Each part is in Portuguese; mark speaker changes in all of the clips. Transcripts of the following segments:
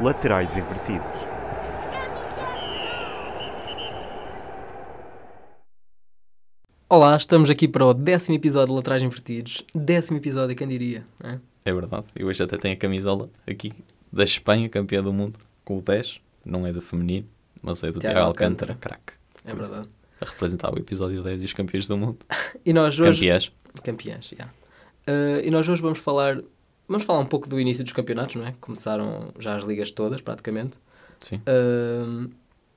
Speaker 1: laterais invertidos.
Speaker 2: Olá, estamos aqui para o décimo episódio de Laterais Invertidos. Décimo episódio, quem diria? não é?
Speaker 3: É verdade. Eu hoje até tenho a camisola aqui da Espanha, campeã do mundo, com o 10. Não é da feminino, mas é do
Speaker 2: Tiago
Speaker 3: Tiago
Speaker 2: Alcântara.
Speaker 3: Alcântara, craque.
Speaker 2: É verdade.
Speaker 3: A representar o episódio 10 e os campeões do mundo.
Speaker 2: E nós hoje.
Speaker 3: Campeões.
Speaker 2: Campeãs, já. Eh, e nós hoje vamos falar. Vamos falar um pouco do início dos campeonatos, não é? Começaram já as ligas todas, praticamente.
Speaker 3: Sim.
Speaker 2: Ahm,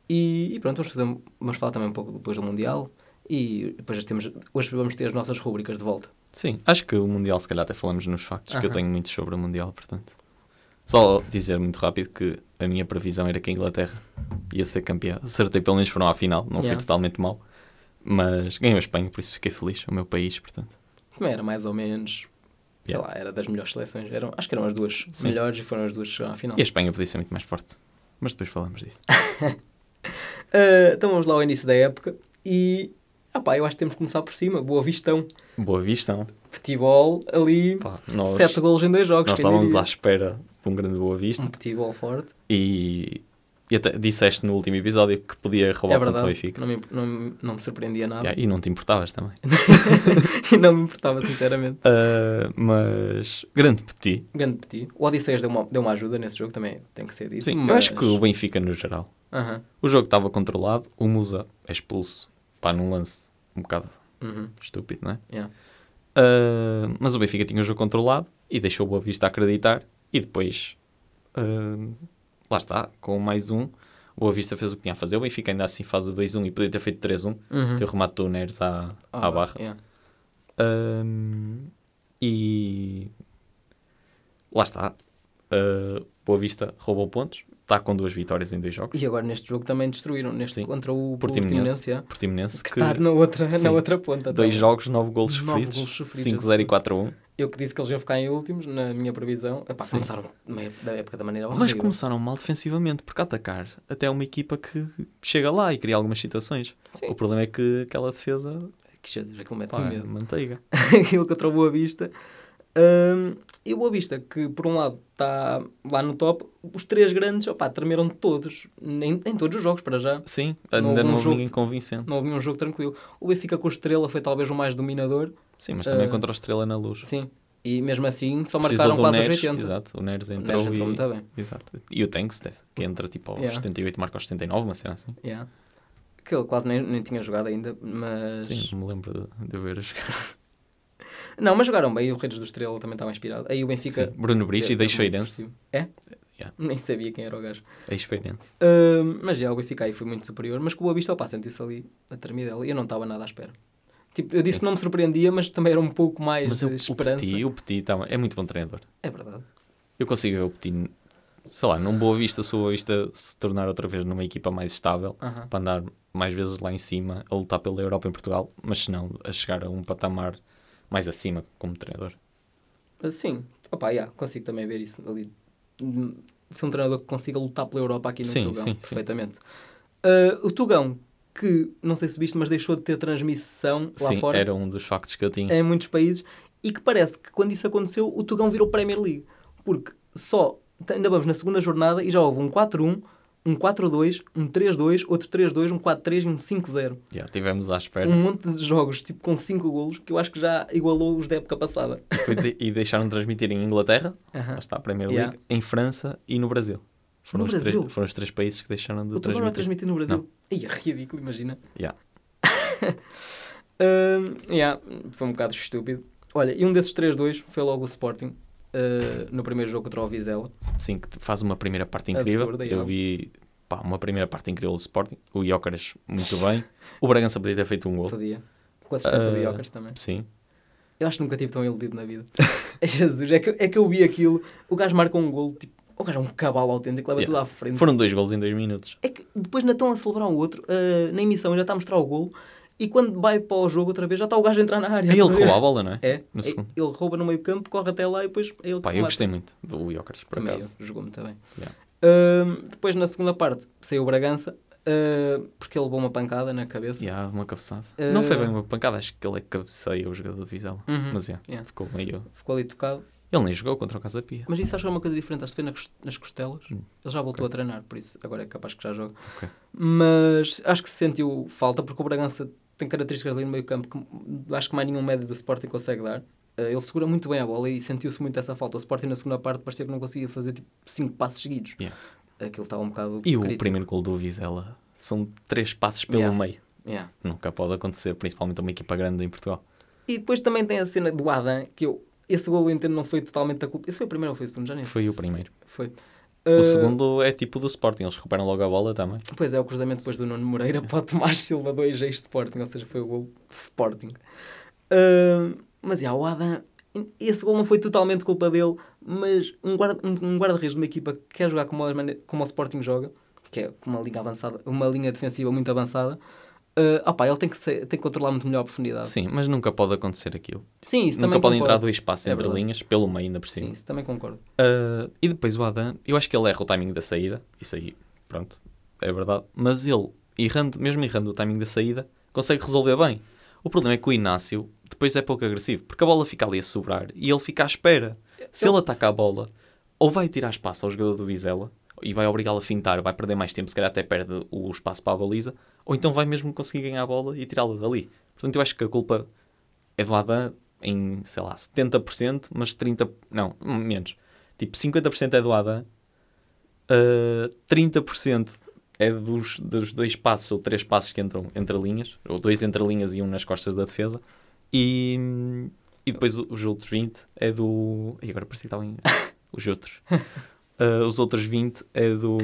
Speaker 2: e, e pronto, vamos, fazer, um- vamos falar também um pouco depois do Mundial. E depois já temos, hoje vamos ter as nossas rúbricas de volta.
Speaker 3: Sim. Acho que o Mundial, se calhar, até falamos nos factos, que eu tenho muito sobre o Mundial, portanto. Só dizer muito rápido que a minha previsão era que a Inglaterra ia ser campeã. Acertei pelo menos foram à final, não foi
Speaker 2: Yeah.
Speaker 3: totalmente mal. Mas ganhou a Espanha, por isso fiquei feliz. O meu país, portanto.
Speaker 2: Também era mais ou menos. Sei
Speaker 3: Yeah.
Speaker 2: lá, era das melhores seleções. Eram, acho que eram as duas
Speaker 3: Sim.
Speaker 2: melhores e foram as duas que chegaram à final.
Speaker 3: E a Espanha podia ser muito mais forte. Mas depois falamos disso.
Speaker 2: Ah, então vamos lá ao início da época e ah pá, eu acho que temos que começar por cima. Boa Vistão,
Speaker 3: Boa vista, não?
Speaker 2: futebol ali,
Speaker 3: Pá, nós,
Speaker 2: sete golos em dois jogos.
Speaker 3: nós
Speaker 2: quem
Speaker 3: estávamos
Speaker 2: diria?
Speaker 3: à espera de um grande Boa Vista
Speaker 2: Um futebol forte.
Speaker 3: e, e até disseste no último episódio que podia roubar
Speaker 2: é
Speaker 3: o pontos ao
Speaker 2: verdade,
Speaker 3: Benfica.
Speaker 2: não me, não, me- não me surpreendia nada
Speaker 3: Yeah, e não te importavas também.
Speaker 2: e não me importava, sinceramente.
Speaker 3: Ah, mas grande Petit.
Speaker 2: Grande Petit. O Odisseias deu uma, deu uma ajuda nesse jogo também, tem que ser dito.
Speaker 3: Sim,
Speaker 2: mas-
Speaker 3: eu acho que o Benfica no geral.
Speaker 2: Aham,
Speaker 3: O jogo estava controlado, o Musa é expulso. Pá, num lance um bocado
Speaker 2: uhum,
Speaker 3: estúpido, não é?
Speaker 2: yeah.
Speaker 3: Ah, mas o Benfica tinha o jogo controlado e deixou o Boa Vista acreditar. E depois, ah, lá está, com mais um, o Boa Vista fez o que tinha a fazer. O Benfica ainda assim faz o 2-1 e podia ter feito 3-1.
Speaker 2: Uhum.
Speaker 3: Teu remate do Neres à, à barra.
Speaker 2: Ah, yeah.
Speaker 3: Ah, e lá está, Ah, Boa Vista roubou pontos. Está com duas vitórias em dois jogos.
Speaker 2: E agora neste jogo também destruíram, neste
Speaker 3: Sim.
Speaker 2: contra o
Speaker 3: Portimonense.
Speaker 2: Portimonense, yeah,
Speaker 3: Portimonense
Speaker 2: que
Speaker 3: que,
Speaker 2: está na outra,
Speaker 3: Sim.
Speaker 2: na outra ponta.
Speaker 3: dois
Speaker 2: também.
Speaker 3: jogos, nove golos
Speaker 2: Nove
Speaker 3: sofridos,
Speaker 2: golos assim. sofridos,
Speaker 3: 5-0 e 4-1.
Speaker 2: Eu que disse que eles iam ficar em últimos, na minha previsão. Epá,
Speaker 3: Sim.
Speaker 2: começaram meio da época da maneira horrível.
Speaker 3: Mas começaram mal defensivamente, porque atacar até é uma equipa que chega lá e cria algumas situações.
Speaker 2: Sim.
Speaker 3: O problema é que aquela defesa
Speaker 2: Que Jesus, aquilo mete
Speaker 3: pá, é
Speaker 2: medo.
Speaker 3: manteiga.
Speaker 2: aquilo contra o Boa Vista. Ahm, e o Boa Vista, que por um lado está lá no top, os três grandes, opá, tremeram todos. Em, em todos os jogos, para já.
Speaker 3: Sim,
Speaker 2: Não
Speaker 3: ainda
Speaker 2: houve um
Speaker 3: não houve
Speaker 2: jogo
Speaker 3: ninguém convincente.
Speaker 2: Não havia um jogo tranquilo. O Benfica com o Estrela foi talvez o mais dominador.
Speaker 3: Sim, mas também
Speaker 2: Ah,
Speaker 3: contra a Estrela na Luz.
Speaker 2: Sim. E mesmo assim só
Speaker 3: Precisou
Speaker 2: marcaram
Speaker 3: do
Speaker 2: quase aos
Speaker 3: Neres,
Speaker 2: 80.
Speaker 3: Exato, Então o Neres
Speaker 2: Neres
Speaker 3: entrou,
Speaker 2: entrou
Speaker 3: e...
Speaker 2: muito bem.
Speaker 3: Exato. E o Tankstead, que entra tipo aos
Speaker 2: Yeah.
Speaker 3: 78, marca aos 79, uma cena assim.
Speaker 2: Yeah. Que ele quase nem, nem tinha jogado ainda, mas...
Speaker 3: Sim, não me lembro de, de ver os
Speaker 2: Não, mas jogaram bem. E o Redes do Estrela também estava inspirado. Aí o Benfica...
Speaker 3: Sim, assim. Bruno Brich
Speaker 2: Teve
Speaker 3: e deixou
Speaker 2: muito
Speaker 3: Irense,
Speaker 2: É, por cima. É?
Speaker 3: Yeah.
Speaker 2: Nem sabia quem era o gajo.
Speaker 3: ex-Feirense.
Speaker 2: Ahm, mas já, o Benfica aí foi muito superior. Mas com o Boa Vista, opá, senti-se ali a tremidela. E eu não estava nada à espera. Tipo, eu disse que não me surpreendia, mas também era um pouco mais
Speaker 3: Mas é
Speaker 2: de
Speaker 3: o, o
Speaker 2: esperança.
Speaker 3: Petit, o Petit tá- é muito bom treinador.
Speaker 2: É verdade.
Speaker 3: Eu consigo ver o Petit, sei lá, num Boa Vista, se o Boa Vista se tornar outra vez numa equipa mais estável,
Speaker 2: Aham.
Speaker 3: para andar mais vezes lá em cima, a lutar pela Europa em Portugal, mas se não, a chegar a um patamar mais acima como treinador.
Speaker 2: Mas Sim, opá, já, consigo também ver isso ali. Hum, Ser um treinador que consiga lutar pela Europa aqui no
Speaker 3: Sim,
Speaker 2: Tugão,
Speaker 3: sim, sim.
Speaker 2: perfeitamente. Ah, o Tugão, que não sei se viste, mas deixou de ter transmissão lá
Speaker 3: Sim,
Speaker 2: fora
Speaker 3: era um dos factos que eu tinha.
Speaker 2: em muitos países e que parece que quando isso aconteceu o Tugão virou Premier League. Porque só ainda vamos na segunda jornada e já houve um 4-1, um 4-2, um 3-2, outro 3-2, um 4-3 e um 5-0.
Speaker 3: Já estivemos à espera.
Speaker 2: Um monte de jogos tipo com 5 golos que eu acho que já igualou os da época passada.
Speaker 3: E foi de- e deixaram de transmitir em Inglaterra,
Speaker 2: Aham.
Speaker 3: lá está a Premier
Speaker 2: Yeah.
Speaker 3: League, em França e no Brasil. Foram,
Speaker 2: No
Speaker 3: os,
Speaker 2: Brasil?
Speaker 3: Três, foram os três países que deixaram de
Speaker 2: O Tugão
Speaker 3: transmitir.
Speaker 2: não é transmitido no Brasil. Ai, é ridículo, imagina.
Speaker 3: Yeah.
Speaker 2: Hum, yeah, foi um bocado estúpido. Olha, e um desses 3-2 foi logo o Sporting, eh, no primeiro jogo contra o Vizela.
Speaker 3: Sim, que faz uma primeira parte incrível.
Speaker 2: Absurda, yeah.
Speaker 3: Eu vi pá, uma primeira parte incrível do Sporting. O Jócaras muito bem. O Bragança podia ter feito um gol.
Speaker 2: Podia. Com a assistência de
Speaker 3: Ah.
Speaker 2: Jokers também.
Speaker 3: Sim.
Speaker 2: Eu acho que nunca tive tão iludido na vida. Jesus, é que, é que eu vi aquilo. O gajo marca um golo, tipo, o gajo é um cavalo autêntico, leva
Speaker 3: Yeah.
Speaker 2: tudo à frente.
Speaker 3: Foram dois golos em dois minutos.
Speaker 2: É que depois ainda estão a celebrar o outro, eh, na emissão ainda está a mostrar o golo, e quando vai para o jogo outra vez já está o gajo a entrar na área.
Speaker 3: Aí ele roubou a bola, não é?
Speaker 2: É,
Speaker 3: No
Speaker 2: é,
Speaker 3: segundo.
Speaker 2: ele rouba no meio campo, corre até lá e depois é ele
Speaker 3: Pá,
Speaker 2: que remata.
Speaker 3: eu gostei muito do Jócaras, por
Speaker 2: Também
Speaker 3: acaso.
Speaker 2: eu, jogou-me também.
Speaker 3: Yeah.
Speaker 2: Ahm, depois, na segunda parte, saiu o Bragança, ah, porque ele levou uma pancada na cabeça.
Speaker 3: Yeah, uma cabeçada.
Speaker 2: Ah.
Speaker 3: Não foi bem uma pancada, acho que ele é que cabeceia o jogador de Vizela.
Speaker 2: Uhum.
Speaker 3: Mas yeah,
Speaker 2: Yeah.
Speaker 3: ficou meio.
Speaker 2: Ficou ali tocado.
Speaker 3: Ele nem jogou contra o Casa Pia.
Speaker 2: Mas isso acho que é uma coisa diferente. Acho que foi na cos- nas costelas. Ele já voltou a treinar, por isso agora é capaz que já joga.
Speaker 3: Hum. Ok.
Speaker 2: Mas acho que se sentiu falta, porque o Bragança tem características ali no meio campo que acho que mais nenhum médio do Sporting consegue dar. Eh, Ele segura muito bem a bola e sentiu-se muito essa falta. O Sporting na segunda parte parecia que não conseguia fazer tipo 5 passos seguidos.
Speaker 3: Yeah.
Speaker 2: Aquilo estava um bocado.
Speaker 3: E o
Speaker 2: crítico.
Speaker 3: primeiro gol do Vizela são três passos pelo
Speaker 2: Yeah.
Speaker 3: meio.
Speaker 2: Yeah.
Speaker 3: Nunca pode acontecer, principalmente a uma equipa grande em Portugal.
Speaker 2: E depois também tem a cena do Adam, que eu. Esse gol eu entendo não foi totalmente a culpa. Esse foi o primeiro ou foi o segundo? Já nem
Speaker 3: Foi o
Speaker 2: sei.
Speaker 3: primeiro.
Speaker 2: Foi.
Speaker 3: O
Speaker 2: Eh,
Speaker 3: segundo é tipo do Sporting, eles recuperam logo a bola também.
Speaker 2: Pois é, o cruzamento depois do Nuno Moreira para o Tomás Silva 2 ex Sporting, ou seja, foi o gol Sporting. Ah, mas yeah, o Adam, esse gol não foi totalmente culpa dele, mas um guarda- um- um guarda-redes de uma equipa que quer jogar como, as mane- como o Sporting joga, que é uma linha avançada, uma linha defensiva muito avançada, ah, opá, ele tem que, ser- tem que controlar muito melhor a profundidade. Sim,
Speaker 3: Sim, mas nunca pode acontecer aquilo.
Speaker 2: Ah. isso
Speaker 3: nunca
Speaker 2: também
Speaker 3: podem entrar
Speaker 2: concordo.
Speaker 3: dois passos
Speaker 2: É
Speaker 3: entre
Speaker 2: verdade.
Speaker 3: linhas, pelo meio ainda por cima.
Speaker 2: Sim, isso também concordo.
Speaker 3: Ah, e depois o Adam, eu acho que ele erra o timing da saída. Isso aí, pronto, é verdade. Mas ele, errando, mesmo errando o timing da saída, consegue resolver bem. O problema é que o Inácio depois é pouco agressivo, porque a bola fica ali a sobrar e ele fica à espera. Se ele ataca a bola, ou vai tirar espaço ao jogador do Vizela e vai obrigá-lo a fintar, vai perder mais tempo, se calhar até perde o espaço para a baliza, ou então vai mesmo conseguir ganhar a bola e tirá-la dali. Portanto, eu acho que a culpa é do Adam em, sei lá, 70%, mas 30%, não, menos. Tipo, 50% é do Adam, ah, 30% é dos, dos dois passos ou três passos que entram entre linhas, ou dois entre linhas e um nas costas da defesa, e, e depois o- os outros 20 é do... E agora parecia que estava em... Os outros. Ah, os outros 20 é do,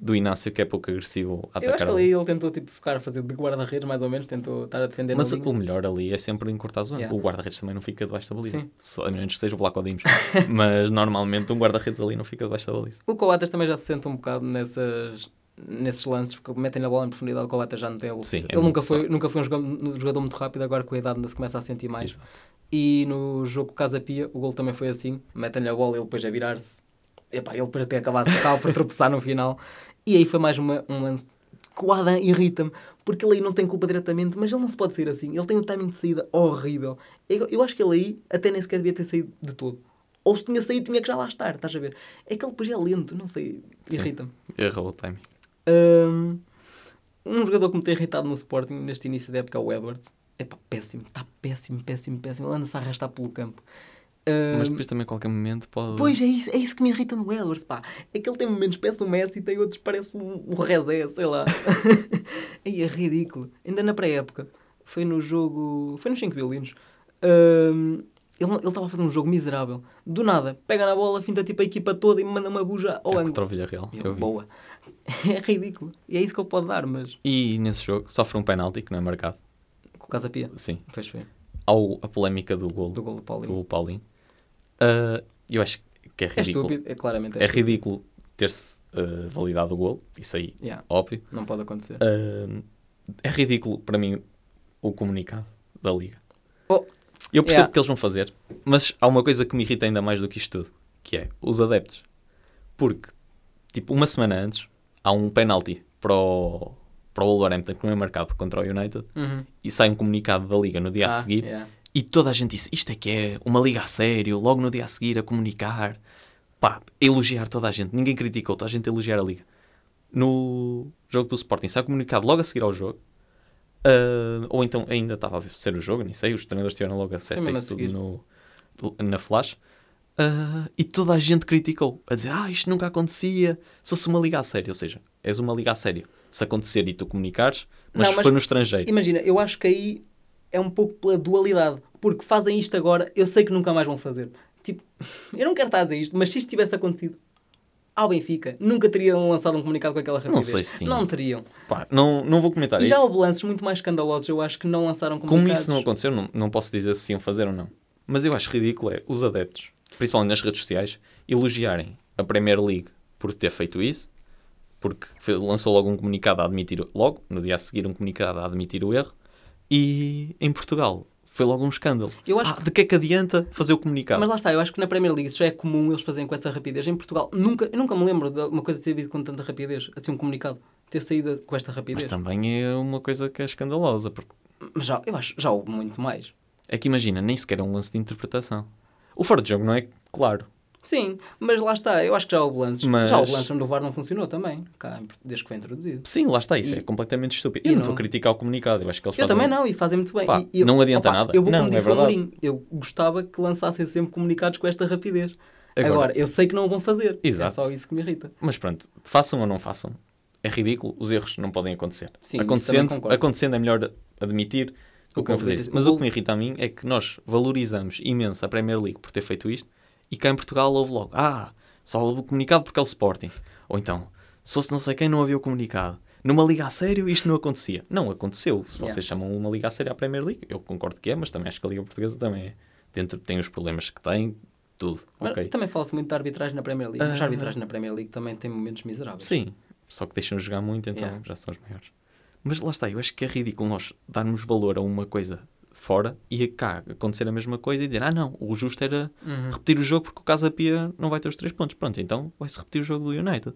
Speaker 3: do Inácio, que é pouco agressivo a
Speaker 2: eu acho
Speaker 3: atacar um.
Speaker 2: que
Speaker 3: a bola.
Speaker 2: ali ele tentou tipo, ficar a fazer de guarda-redes, mais ou menos, tentou estar a defender
Speaker 3: Mas
Speaker 2: na linha.
Speaker 3: o melhor ali é sempre encurtar a zona.
Speaker 2: Yeah.
Speaker 3: O guarda-redes também não fica debaixo da baliza.
Speaker 2: Sim.
Speaker 3: Só- A menos que seja o Vlaco Dimos. Mas normalmente um guarda-redes ali não fica debaixo da baliza.
Speaker 2: Tipo, O Coates também já se sente um bocado nessas, nesses lances, porque metem a bola em profundidade, o Coates já não tem a bola.
Speaker 3: Sim, é
Speaker 2: Ele
Speaker 3: muito
Speaker 2: nunca foi,
Speaker 3: só.
Speaker 2: nunca foi um jogador, um jogador muito rápido, agora com a idade ainda se começa a sentir mais.
Speaker 3: Exato.
Speaker 2: E no jogo Casa Pia, o gol também foi assim: metem-lhe a bola, ele depois a virar-se. Epá, ele depois até acabado de tocar por tropeçar no final. E aí foi mais uma, um lance que o Adam irrita-me, porque ele aí não tem culpa diretamente, mas ele não se pode sair assim. Ele tem um timing de saída horrível. Eu, eu acho que ele aí até nem sequer devia ter saído de todo. Ou se tinha saído, tinha que já lá estar, estás a ver? É que ele depois é lento, não sei,
Speaker 3: Sim.
Speaker 2: irrita-me.
Speaker 3: Errou o timing.
Speaker 2: Hum, Um, jogador que me tem irritado no Sporting neste início da época é o Edwards. É pá, péssimo, está péssimo, péssimo, péssimo. Ele anda-se a arrastar pelo campo. Hum,
Speaker 3: Mas depois também a qualquer momento pode.
Speaker 2: Pois é isso, é isso que me irrita no Edwards, pá. É que ele tem momentos parece o Messi e tem outros parece um, um Rezé, sei lá. Aí é ridículo. Ainda na pré-época, foi no jogo. Foi nos 5 violinos. Hum, ele não- ele estava a fazer um jogo miserável. Do nada, pega na bola, finta tipo a equipa toda e manda uma buja ao
Speaker 3: é
Speaker 2: ângulo.
Speaker 3: contra o Villarreal.
Speaker 2: E
Speaker 3: eu
Speaker 2: Eu,
Speaker 3: vi.
Speaker 2: boa. É ridículo. E é isso que ele pode dar, mas.
Speaker 3: E nesse jogo sofre um penalti que não é marcado.
Speaker 2: Com o Casa Pia.
Speaker 3: Sim.
Speaker 2: Pois foi.
Speaker 3: Há o- a polémica do gol
Speaker 2: Do
Speaker 3: do,
Speaker 2: gol do Paulinho.
Speaker 3: Paulinho. Ah, eu acho que é
Speaker 2: É
Speaker 3: ridículo.
Speaker 2: estúpido, é claramente.
Speaker 3: É
Speaker 2: É estúpido.
Speaker 3: ridículo ter-se ah, validado o gol. Isso aí,
Speaker 2: Yeah,
Speaker 3: óbvio.
Speaker 2: não pode acontecer.
Speaker 3: Ahm, é ridículo para mim o comunicado da Liga.
Speaker 2: Oh,
Speaker 3: Eu percebo o
Speaker 2: yeah.
Speaker 3: que eles vão fazer, mas há uma coisa que me irrita ainda mais do que isto tudo, que é os adeptos. Porque, tipo, uma semana antes, há um penalti para o, para o Wolverhampton que não é marcado contra o United
Speaker 2: Uhum.
Speaker 3: e sai um comunicado da Liga no dia a
Speaker 2: Ah,
Speaker 3: seguir
Speaker 2: yeah.
Speaker 3: e toda a gente disse, isto é que é uma liga a sério, logo no dia a seguir a comunicar, pá, elogiar toda a gente, ninguém criticou, toda a gente a elogiar a liga. No jogo do Sporting, sai comunicado logo a seguir ao jogo, ah, ou então ainda estava a ser o jogo, nem sei, os treinadores tiveram logo acesso a
Speaker 2: mesmo a
Speaker 3: isso tudo
Speaker 2: seguir.
Speaker 3: no, na flash, ah, e toda a gente criticou, a dizer, ah, isto nunca acontecia, se fosse uma liga a sério, ou seja, és uma liga a sério, se acontecer e tu comunicares, mas,
Speaker 2: Não, mas-
Speaker 3: foi no estrangeiro.
Speaker 2: Imagina, eu acho que aí é um pouco pela dualidade. Porque fazem isto agora, eu sei que nunca mais vão fazer. Tipo, eu não quero estar a dizer isto, mas se isto tivesse acontecido ao Benfica, nunca teriam lançado um comunicado com aquela rapidez.
Speaker 3: sei se tinham.
Speaker 2: Não teriam.
Speaker 3: Pá, não, não vou comentar
Speaker 2: E
Speaker 3: isso.
Speaker 2: já houve lances muito mais escandalosos, eu acho, que não lançaram
Speaker 3: Como
Speaker 2: comunicados.
Speaker 3: isso não aconteceu, não, não posso dizer se iam fazer ou não. Mas eu acho ridículo é os adeptos, principalmente nas redes sociais, elogiarem a Premier League por ter feito isso, porque fez- lançou logo um comunicado a admitir, o- logo, no dia a seguir, um comunicado a admitir o erro, e em Portugal foi logo um escândalo.
Speaker 2: Eu acho
Speaker 3: Ah, de que é que adianta fazer o comunicado?
Speaker 2: Mas lá está, eu acho que na Premier League isso já é comum eles fazerem com essa rapidez. Em Portugal, nunca, eu nunca me lembro de uma coisa ter havido com tanta rapidez, assim um comunicado, ter saído com esta
Speaker 3: Mas
Speaker 2: rapidez. Mas,
Speaker 3: também é uma coisa que é escandalosa, porque
Speaker 2: já, eu acho, já houve muito mais.
Speaker 3: é que imagina, nem sequer é um lance de interpretação. O fora de jogo não é claro.
Speaker 2: Sim, mas lá está, eu acho que já o Blances,
Speaker 3: Mas-
Speaker 2: já o Blances no VAR não funcionou também, cá, em Port- desde que foi introduzido.
Speaker 3: Sim, lá está, isso é completamente estúpido. E
Speaker 2: e
Speaker 3: eu não
Speaker 2: não-
Speaker 3: estou a criticar o comunicado, eu acho que eles
Speaker 2: Eu
Speaker 3: fazem-
Speaker 2: também não, e fazem muito bem.
Speaker 3: Pá,
Speaker 2: E- e eu-
Speaker 3: não adianta
Speaker 2: opá,
Speaker 3: nada.
Speaker 2: Eu vou
Speaker 3: Não,
Speaker 2: como
Speaker 3: é
Speaker 2: disse ao
Speaker 3: verdade.
Speaker 2: Mourinho, eu gostava que lançassem sempre comunicados com esta rapidez.
Speaker 3: Agora-
Speaker 2: Agora, eu sei que não o vão fazer.
Speaker 3: Exato.
Speaker 2: É só isso que me irrita.
Speaker 3: Mas pronto, façam ou não façam, é ridículo, os erros não podem acontecer.
Speaker 2: Sim, isso também
Speaker 3: acontecendo,
Speaker 2: concordo.
Speaker 3: acontecendo é melhor admitir do
Speaker 2: O
Speaker 3: que não
Speaker 2: que
Speaker 3: fazer
Speaker 2: eu-
Speaker 3: isso. Mas
Speaker 2: o-
Speaker 3: o que me irrita a mim é que nós valorizamos imenso a Premier League por ter feito isto e cá em Portugal houve logo, ah, só houve o comunicado porque é o Sporting. Ou então, se fosse não sei quem não havia o comunicado. Numa liga a sério isto não acontecia. Não aconteceu. Se vocês
Speaker 2: Yeah.
Speaker 3: chamam uma liga a sério à Premier League, eu concordo que é, mas também acho que a liga portuguesa também é. Dentro tem os problemas que tem, tudo.
Speaker 2: Mas
Speaker 3: ok.
Speaker 2: também fala-se muito de arbitragem na Premier League. Mas
Speaker 3: Ah.
Speaker 2: a arbitragem na Premier League também tem momentos miseráveis.
Speaker 3: Sim, só que deixam jogar muito, então
Speaker 2: Yeah.
Speaker 3: já são os maiores. Mas lá está, eu acho que é ridículo nós darmos valor a uma coisa fora e a cá acontecer a mesma coisa e dizer, ah não, o justo era repetir o jogo porque o Casa Pia não vai ter os três pontos. Pronto, então vai-se repetir o jogo do United.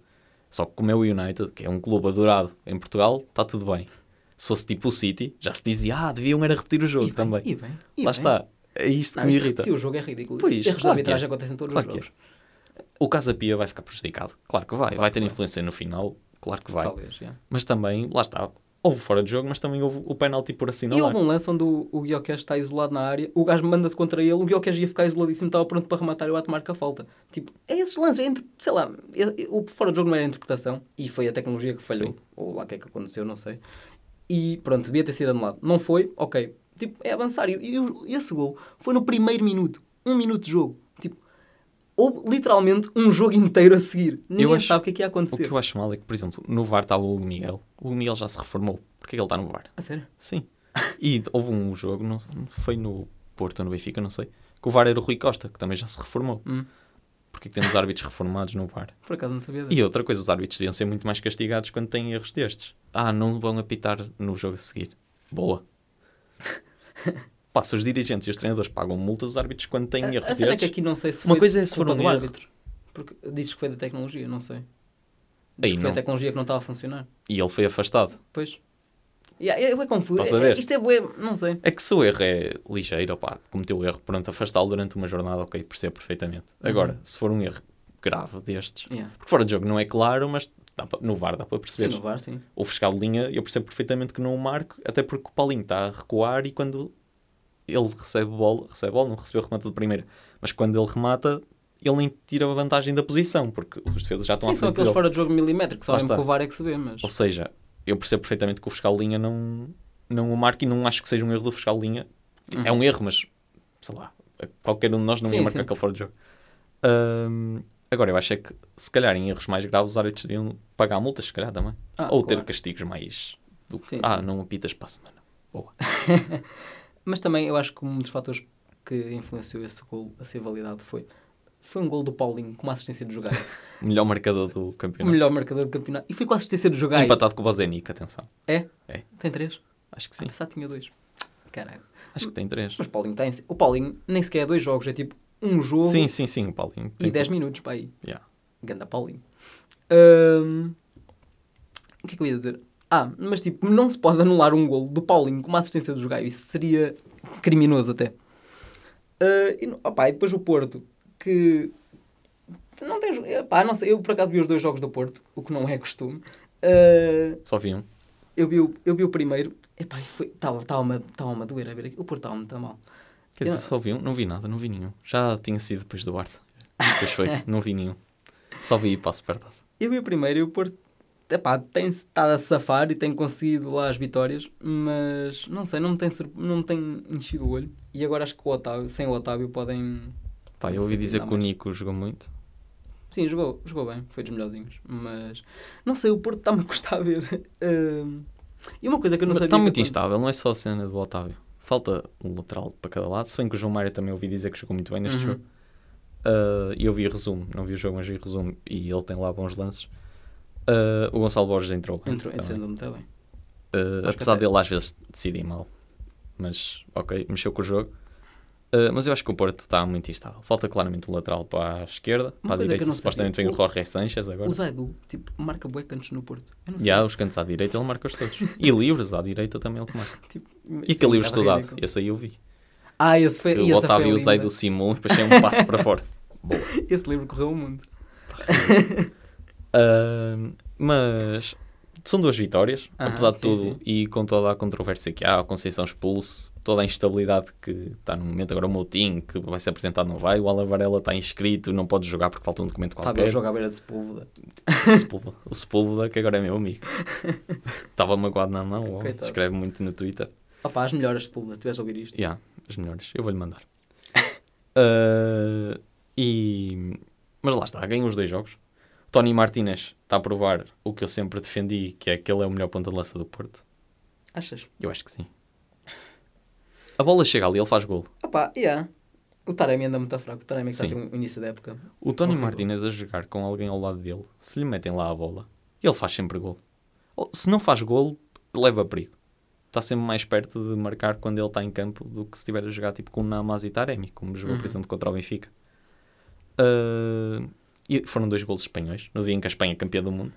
Speaker 3: Só que como é o United, que é um clube adorado em Portugal, está tudo bem. Se fosse tipo o City, já se dizia, ah, deviam era repetir o jogo
Speaker 2: E bem,
Speaker 3: também.
Speaker 2: e bem, e bem.
Speaker 3: lá está, é isto que
Speaker 2: Não,
Speaker 3: me
Speaker 2: isto
Speaker 3: irrita.
Speaker 2: repetir o jogo é ridículo.
Speaker 3: Pois,
Speaker 2: Erros de
Speaker 3: claro que
Speaker 2: arbitragem
Speaker 3: é.
Speaker 2: acontecem em todos
Speaker 3: Claro
Speaker 2: os
Speaker 3: que é.
Speaker 2: jogos.
Speaker 3: O Casa Pia vai ficar prejudicado? Claro que vai. vai ter influência no final? Claro que vai.
Speaker 2: Talvez, yeah.
Speaker 3: Mas também, lá está, houve fora de jogo, mas também houve o penalti por
Speaker 2: e
Speaker 3: assinalar.
Speaker 2: houve um lance onde o, o Guioquez está isolado na área, o gajo manda-se contra ele, o Guioquez ia ficar isoladíssimo, estava pronto para rematar e o ato marca a falta. Tipo, é esses lances, é entre, sei lá, é- é- o fora de jogo não era interpretação e foi a tecnologia que falhou,
Speaker 3: Sim.
Speaker 2: ou lá o que é que aconteceu, não sei. E pronto, devia ter sido anulado. Não foi, ok. Tipo, é avançar. E, e o- e esse gol foi no primeiro minuto, um minuto de jogo. Tipo, houve literalmente um jogo inteiro a seguir. Ninguém
Speaker 3: acho-
Speaker 2: sabe o que é que ia
Speaker 3: O
Speaker 2: acontecer.
Speaker 3: que eu acho mal é que, por exemplo, no VAR estava o Miguel. O Miguel já se reformou. Porquê que ele está no VAR?
Speaker 2: A sério?
Speaker 3: Sim. E houve um jogo, não, foi no Porto ou no Benfica, não sei, que o VAR era o Rui Costa, que também já se reformou.
Speaker 2: Hum.
Speaker 3: Porquê que temos árbitros reformados no VAR?
Speaker 2: Por acaso não sabia disso.
Speaker 3: E outra coisa, os árbitros deviam ser muito mais castigados quando têm erros destes. Ah, não vão apitar no jogo a seguir. Boa. Pá, se os dirigentes e os treinadores pagam multas, os árbitros quando têm erros
Speaker 2: A, a
Speaker 3: destes.
Speaker 2: cena é que aqui não sei se
Speaker 3: Uma
Speaker 2: foi
Speaker 3: coisa é se
Speaker 2: culpa
Speaker 3: for um
Speaker 2: do
Speaker 3: erro.
Speaker 2: árbitro. Porque dizes que foi da tecnologia, não sei.
Speaker 3: Aí
Speaker 2: Diz que foi
Speaker 3: não.
Speaker 2: a tecnologia que não estava a funcionar.
Speaker 3: E ele foi afastado.
Speaker 2: Pois. Yeah, é, é confuso.
Speaker 3: Estás a
Speaker 2: É-
Speaker 3: ver?
Speaker 2: é- isto é bué, não sei.
Speaker 3: É que se o erro é ligeiro, pá, cometeu o erro, pronto, afastá-lo durante uma jornada, ok, percebo perfeitamente. Agora,
Speaker 2: Uhum.
Speaker 3: se for um erro grave destes,
Speaker 2: Yeah.
Speaker 3: porque fora de jogo não é claro, mas dá pra- no VAR dá para
Speaker 2: Sim,
Speaker 3: perceber.
Speaker 2: no VAR, sim.
Speaker 3: o fiscal de linha, eu percebo perfeitamente que não o marco, até porque o Paulinho está a recuar e quando ele recebe bola, recebe bola, não recebeu remata de primeira, mas quando ele remata, ele nem tira a vantagem da posição, porque os defesas já estão
Speaker 2: Sim,
Speaker 3: à
Speaker 2: são
Speaker 3: frente
Speaker 2: aqueles
Speaker 3: dele.
Speaker 2: fora de jogo milimétrico, só
Speaker 3: Lá
Speaker 2: mesmo
Speaker 3: está.
Speaker 2: que o VAR é que se vê, mas.
Speaker 3: Ou seja, eu percebo perfeitamente que o fiscal de linha não, não o marca e não acho que seja um erro do fiscal de linha. É um erro, mas sei lá, qualquer um de nós não ia
Speaker 2: Uhum. Sim,
Speaker 3: marcar
Speaker 2: sim.
Speaker 3: aquele fora de jogo. Ahm, agora, eu acho é que se calhar em erros mais graves os árbitros deviam pagar multas, se calhar também.
Speaker 2: Ah,
Speaker 3: Ou ter
Speaker 2: claro.
Speaker 3: castigos mais. Do que,
Speaker 2: Sim,
Speaker 3: ah,
Speaker 2: sim.
Speaker 3: não apitas para a semana. Boa.
Speaker 2: Mas também eu acho que um dos fatores que influenciou esse gol a ser validado foi. Foi um gol do Paulinho com uma assistência de jogar.
Speaker 3: Melhor marcador do
Speaker 2: o
Speaker 3: campeonato.
Speaker 2: melhor marcador do campeonato. E foi com a assistência de jogar.
Speaker 3: Empatado com o Bozenic, atenção.
Speaker 2: É?
Speaker 3: É.
Speaker 2: Tem três?
Speaker 3: Acho que
Speaker 2: Sim.
Speaker 3: sim.
Speaker 2: Ah, pensar que tinha dois. Caralho.
Speaker 3: Acho que tem três.
Speaker 2: Mas o Paulinho tem. O Paulinho nem sequer é dois jogos, é tipo um jogo
Speaker 3: Sim, sim, sim, o Paulinho.
Speaker 2: e
Speaker 3: Tem
Speaker 2: 10
Speaker 3: tudo.
Speaker 2: minutos para aí.
Speaker 3: Yeah.
Speaker 2: Ganda Paulinho. Hum, o que é que eu ia dizer? Ah, mas tipo, não se pode anular um golo do Paulinho com uma assistência do Gaio. Isso seria criminoso até. Ah, e, no- opá, e depois o Porto, que não tem. jo- Opá, não sei, eu por acaso vi os dois jogos do Porto, o que não é costume. Ah,
Speaker 3: Só vi um.
Speaker 2: eu, vi o, eu vi o primeiro. Epá, estava-me tava tava a doer a ver aqui. O Porto estava-me tão mal.
Speaker 3: Quer dizer,
Speaker 2: Eu-
Speaker 3: só vi um? Não vi nada, não vi nenhum. Já tinha sido depois do Barça. Depois foi, não vi nenhum. Só vi passo perto.
Speaker 2: Eu vi o primeiro e o Porto epá, tem estado a safar e tem conseguido lá as vitórias, mas não sei, não me tem, sur- não me tem enchido o olho. E agora acho que o Otávio, sem o Otávio podem.
Speaker 3: Pá, eu
Speaker 2: Não
Speaker 3: ouvi
Speaker 2: sei,
Speaker 3: dizer
Speaker 2: não,
Speaker 3: que o
Speaker 2: mas-
Speaker 3: Nico jogou muito.
Speaker 2: Sim, jogou, jogou bem, foi dos melhorzinhos. Mas não sei, o Porto está-me a custar a ver. Hum, e uma coisa que eu não
Speaker 3: Mas
Speaker 2: sabia.
Speaker 3: Está
Speaker 2: que
Speaker 3: muito
Speaker 2: aconte-
Speaker 3: instável, não é só a cena do Otávio. Falta um lateral para cada lado. Se bem que o João Mário também ouvi dizer que jogou muito bem neste
Speaker 2: Uhum.
Speaker 3: jogo. Ah, E eu vi resumo, não vi o jogo, mas vi resumo e ele tem lá bons lances. Ah, o Gonçalo Borges entrou. bem
Speaker 2: Entrou,
Speaker 3: também.
Speaker 2: entrou muito bem.
Speaker 3: Uh,
Speaker 2: que
Speaker 3: apesar
Speaker 2: até-
Speaker 3: dele às vezes decidir mal, mas ok, mexeu com o jogo. Uh, mas eu acho que o Porto está muito instável. Falta claramente um lateral para a esquerda, para a
Speaker 2: coisa que eu
Speaker 3: direita.
Speaker 2: não
Speaker 3: Supostamente vem
Speaker 2: sabia,
Speaker 3: o Jorge Sanchez agora.
Speaker 2: O Zaidu, tipo, marca bué cantos no Porto. Eu não
Speaker 3: E há os cantos à direita, ele marca os todos. e livres à direita também ele que marca.
Speaker 2: Tipo,
Speaker 3: E
Speaker 2: isso é um
Speaker 3: aquele livre
Speaker 2: bocado
Speaker 3: estudado,
Speaker 2: ridículo.
Speaker 3: esse aí eu vi.
Speaker 2: Ah, esse foi.
Speaker 3: Que
Speaker 2: E
Speaker 3: o
Speaker 2: essa foi
Speaker 3: Otávio usei
Speaker 2: linda.
Speaker 3: do Simão e depois tem um passo para fora. Boa.
Speaker 2: Esse livro correu o mundo.
Speaker 3: Ahm, mas são duas vitórias,
Speaker 2: Aham,
Speaker 3: apesar de
Speaker 2: Ah, sim,
Speaker 3: tudo,
Speaker 2: sim.
Speaker 3: e com toda a controvérsia que há, o Conceição expulso, toda a instabilidade que está no momento, agora o Moutinho, que vai ser apresentado, não vai, o Alan Varela está inscrito, não pode jogar porque falta um documento
Speaker 2: Estava a
Speaker 3: qualquer.
Speaker 2: jogar à beira de Tá, Sepúlveda.
Speaker 3: O Sepúlveda- o Sepúlveda, que agora é meu amigo. Estava magoado na mão, ó,
Speaker 2: Coitado.
Speaker 3: escreve muito no Twitter.
Speaker 2: Opá, as melhores de Sepúlveda, tu vais ouvir isto.
Speaker 3: Yeah, as melhores. Eu vou-lhe mandar. Ah, e... Mas lá está, ganhou os dois jogos. Tony Martínez está a provar o que eu sempre defendi, que é que ele é o melhor ponta de lança do Porto.
Speaker 2: Achas?
Speaker 3: Eu acho que sim. A bola chega ali, ele faz gol.
Speaker 2: Opá, yeah. O Taremi anda muito fraco. O Taremi que está a
Speaker 3: Sim.
Speaker 2: ter um início da época.
Speaker 3: O Tony
Speaker 2: Horrível.
Speaker 3: Martínez a jogar com alguém ao lado dele, se lhe metem lá a bola, ele faz sempre gol. Ou, se não faz gol, leva perigo. Está sempre mais perto de marcar quando ele está em campo do que se estiver a jogar tipo com o Namaz e Taremi, como jogou, por
Speaker 2: Uhum.
Speaker 3: exemplo, contra o Benfica. Ah, e foram dois golos espanhóis, no dia em que a Espanha é campeã do mundo.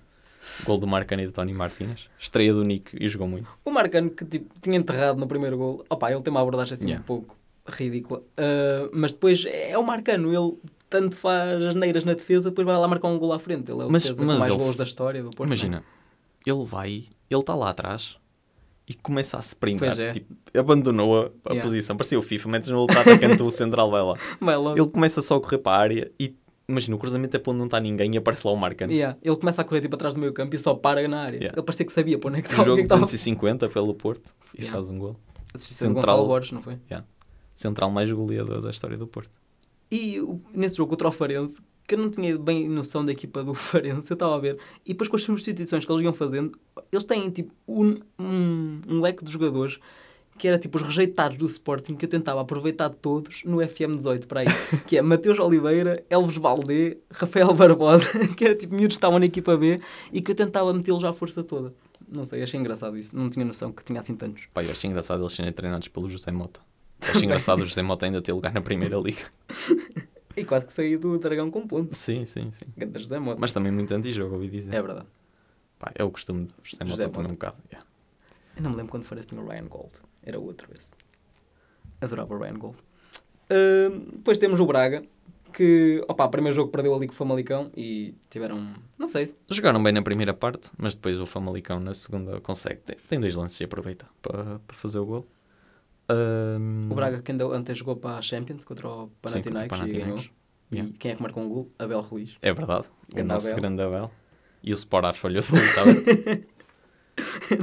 Speaker 3: Gol do Marcano e do Tony Martínez. Estreia do Nick e jogou muito.
Speaker 2: O Marcano, que tipo, tinha enterrado no primeiro gol, opá, ele tem uma abordagem assim
Speaker 3: Yeah.
Speaker 2: um pouco ridícula. Ah, mas depois é o Marcano, ele tanto faz as neiras na defesa, depois vai lá marcar um gol à frente. Ele é o
Speaker 3: Mas-
Speaker 2: defesa
Speaker 3: mas
Speaker 2: com mais
Speaker 3: ele-
Speaker 2: gols da história do Porto. não é?
Speaker 3: Imagina, ele vai, ele está lá atrás e começa a se
Speaker 2: Pois é.
Speaker 3: Tipo, abandonou a, a
Speaker 2: Yeah.
Speaker 3: posição. Parecia o FIFA, metes no outro atacante, o central vai lá.
Speaker 2: é? Vai logo.
Speaker 3: Ele começa só a correr para a área e imagina, o cruzamento é para onde não está ninguém e aparece lá o Marcano.
Speaker 2: Yeah, Ele começa a correr tipo atrás do meio campo e só para na área.
Speaker 3: Yeah.
Speaker 2: Ele parecia que sabia para onde é que
Speaker 3: Um
Speaker 2: estava.
Speaker 3: jogo
Speaker 2: o que é que estava.
Speaker 3: 250 pelo Porto e
Speaker 2: Yeah.
Speaker 3: faz um gol.
Speaker 2: Assistência de
Speaker 3: central.
Speaker 2: Gonçalo Borges, não foi?
Speaker 3: Central mais goleador da história do Porto.
Speaker 2: E o- nesse jogo contra o Farense, que eu não tinha bem noção da equipa do Farense, eu estava a ver. E depois com as substituições que eles iam fazendo, eles têm tipo um, um, um leque de jogadores que era tipo os rejeitados do Sporting que eu tentava aproveitar todos no FM18 para aí, que é Mateus Oliveira, Elves Baldé, Rafael Barbosa, que era tipo miúdos que estavam na equipa B e que eu tentava metê-los à força toda. Não sei, achei engraçado isso. Não tinha noção que tinha assim tantos.
Speaker 3: Pá, eu achei engraçado eles serem treinados pelo José Mota. Achei engraçado o José Mota ainda ter lugar na Primeira Liga.
Speaker 2: E quase que saí do Dragão com pontos.
Speaker 3: Sim, sim, sim.
Speaker 2: Ganda José Mota.
Speaker 3: Mas também muito antijogo, ouvi dizer.
Speaker 2: É verdade.
Speaker 3: Pá, é o costume do José Mota
Speaker 2: José
Speaker 3: também
Speaker 2: Mota.
Speaker 3: um bocado. yeah.
Speaker 2: Eu não me lembro quando foi tinha o Ryan Gold. Era outro esse. Adorava o Ryan Gold. Ahm, depois temos o Braga, que, opá, primeiro jogo perdeu ali com o Famalicão e tiveram, não sei,
Speaker 3: Jogaram bem na primeira parte, mas depois o Famalicão na segunda consegue. Tem, tem dois lances e aproveita para, para fazer o gol. Ahm,
Speaker 2: o Braga que ainda ontem jogou para a Champions contra o
Speaker 3: Uhum. sim, contra o
Speaker 2: Panathinaikos e ganhou.
Speaker 3: Panathinaikos. Yeah.
Speaker 2: E quem é que marcou um gol? Abel Ruiz.
Speaker 3: É verdade. o
Speaker 2: Grande
Speaker 3: nosso
Speaker 2: Abel.
Speaker 3: grande Abel. E o Sportar falhou do Elizabeth.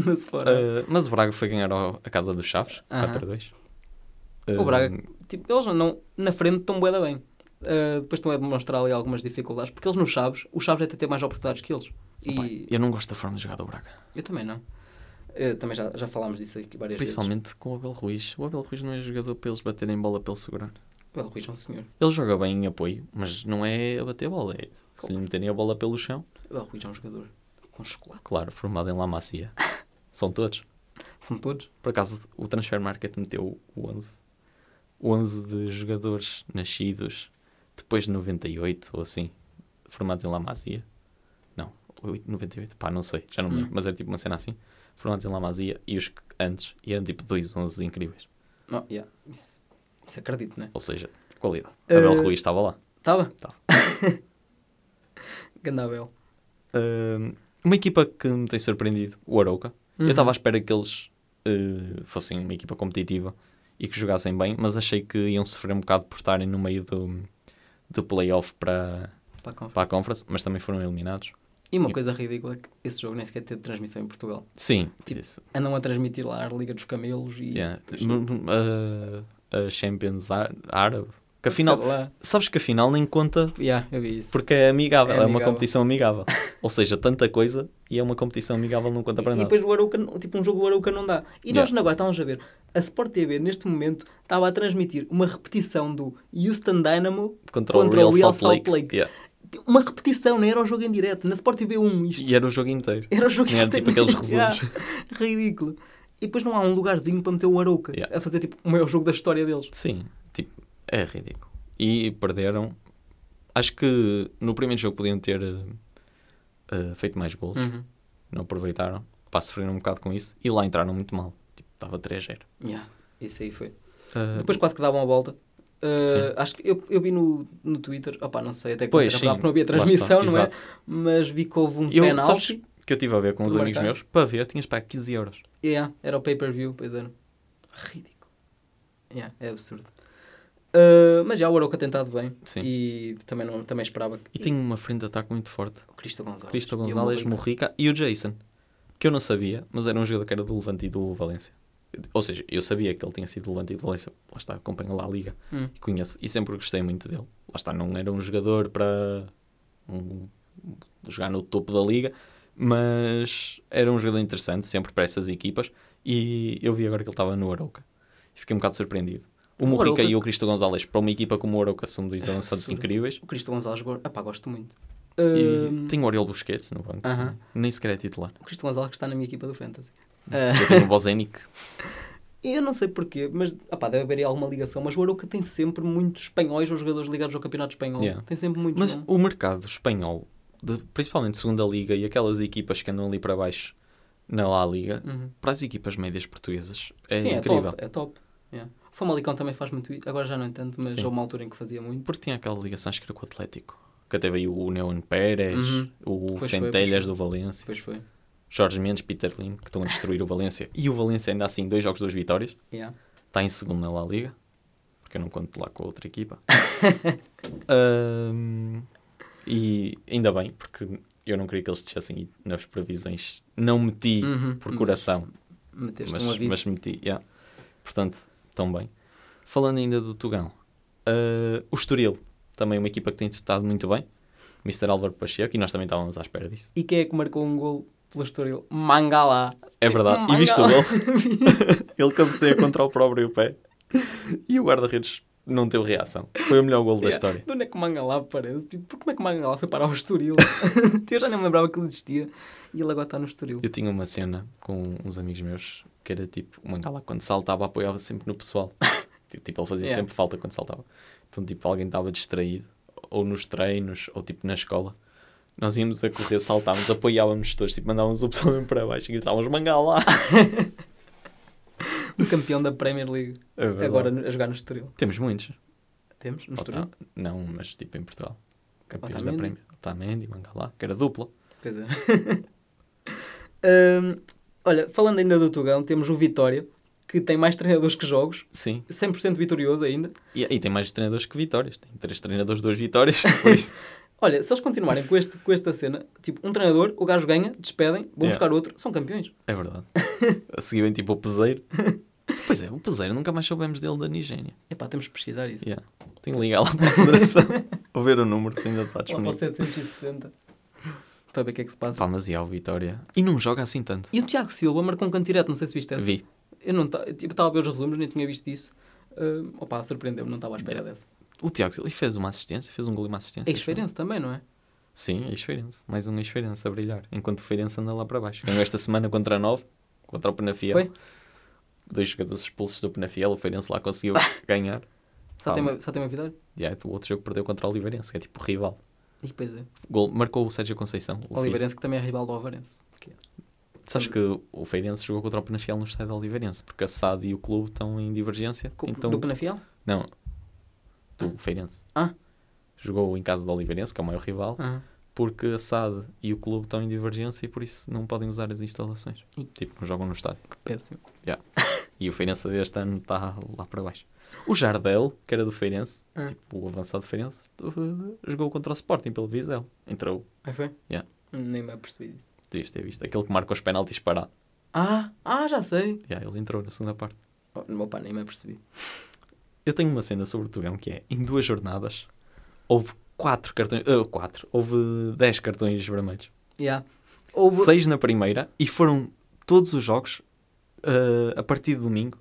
Speaker 2: Na Sephora.
Speaker 3: Ah, mas o Braga foi ganhar ao- a casa dos Chaves,
Speaker 2: Aham.
Speaker 3: 4-2.
Speaker 2: O Braga- Tipo, eles não, na frente estão bué da bem. Ah, depois estão a demonstrar ali algumas dificuldades, porque eles nos Chaves, os Chaves até têm mais oportunidades que eles. E
Speaker 3: Opa, eu não gosto da forma de jogar do Braga.
Speaker 2: eu também não. Ah, também já, já falámos disso aqui várias
Speaker 3: Principalmente com o Abel Ruiz. O Abel Ruiz não é jogador para eles baterem bola para ele segurar.
Speaker 2: vezes. Abel Ruiz é um senhor.
Speaker 3: Ele joga bem em apoio, mas não é a bater bola. É, se lhe meterem a bola pelo chão,
Speaker 2: Abel Ruiz é um jogador com chocolate.
Speaker 3: claro, formado em La Macia. São todos.
Speaker 2: São todos?
Speaker 3: Por acaso, o Transfer Market meteu o 11, o 11 de jogadores nascidos depois de 98 ou assim, formados em La Masia. Não, oito- 98, pá, não sei, já não me
Speaker 2: Hum.
Speaker 3: lembro, mas era tipo uma cena assim, formados em La Masia e os que antes, e eram tipo dois 11 incríveis.
Speaker 2: Não, yeah. isso, isso acredito, né? Tá
Speaker 3: Ou seja, qualidade.
Speaker 2: Eh,
Speaker 3: Abel Ruiz estava lá.
Speaker 2: Estava?
Speaker 3: Tava.
Speaker 2: Gandabel.
Speaker 3: Ahm, eh, uma equipa que me tem surpreendido, o Arauca. Eu
Speaker 2: Uhum.
Speaker 3: estava à espera que eles eh, fossem uma equipa competitiva e que jogassem bem, mas achei que iam sofrer um bocado por estarem no meio do, do playoff para,
Speaker 2: Pá, com-
Speaker 3: para a Conference, mas também foram eliminados.
Speaker 2: E uma coisa ridícula é que esse jogo nem sequer teve transmissão em Portugal.
Speaker 3: Sim,
Speaker 2: Tipo,
Speaker 3: isso.
Speaker 2: Andam a transmitir lá a Liga dos Camelos e.
Speaker 3: yeah. M- m- A, a Champions Á- Árabe. Que afinal,
Speaker 2: Sei lá.
Speaker 3: sabes que afinal nem conta
Speaker 2: Yeah, eu vi isso.
Speaker 3: porque é amigável, é,
Speaker 2: É
Speaker 3: uma
Speaker 2: amigável.
Speaker 3: competição amigável. Ou seja, tanta coisa e é uma competição amigável, não conta para
Speaker 2: E
Speaker 3: nada.
Speaker 2: depois o Arouca, tipo, um jogo do Arouca não dá. E nós agora estávamos a ver. A Sport TV, neste momento, estava a transmitir uma repetição do Houston Dynamo.
Speaker 3: Contra, o Real, Salt, Lake. Yeah.
Speaker 2: Uma repetição, não era o jogo em direto. Na Sport TV 1, isto.
Speaker 3: E era o jogo inteiro.
Speaker 2: Era o jogo
Speaker 3: Era
Speaker 2: inteiro.
Speaker 3: tipo aqueles resumos.
Speaker 2: ridículo. E depois não há um lugarzinho para meter o Arouca
Speaker 3: Yeah.
Speaker 2: a fazer tipo o maior jogo da história deles.
Speaker 3: Sim, tipo, é ridículo. E perderam. Acho que no primeiro jogo podiam ter eh, eh, feito mais gols,
Speaker 2: Uhum.
Speaker 3: não aproveitaram. Pá, sofreram um bocado com isso e lá entraram muito mal. Tipo, estava 3-0.
Speaker 2: Yeah. Isso aí foi.
Speaker 3: Ah,
Speaker 2: Depois quase que davam a volta. Uh,
Speaker 3: Sim.
Speaker 2: acho que eu, eu vi no, no Twitter, opá, não sei até que
Speaker 3: Pois,
Speaker 2: ponto era
Speaker 3: sim,
Speaker 2: verdade, porque não havia
Speaker 3: lá está,
Speaker 2: transmissão, não é?
Speaker 3: exato.
Speaker 2: Mas vi que houve um
Speaker 3: eu,
Speaker 2: penalti.
Speaker 3: sabes que eu estive a ver com uns
Speaker 2: Por
Speaker 3: amigos
Speaker 2: marcar.
Speaker 3: meus, para ver, tinhas para 15 euros.
Speaker 2: Yeah, era o pay-per-view, pois era. Ridículo. Yeah, é absurdo. Uh, mas já o Aroca tem estado bem.
Speaker 3: Sim.
Speaker 2: E também, não, também esperava que.
Speaker 3: E tenho uma frente de ataque muito forte.
Speaker 2: o Cristo Gonzalez.
Speaker 3: Cristo
Speaker 2: E o
Speaker 3: Gonzalez,
Speaker 2: Morrica.
Speaker 3: Morrica e o Jason, que eu não sabia, mas era um jogador que era do Levante e do Valência. Ou seja, eu sabia que ele tinha sido do Levante e do Valência, lá está, acompanho lá a liga
Speaker 2: Hum.
Speaker 3: e conheço, e sempre gostei muito dele. Lá está, não era um jogador para um- jogar no topo da liga, mas era um jogador interessante sempre para essas equipas. E eu vi agora que ele estava no Arauca e fiquei um bocado surpreendido. O,
Speaker 2: O
Speaker 3: Morrica
Speaker 2: Arouca-
Speaker 3: e o Cristo Gonzalez, para uma equipa como o Arauca, são dois avançados
Speaker 2: absurdo.
Speaker 3: incríveis.
Speaker 2: O Cristo Gonzalez, go- epá, gosto muito.
Speaker 3: E
Speaker 2: Uh,
Speaker 3: tem o Oriol Busquets no banco,
Speaker 2: Aham.
Speaker 3: também. nem sequer é titular.
Speaker 2: O Cristo Gonzalez que está na minha equipa do Fantasy.
Speaker 3: Hum.
Speaker 2: Uh,
Speaker 3: Eu tenho o Bozenic.
Speaker 2: eu não sei porquê, mas opá, deve haver aí alguma ligação. Mas o Aroca tem sempre muitos espanhóis ou jogadores ligados ao Campeonato Espanhol.
Speaker 3: Yeah.
Speaker 2: Tem sempre muitos.
Speaker 3: Mas
Speaker 2: não?
Speaker 3: o mercado espanhol, de- principalmente segunda liga e aquelas equipas que andam ali para baixo na La Liga,
Speaker 2: Uhum.
Speaker 3: para as equipas médias portuguesas é
Speaker 2: Sim,
Speaker 3: incrível.
Speaker 2: é top. É top. Yeah. O Famalicão também faz muito isso. Agora já não entendo, mas
Speaker 3: Sim.
Speaker 2: houve uma altura em que fazia muito.
Speaker 3: Porque tinha aquela ligação, acho que era com o Atlético. Que teve aí o Neon Pérez,
Speaker 2: Uhum.
Speaker 3: o
Speaker 2: Pois foi,
Speaker 3: Centelhas
Speaker 2: pois
Speaker 3: do Valência,
Speaker 2: Depois foi.
Speaker 3: Jorge Mendes, Peter Lim, que estão a destruir o Valência. E o Valência ainda assim, dois jogos, duas vitórias.
Speaker 2: Yeah.
Speaker 3: Está em segundo na La Liga, porque eu não conto lá com a outra equipa. Ahm, e ainda bem, porque eu não queria que eles deixassem ir nas previsões. Não meti
Speaker 2: Uhum.
Speaker 3: por coração,
Speaker 2: Meteste
Speaker 3: mas,
Speaker 2: um aviso.
Speaker 3: mas meti. yeah. Portanto, tão bem. Falando ainda do Tugão, ah, o Estoril, também uma equipa que tem estado muito bem. Mr. Álvaro Pacheco, e nós também estávamos à espera disso.
Speaker 2: E quem é que marcou um gol pelo Estoril? Mangalá.
Speaker 3: É verdade. E
Speaker 2: Manga-
Speaker 3: viste o gol? Ele cabeceia contra o próprio pé. E o guarda-redes não teve reação. Foi o melhor gol da
Speaker 2: Yeah.
Speaker 3: história.
Speaker 2: De onde é que o Mangalá aparece? Tipo, como é que o Mangalá foi parar ao Estoril? eu já nem me lembrava que ele existia. E ele agora está no Estoril.
Speaker 3: Eu tinha uma cena com uns amigos meus que era tipo, o Mangala quando saltava apoiava sempre no pessoal. tipo, ele fazia
Speaker 2: Yeah.
Speaker 3: sempre falta quando saltava. Então tipo, alguém estava distraído. Ou nos treinos, ou tipo na escola. Nós íamos a correr, saltávamos, apoiávamos todos, tipo, mandávamos o pessoal mesmo para baixo e gritávamos Mangala!
Speaker 2: O campeão da Premier League.
Speaker 3: É verdade.
Speaker 2: agora a jogar no Estoril.
Speaker 3: Temos muitos.
Speaker 2: Temos? No
Speaker 3: Otá-
Speaker 2: Estoril?
Speaker 3: Não, mas tipo em Portugal. Campeões da
Speaker 2: Otamendi?
Speaker 3: Premier. Otamendi, Mangalá, que era dupla.
Speaker 2: Pois é. Hum, olha, falando ainda do Tugão, temos o Vitória, que tem mais treinadores que jogos.
Speaker 3: Sim.
Speaker 2: 100% vitorioso ainda.
Speaker 3: E, e tem mais treinadores que vitórias. Tem três treinadores, duas vitórias. Por isso.
Speaker 2: Olha, se eles continuarem com, este, com esta cena, tipo, um treinador, o gajo ganha, despedem, vão
Speaker 3: Yeah.
Speaker 2: buscar outro, são campeões.
Speaker 3: é verdade. A seguir vem tipo o Peseiro. Pois é, o Peseiro nunca mais soubemos dele da Nigénia.
Speaker 2: Epá, temos que pesquisar isso.
Speaker 3: Yeah. Tenho que ligar lá para a federação. Ou ver o número se ainda está
Speaker 2: Lá para o
Speaker 3: disponível.
Speaker 2: 760. para ver o que é que se passa.
Speaker 3: Pá, mas e ao Vitória? E não joga assim tanto.
Speaker 2: E o Tiago Silva marcou um canto direto, não sei se viste essa.
Speaker 3: Vi.
Speaker 2: Eu não ta- tipo, estava a ver os resumos, nem tinha visto isso. Ah, opa, surpreendeu-me, não estava à espera dessa.
Speaker 3: O Tiago Silva fez uma assistência, fez um gol e uma assistência.
Speaker 2: É experiência também, não é?
Speaker 3: Sim, é Feirense. Mais um Feirense a brilhar. Enquanto o Feirense anda lá para baixo. Ganhou esta semana contra a 9, contra o Penafiel.
Speaker 2: Foi?
Speaker 3: Dois jogadores expulsos do Penafiel, o Feirense lá conseguiu ganhar.
Speaker 2: Só
Speaker 3: Tá
Speaker 2: tem,
Speaker 3: bom.
Speaker 2: uma, só tem uma vitória?
Speaker 3: E aí, o outro jogo perdeu contra o Oliveirense, que é tipo rival.
Speaker 2: E pois é.
Speaker 3: Gol, marcou o Sérgio Conceição. O
Speaker 2: O Oliveirense que também é rival do Alvarense. Que é.
Speaker 3: filho. Sabes que o Feirense jogou contra o Penafiel no estádio do Oliveirense, porque a SAD e o clube estão em divergência.
Speaker 2: Co-
Speaker 3: então,
Speaker 2: Do Penafiel?
Speaker 3: Não, do Feirense.
Speaker 2: Ah.
Speaker 3: Jogou em casa do Oliveirense, que é o maior rival,
Speaker 2: Aham.
Speaker 3: porque a SAD e o clube estão em divergência e por isso não podem usar as instalações.
Speaker 2: Ih.
Speaker 3: Tipo, jogam no estádio.
Speaker 2: Que péssimo.
Speaker 3: E o Feirense deste ano está lá para baixo. O Jardel, que era do Feirense,
Speaker 2: Ah.
Speaker 3: tipo o avançado Feirense, uh, jogou contra o Sporting pelo Vizela. Entrou,
Speaker 2: Aí foi?
Speaker 3: Yeah.
Speaker 2: Nem me apercebi disso.
Speaker 3: devias ter visto, aquele que marca os penaltis parado.
Speaker 2: Ah, ah, já sei.
Speaker 3: Yeah, ele entrou na segunda parte.
Speaker 2: Oh, meu pá, nem me apercebi.
Speaker 3: Eu tenho uma cena sobre o Tugão que é, em duas jornadas, houve quatro cartões, ah, quatro, houve 10 cartões vermelhos.
Speaker 2: Yeah. Houve...
Speaker 3: seis na primeira e foram todos os jogos ah, a partir de domingo.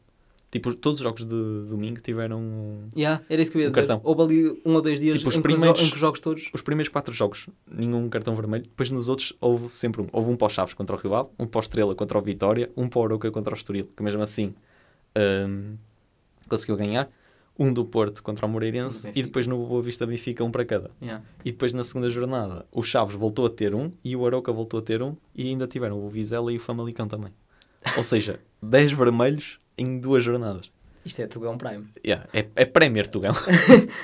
Speaker 3: Tipo, todos os jogos de domingo tiveram
Speaker 2: Yeah, era isso que eu ia
Speaker 3: Um
Speaker 2: dizer.
Speaker 3: cartão.
Speaker 2: Houve ali um ou dois dias
Speaker 3: Tipo, os
Speaker 2: em, que
Speaker 3: primeiros-
Speaker 2: jo- em que os jogos todos.
Speaker 3: os primeiros quatro jogos, nenhum cartão vermelho. Depois nos outros houve sempre um. Houve um para o Chaves contra o rival, um para o Estrela contra o Vitória, um para o Oroca contra o Estoril, que mesmo assim hum, conseguiu ganhar. Um do Porto contra o
Speaker 2: Do
Speaker 3: Moreirense
Speaker 2: Benfica.
Speaker 3: e depois no Boa Vista Benfica um para cada.
Speaker 2: Yeah.
Speaker 3: E depois na segunda jornada o Chaves voltou a ter um e o Aroca voltou a ter um e ainda tiveram o Vizela e o Famalicão também. Ou seja, 10 vermelhos em duas jornadas.
Speaker 2: Isto é Tugão Prime.
Speaker 3: Yeah, é, é Premier Tugão.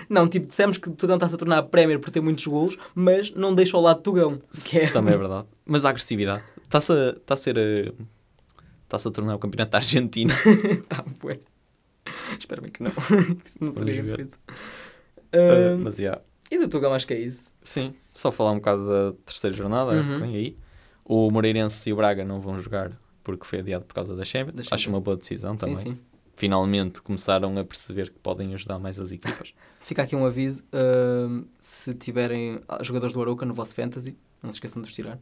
Speaker 2: Não, tipo, dissemos que o Tugão está-se a tornar a Premier por ter muitos golos, mas não deixa ao lado Tugão. Que é...
Speaker 3: Também é verdade. Mas a agressividade. Está-se a, está a ser. eh, Está-se a tornar o campeonato da Argentina.
Speaker 2: tá, bué. Espero bem que não. Isso não seria
Speaker 3: ver.
Speaker 2: gratuito.
Speaker 3: Eh,
Speaker 2: Ah,
Speaker 3: mas yeah,
Speaker 2: E do Tugão acho que é isso.
Speaker 3: Sim, só falar um bocado da terceira jornada
Speaker 2: Uhum.
Speaker 3: que vem aí. O Moreirense e o Braga não vão jogar porque foi adiado por causa da Champions.
Speaker 2: Da
Speaker 3: Acho
Speaker 2: Champions.
Speaker 3: uma boa decisão também.
Speaker 2: Sim, sim.
Speaker 3: Finalmente começaram a perceber que podem ajudar mais as equipas.
Speaker 2: Fica aqui um aviso. ah, se tiverem ah, jogadores do Arouca no vosso fantasy, não se esqueçam de os tirar.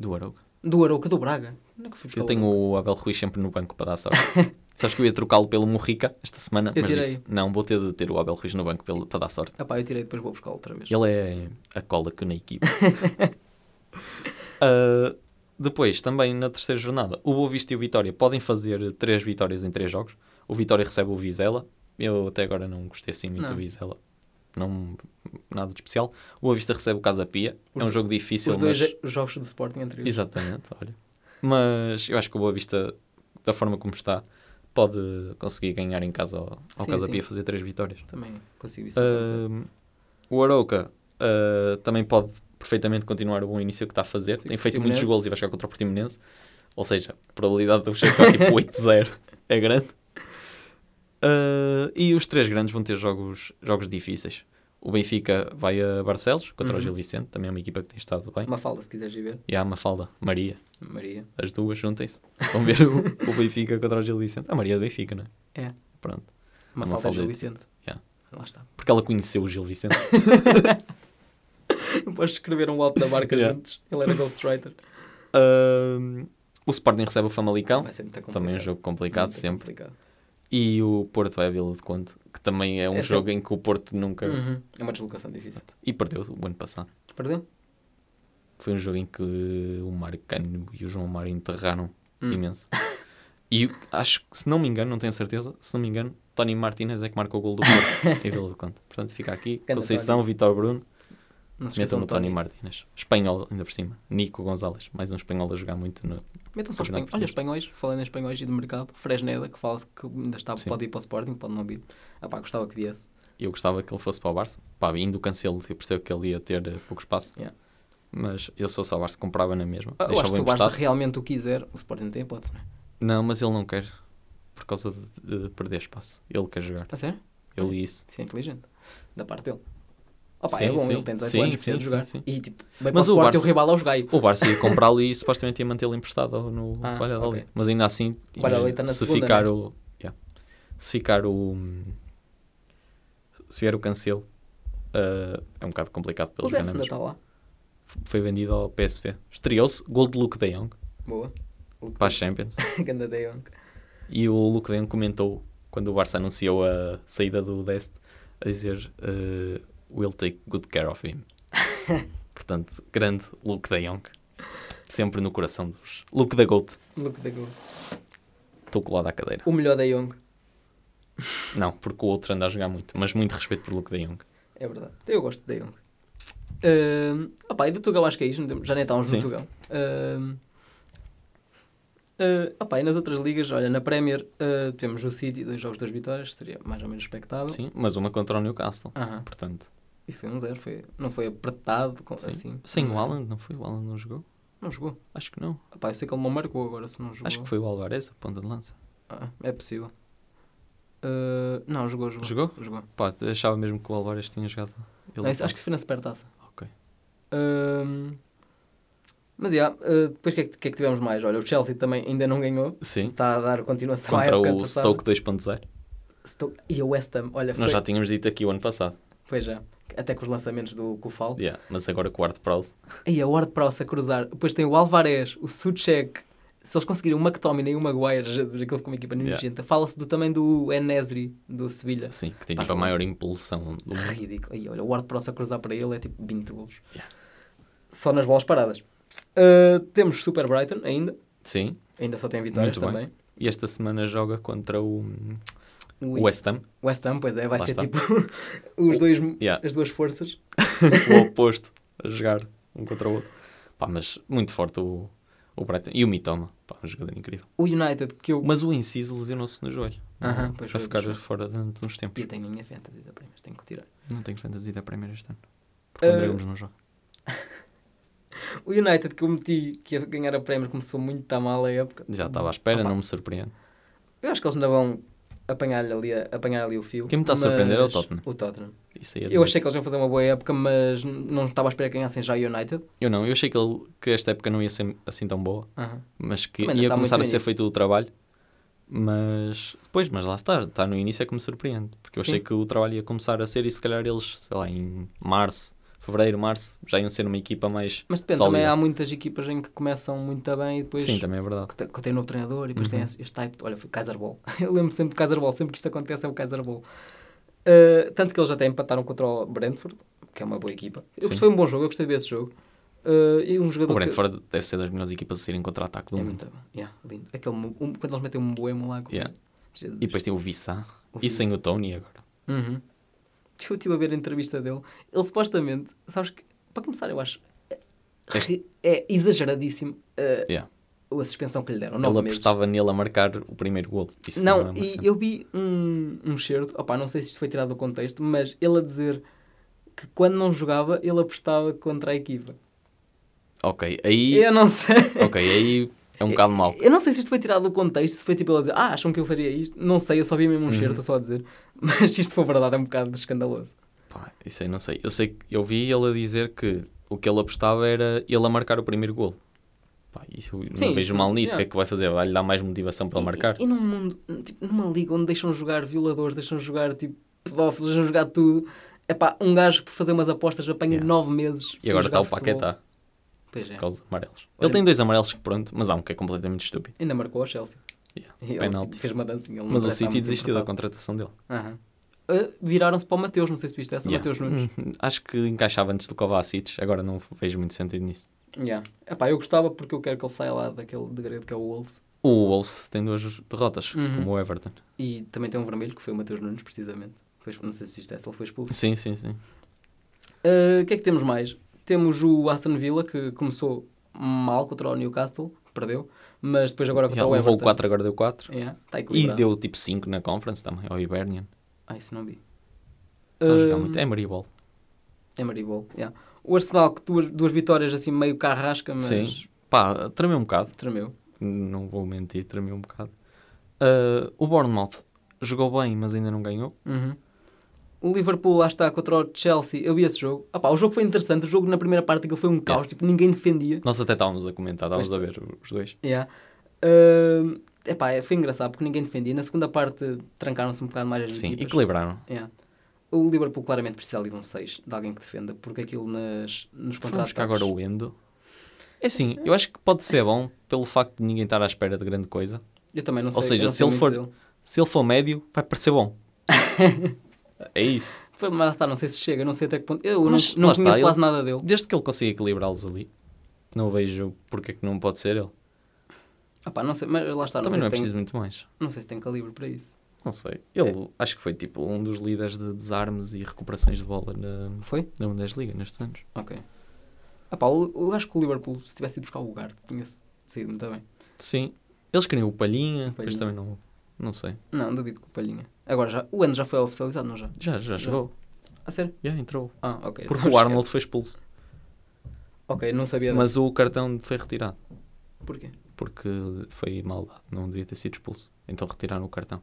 Speaker 3: Do Arouca.
Speaker 2: Do Arouca, do Braga. Onde é que eu fui buscar
Speaker 3: Eu
Speaker 2: o
Speaker 3: tenho o Abel Ruiz sempre no banco para dar sorte. Sabes que eu ia trocá-lo pelo Morrica esta semana,
Speaker 2: Eu
Speaker 3: mas
Speaker 2: tirei.
Speaker 3: disse, não, vou ter de ter o Abel Ruiz no banco pelo- para dar sorte.
Speaker 2: Ah pá, eu tirei depois vou buscar outra vez.
Speaker 3: Ele é a cola que na equipa. Ah, depois, também na terceira jornada, o Boa Vista e o Vitória podem fazer três vitórias em três jogos. O Vitória recebe o Vizela. Eu até agora não gostei assim muito
Speaker 2: Não.
Speaker 3: do Vizela. Não, nada de especial. O Boa Vista recebe o Casa Pia. é um jogo difícil,
Speaker 2: Os dois
Speaker 3: mas...
Speaker 2: jo- jogos do Sporting entre eles.
Speaker 3: Exatamente, olha. Mas eu acho que o Boa Vista, da forma como está, pode conseguir ganhar em casa ao, ao
Speaker 2: Sim,
Speaker 3: Casa
Speaker 2: sim.
Speaker 3: Pia fazer três vitórias.
Speaker 2: Também consigo isso. acontecer.
Speaker 3: Ahm, o Arouca ah, também pode perfeitamente continuar o bom início que está a fazer.
Speaker 2: Sim,
Speaker 3: Tem feito
Speaker 2: Portimonense.
Speaker 3: muitos gols e vai jogar contra o Portimonense. Ou seja, a probabilidade de eu chegar tipo 8-0 é grande. Ah, e os três grandes vão ter jogos, jogos difíceis. O Benfica vai a Barcelos contra
Speaker 2: Uhum.
Speaker 3: o Gil Vicente, também é uma equipa que tem estado bem.
Speaker 2: Uma falda, se quiseres ir ver.
Speaker 3: E há a Mafalda, Maria,
Speaker 2: Maria.
Speaker 3: as duas juntem-se. Vão ver o, o Benfica contra o Gil Vicente. A Maria do Benfica, não é?
Speaker 2: É.
Speaker 3: Pronto.
Speaker 2: Uma
Speaker 3: Mafalda
Speaker 2: falda do
Speaker 3: é-
Speaker 2: Vicente.
Speaker 3: Yeah.
Speaker 2: Lá está.
Speaker 3: Porque ela conheceu o Gil Vicente.
Speaker 2: Depois escreveram o um alto da marca
Speaker 3: Yeah.
Speaker 2: juntos. Ele era ghostwriter.
Speaker 3: Ahm, o Sporting recebe o Famalicão.
Speaker 2: Vai ser muito complicado. Uhum.
Speaker 3: Também um jogo complicado
Speaker 2: Muito
Speaker 3: sempre.
Speaker 2: complicado.
Speaker 3: E o Porto vai a Vila de Conte, que também é um
Speaker 2: É
Speaker 3: jogo em que o Porto nunca.
Speaker 2: Uhum. É uma deslocação difícil.
Speaker 3: E perdeu o ano passado.
Speaker 2: Perdeu?
Speaker 3: Foi um jogo em que o Marcano e o João Mário enterraram
Speaker 2: Hum.
Speaker 3: imenso. E acho que, se não me engano, não tenho certeza, se não me engano, Tony Martínez é que marcou o gol do Porto em Vila de Conte. Portanto, fica aqui.
Speaker 2: Ganda
Speaker 3: Conceição, Vitor Bruno,
Speaker 2: Não se
Speaker 3: metam
Speaker 2: esqueçam
Speaker 3: no
Speaker 2: do
Speaker 3: Tony
Speaker 2: Tony.
Speaker 3: Martínez. Espanhol, ainda por cima. Nico Gonzalez, mais um espanhol a jogar muito no.
Speaker 2: Metam só
Speaker 3: Campeonato
Speaker 2: espanhóis. Olha, espanhóis. Falando em espanhóis e de mercado. Fresneda, que fala que ainda está,
Speaker 3: Sim.
Speaker 2: pode ir para o Sporting, pode não vir. Ah pá, gostava que viesse.
Speaker 3: Eu gostava que ele fosse para o Barça. Pá, indo o Cancelo, eu percebo que ele ia ter eh, pouco espaço.
Speaker 2: Yeah.
Speaker 3: Mas eu sou só o Barça, comprava na mesma.
Speaker 2: Ah, Eu acho que se
Speaker 3: Deixava
Speaker 2: o
Speaker 3: emprestado.
Speaker 2: Barça realmente o quiser, o Sporting não tem hipótese, não é?
Speaker 3: Não, mas ele não quer. Por causa de, de perder espaço. Ele quer jogar.
Speaker 2: A sério?
Speaker 3: Eu
Speaker 2: Mas-
Speaker 3: li isso.
Speaker 2: Isso é inteligente. Da parte dele. Opa,
Speaker 3: Sim,
Speaker 2: é bom,
Speaker 3: sim.
Speaker 2: ele tem 18
Speaker 3: Sim,
Speaker 2: anos, precisa
Speaker 3: sim,
Speaker 2: de jogar.
Speaker 3: sim, sim.
Speaker 2: E tipo, bem
Speaker 3: Mas
Speaker 2: Mas o
Speaker 3: o
Speaker 2: Sport e o
Speaker 3: Barça-
Speaker 2: rival aos gaio.
Speaker 3: O Barça ia comprá-lo e supostamente ia mantê-lo emprestado ao- no
Speaker 2: Ah,
Speaker 3: Valladolid.
Speaker 2: ok.
Speaker 3: Mas ainda assim,
Speaker 2: O Valladolid está na
Speaker 3: se
Speaker 2: segunda,
Speaker 3: ficar
Speaker 2: né?
Speaker 3: o. yeah. Se ficar o. Se vier o Cancelo, ah, é um bocado complicado para
Speaker 2: O
Speaker 3: ele jogar na
Speaker 2: Dess ainda tá-
Speaker 3: mesma.
Speaker 2: está lá.
Speaker 3: Foi vendido ao PSV. Estreou-se, gol de Luke de Jong
Speaker 2: Boa. O
Speaker 3: para a Champions.
Speaker 2: Ganda De Jong.
Speaker 3: E o Luke Leão comentou, quando o Barça anunciou a saída do Dest, a dizer eh, We'll take good care of him. Portanto, grande Luke de Jong. Sempre no coração dos... Luke da Goat.
Speaker 2: Luke de Jong.
Speaker 3: Estou colado à cadeira.
Speaker 2: O melhor De Jong.
Speaker 3: Não, porque o outro anda a jogar muito. Mas muito respeito por Luke de Jong.
Speaker 2: É verdade. Eu gosto de De Jong. Ahm, opá, e do Tugão acho que é isto. não temos- Já nem estávamos
Speaker 3: Sim.
Speaker 2: no Tugão. Ahm, ah, opá, e nas outras ligas, olha, na Premier ah, temos o City, dois jogos, duas vitórias, que seria mais ou menos expectável.
Speaker 3: Sim, mas uma contra o Newcastle.
Speaker 2: Aham.
Speaker 3: Portanto,
Speaker 2: E foi um zero, foi, não foi apertado com-
Speaker 3: sim.
Speaker 2: assim.
Speaker 3: Sem
Speaker 2: Não era-
Speaker 3: o Alan, não foi? O Alan não jogou?
Speaker 2: Não jogou.
Speaker 3: Acho que não.
Speaker 2: Epá, eu sei que ele não marcou agora, se não jogou.
Speaker 3: Acho que foi o Alvarez, a ponta de lança.
Speaker 2: Ah, é possível. Ah, não, jogou, jogou.
Speaker 3: Jogou?
Speaker 2: Jogou.
Speaker 3: Pá, achava mesmo que o Alvarez tinha jogado. Ele
Speaker 2: Não, isso- É, acho que isso foi na supertaça.
Speaker 3: Ok.
Speaker 2: Ahm, mas, yeah, ah, depois o que, é que, o que é que tivemos mais? Olha, o Chelsea também ainda não ganhou.
Speaker 3: Sim,
Speaker 2: Está a dar continuação à
Speaker 3: contra
Speaker 2: época
Speaker 3: o
Speaker 2: passada.
Speaker 3: Stoke 2.0.
Speaker 2: Stoke. E o West Ham, olha, foi...
Speaker 3: Nós já tínhamos dito aqui o ano passado.
Speaker 2: Pois já. Até com os lançamentos do Kufal.
Speaker 3: Yeah, mas agora com o Art Prowse.
Speaker 2: E a Ward Prowse a cruzar. Depois tem o Alvarez, o Suchek. Se eles conseguirem o McTominay e o Maguire, Jesus, aquilo ficou uma equipa
Speaker 3: Yeah.
Speaker 2: nojenta. Fala-se do, também do Enesri, do Sevilha.
Speaker 3: Sim, que tem
Speaker 2: Tá
Speaker 3: tipo a
Speaker 2: bom.
Speaker 3: maior impulsão do mundo.
Speaker 2: Ridículo. E olha, o WordPress a cruzar para ele é tipo 20 golos.
Speaker 3: Yeah.
Speaker 2: Só nas bolas paradas. Uh, temos Super Brighton ainda.
Speaker 3: Sim,
Speaker 2: Ainda só tem vitórias
Speaker 3: Muito bem.
Speaker 2: também.
Speaker 3: e esta semana joga contra o hum,
Speaker 2: O
Speaker 3: West Ham,
Speaker 2: West Ham, pois é, vai
Speaker 3: Lá
Speaker 2: ser
Speaker 3: está.
Speaker 2: tipo os dois,
Speaker 3: Yeah.
Speaker 2: as duas forças.
Speaker 3: o oposto, a jogar um contra o outro. Pá, mas muito forte o, o Brighton. E o Mitoma, pá, um jogador incrível.
Speaker 2: O United, que eu.
Speaker 3: Mas o Inciso lesionou-se no joelho.
Speaker 2: Aham,
Speaker 3: para
Speaker 2: pois foi,
Speaker 3: ficar
Speaker 2: pois
Speaker 3: fora durante uns
Speaker 2: E
Speaker 3: tempos.
Speaker 2: eu tenho a minha fantasy da Premier, tenho que tirar.
Speaker 3: Não tenho fantasy da Premier este ano. Porque o André
Speaker 2: Ah.
Speaker 3: Gomes não joga.
Speaker 2: O United que eu meti que ia ganhar a Premier começou muito a mal a época.
Speaker 3: Já estava à espera,
Speaker 2: Opa.
Speaker 3: não me surpreende.
Speaker 2: Eu acho que eles ainda vão apanhar ali, a- apanhar ali o fio.
Speaker 3: Quem me está a surpreender é o
Speaker 2: mas-
Speaker 3: Tottenham.
Speaker 2: O Tottenham.
Speaker 3: Isso aí é de
Speaker 2: Eu
Speaker 3: noite.
Speaker 2: achei que eles iam fazer uma boa época, mas n- não estava à espera que ganhassem já o United.
Speaker 3: Eu não, eu achei que, ele- que esta época não ia ser assim tão boa, mas que
Speaker 2: Também ainda
Speaker 3: ia
Speaker 2: está
Speaker 3: começar a
Speaker 2: muito no
Speaker 3: ser
Speaker 2: início.
Speaker 3: feito o trabalho. Mas, pois, mas lá está, está no início é que me surpreende, porque eu achei
Speaker 2: Sim.
Speaker 3: que o trabalho ia começar a ser e se calhar eles, sei lá, em março, fevereiro, março, já iam ser uma equipa mais.
Speaker 2: Mas depende,
Speaker 3: Sólida.
Speaker 2: também há muitas equipas em que começam muito bem e depois.
Speaker 3: Sim, também é verdade.
Speaker 2: que te- que tem um novo treinador e depois tem
Speaker 3: Uhum.
Speaker 2: esse- este type. de- Olha, foi o Kaiser Ball. Eu lembro sempre do Kaiser Ball, sempre que isto acontece é o Kaiser Ball. Uh, tanto que eles até empataram contra o Brentford, que é uma boa equipa. Eu
Speaker 3: Sim.
Speaker 2: gostei, foi um bom jogo, eu gostei desse jogo. Uh, e um jogador.
Speaker 3: O Brentford um deve ser das melhores equipas a serem contra-ataque
Speaker 2: que...
Speaker 3: do
Speaker 2: É
Speaker 3: mundo.
Speaker 2: muito bom. Yeah, lindo. Aquele, mo- um- quando eles metem um boemo lá. com-
Speaker 3: Yeah.
Speaker 2: Jesus.
Speaker 3: E depois tem o Vissá,
Speaker 2: O
Speaker 3: e sem
Speaker 2: Vissá.
Speaker 3: o Tony agora.
Speaker 2: Uhum. Eu estive a ver a entrevista dele. Ele supostamente, sabes que, para começar, eu acho. é- É exageradíssimo uh,
Speaker 3: Yeah.
Speaker 2: a suspensão que lhe deram.
Speaker 3: Ele
Speaker 2: nove meses.
Speaker 3: apostava nele a marcar o primeiro gol. Isso não, é
Speaker 2: não,
Speaker 3: uma
Speaker 2: e
Speaker 3: cena.
Speaker 2: eu vi um, um certo, opá, não sei se isto foi tirado do contexto, mas ele a dizer que quando não jogava, ele apostava contra a equipa.
Speaker 3: Ok, aí,
Speaker 2: Eu não sei.
Speaker 3: ok, aí é um bocado mau.
Speaker 2: Eu não sei se isto foi tirado do contexto, se foi tipo ele a dizer, ah, acham que eu faria isto? Não sei, eu só vi
Speaker 3: Uhum.
Speaker 2: mesmo um certo, só a dizer. Mas se isto for verdade, é um bocado escandaloso.
Speaker 3: Pá, isso aí não sei. Eu sei que eu vi ele a dizer que o que ele apostava era ele a marcar o primeiro gol. Pá, isso eu não
Speaker 2: Sim,
Speaker 3: vejo
Speaker 2: isso-
Speaker 3: mal nisso. O que é
Speaker 2: yeah.
Speaker 3: que vai fazer? Vai lhe dar mais motivação para ele marcar?
Speaker 2: E, e num mundo, tipo, numa liga onde deixam jogar violadores, deixam jogar tipo pedófilos, deixam jogar tudo. Epá, um gajo por fazer umas apostas apanha
Speaker 3: Yeah.
Speaker 2: nove meses.
Speaker 3: E agora está o Paquetá
Speaker 2: Pois é.
Speaker 3: por causa dos amarelos.
Speaker 2: Olha-
Speaker 3: Ele tem dois amarelos, que pronto, mas há um que é completamente estúpido.
Speaker 2: Ainda marcou ao Chelsea.
Speaker 3: Yeah,
Speaker 2: Ele
Speaker 3: penalti.
Speaker 2: tipo, fez uma dancinha. ele não
Speaker 3: Mas o
Speaker 2: parece estar
Speaker 3: City
Speaker 2: muito
Speaker 3: desistiu da
Speaker 2: importado.
Speaker 3: contratação dele.
Speaker 2: Aham. Ah, Viraram-se para o Mateus, não sei se viste essa,
Speaker 3: Yeah.
Speaker 2: Mateus Nunes.
Speaker 3: Hum, Acho que encaixava antes do Kovacic, agora não vejo muito sentido nisso.
Speaker 2: Yeah. Epá, eu gostava porque eu quero que ele saia lá daquele degredo que é o Wolves.
Speaker 3: O Wolves tem duas derrotas,
Speaker 2: Uhum.
Speaker 3: como o Everton.
Speaker 2: E também tem um vermelho que foi o Mateus Nunes, precisamente. Foi, não sei se viste essa, ele foi expulso.
Speaker 3: Sim, sim, sim.
Speaker 2: Ah, O que é que temos mais? Temos o Aston Villa que começou mal contra o Newcastle, perdeu, mas depois agora contra
Speaker 3: Já
Speaker 2: o
Speaker 3: levou
Speaker 2: Everton.
Speaker 3: 4, agora deu 4.
Speaker 2: Yeah, está
Speaker 3: E
Speaker 2: equilibrado.
Speaker 3: deu tipo 5 na Conference também, ao Hibernian.
Speaker 2: Ah, isso não vi.
Speaker 3: Está a jogar
Speaker 2: Ah,
Speaker 3: muito. É Maribol.
Speaker 2: É Maribol. yeah. O Arsenal, que duas, duas vitórias assim meio carrasca, mas
Speaker 3: Sim. Pá, tremeu um bocado.
Speaker 2: tremeu.
Speaker 3: Não vou mentir, tremeu um bocado. Ah, o Bournemouth jogou bem, mas ainda não ganhou.
Speaker 2: Uhum. O Liverpool lá está contra o Chelsea. Eu vi esse jogo. Ah pá, o jogo foi interessante. O jogo na primeira parte aquilo foi um caos. Tipo, ninguém defendia.
Speaker 3: Nós até estávamos a comentar, estávamos
Speaker 2: Pois
Speaker 3: a ver os dois.
Speaker 2: Yeah. Ahm, epá, é, foi engraçado porque ninguém defendia. Na segunda parte trancaram-se um bocado mais as
Speaker 3: Sim,
Speaker 2: equipas.
Speaker 3: equilibraram.
Speaker 2: Yeah. O Liverpool claramente precisa ali de um 6, de alguém que defenda, porque aquilo nas, nos
Speaker 3: Vamos
Speaker 2: contratos.
Speaker 3: buscar agora o Endo. É assim, eu acho que pode ser bom pelo facto de ninguém estar à espera de grande coisa.
Speaker 2: Eu também não
Speaker 3: Ou
Speaker 2: sei.
Speaker 3: seja,
Speaker 2: eu não
Speaker 3: se
Speaker 2: sei
Speaker 3: ele
Speaker 2: muito
Speaker 3: for-
Speaker 2: dele.
Speaker 3: Se ele for médio, vai parecer bom. é isso.
Speaker 2: Foi, mas lá está, não sei se chega, não sei até que ponto. Eu
Speaker 3: Mas
Speaker 2: não,
Speaker 3: lá
Speaker 2: não
Speaker 3: está,
Speaker 2: conheço
Speaker 3: ele-
Speaker 2: quase nada dele.
Speaker 3: Desde que ele consiga equilibrá-los ali, não vejo porque é que não pode ser ele.
Speaker 2: Ah pá, não sei, mas lá está, não sei,
Speaker 3: Também não
Speaker 2: se
Speaker 3: é
Speaker 2: tem,
Speaker 3: preciso muito mais.
Speaker 2: não sei se tem calibre para isso.
Speaker 3: Não sei.
Speaker 2: É.
Speaker 3: Ele acho que foi tipo um dos líderes de desarmes e recuperações de bola na,
Speaker 2: Foi?
Speaker 3: na Bundesliga nestes anos.
Speaker 2: Ok. Ah pá, eu, eu acho que o Liverpool, se tivesse ido buscar o Ugarte, tinha-se saído muito bem.
Speaker 3: Sim. Eles queriam o Palhinha, depois
Speaker 2: Palhinha.
Speaker 3: também não. Não sei.
Speaker 2: Não, duvido que o Palhinha. Agora já, o ano já foi oficializado, não já?
Speaker 3: Já, já chegou.
Speaker 2: A sério?
Speaker 3: Já entrou.
Speaker 2: Ah, ok.
Speaker 3: Porque
Speaker 2: então
Speaker 3: o Arnold
Speaker 2: esquece.
Speaker 3: foi expulso.
Speaker 2: Ok, não sabia. Mas...
Speaker 3: Mas o cartão foi retirado.
Speaker 2: Porquê?
Speaker 3: Porque foi mal dado. Não devia ter sido expulso. Então retiraram o cartão.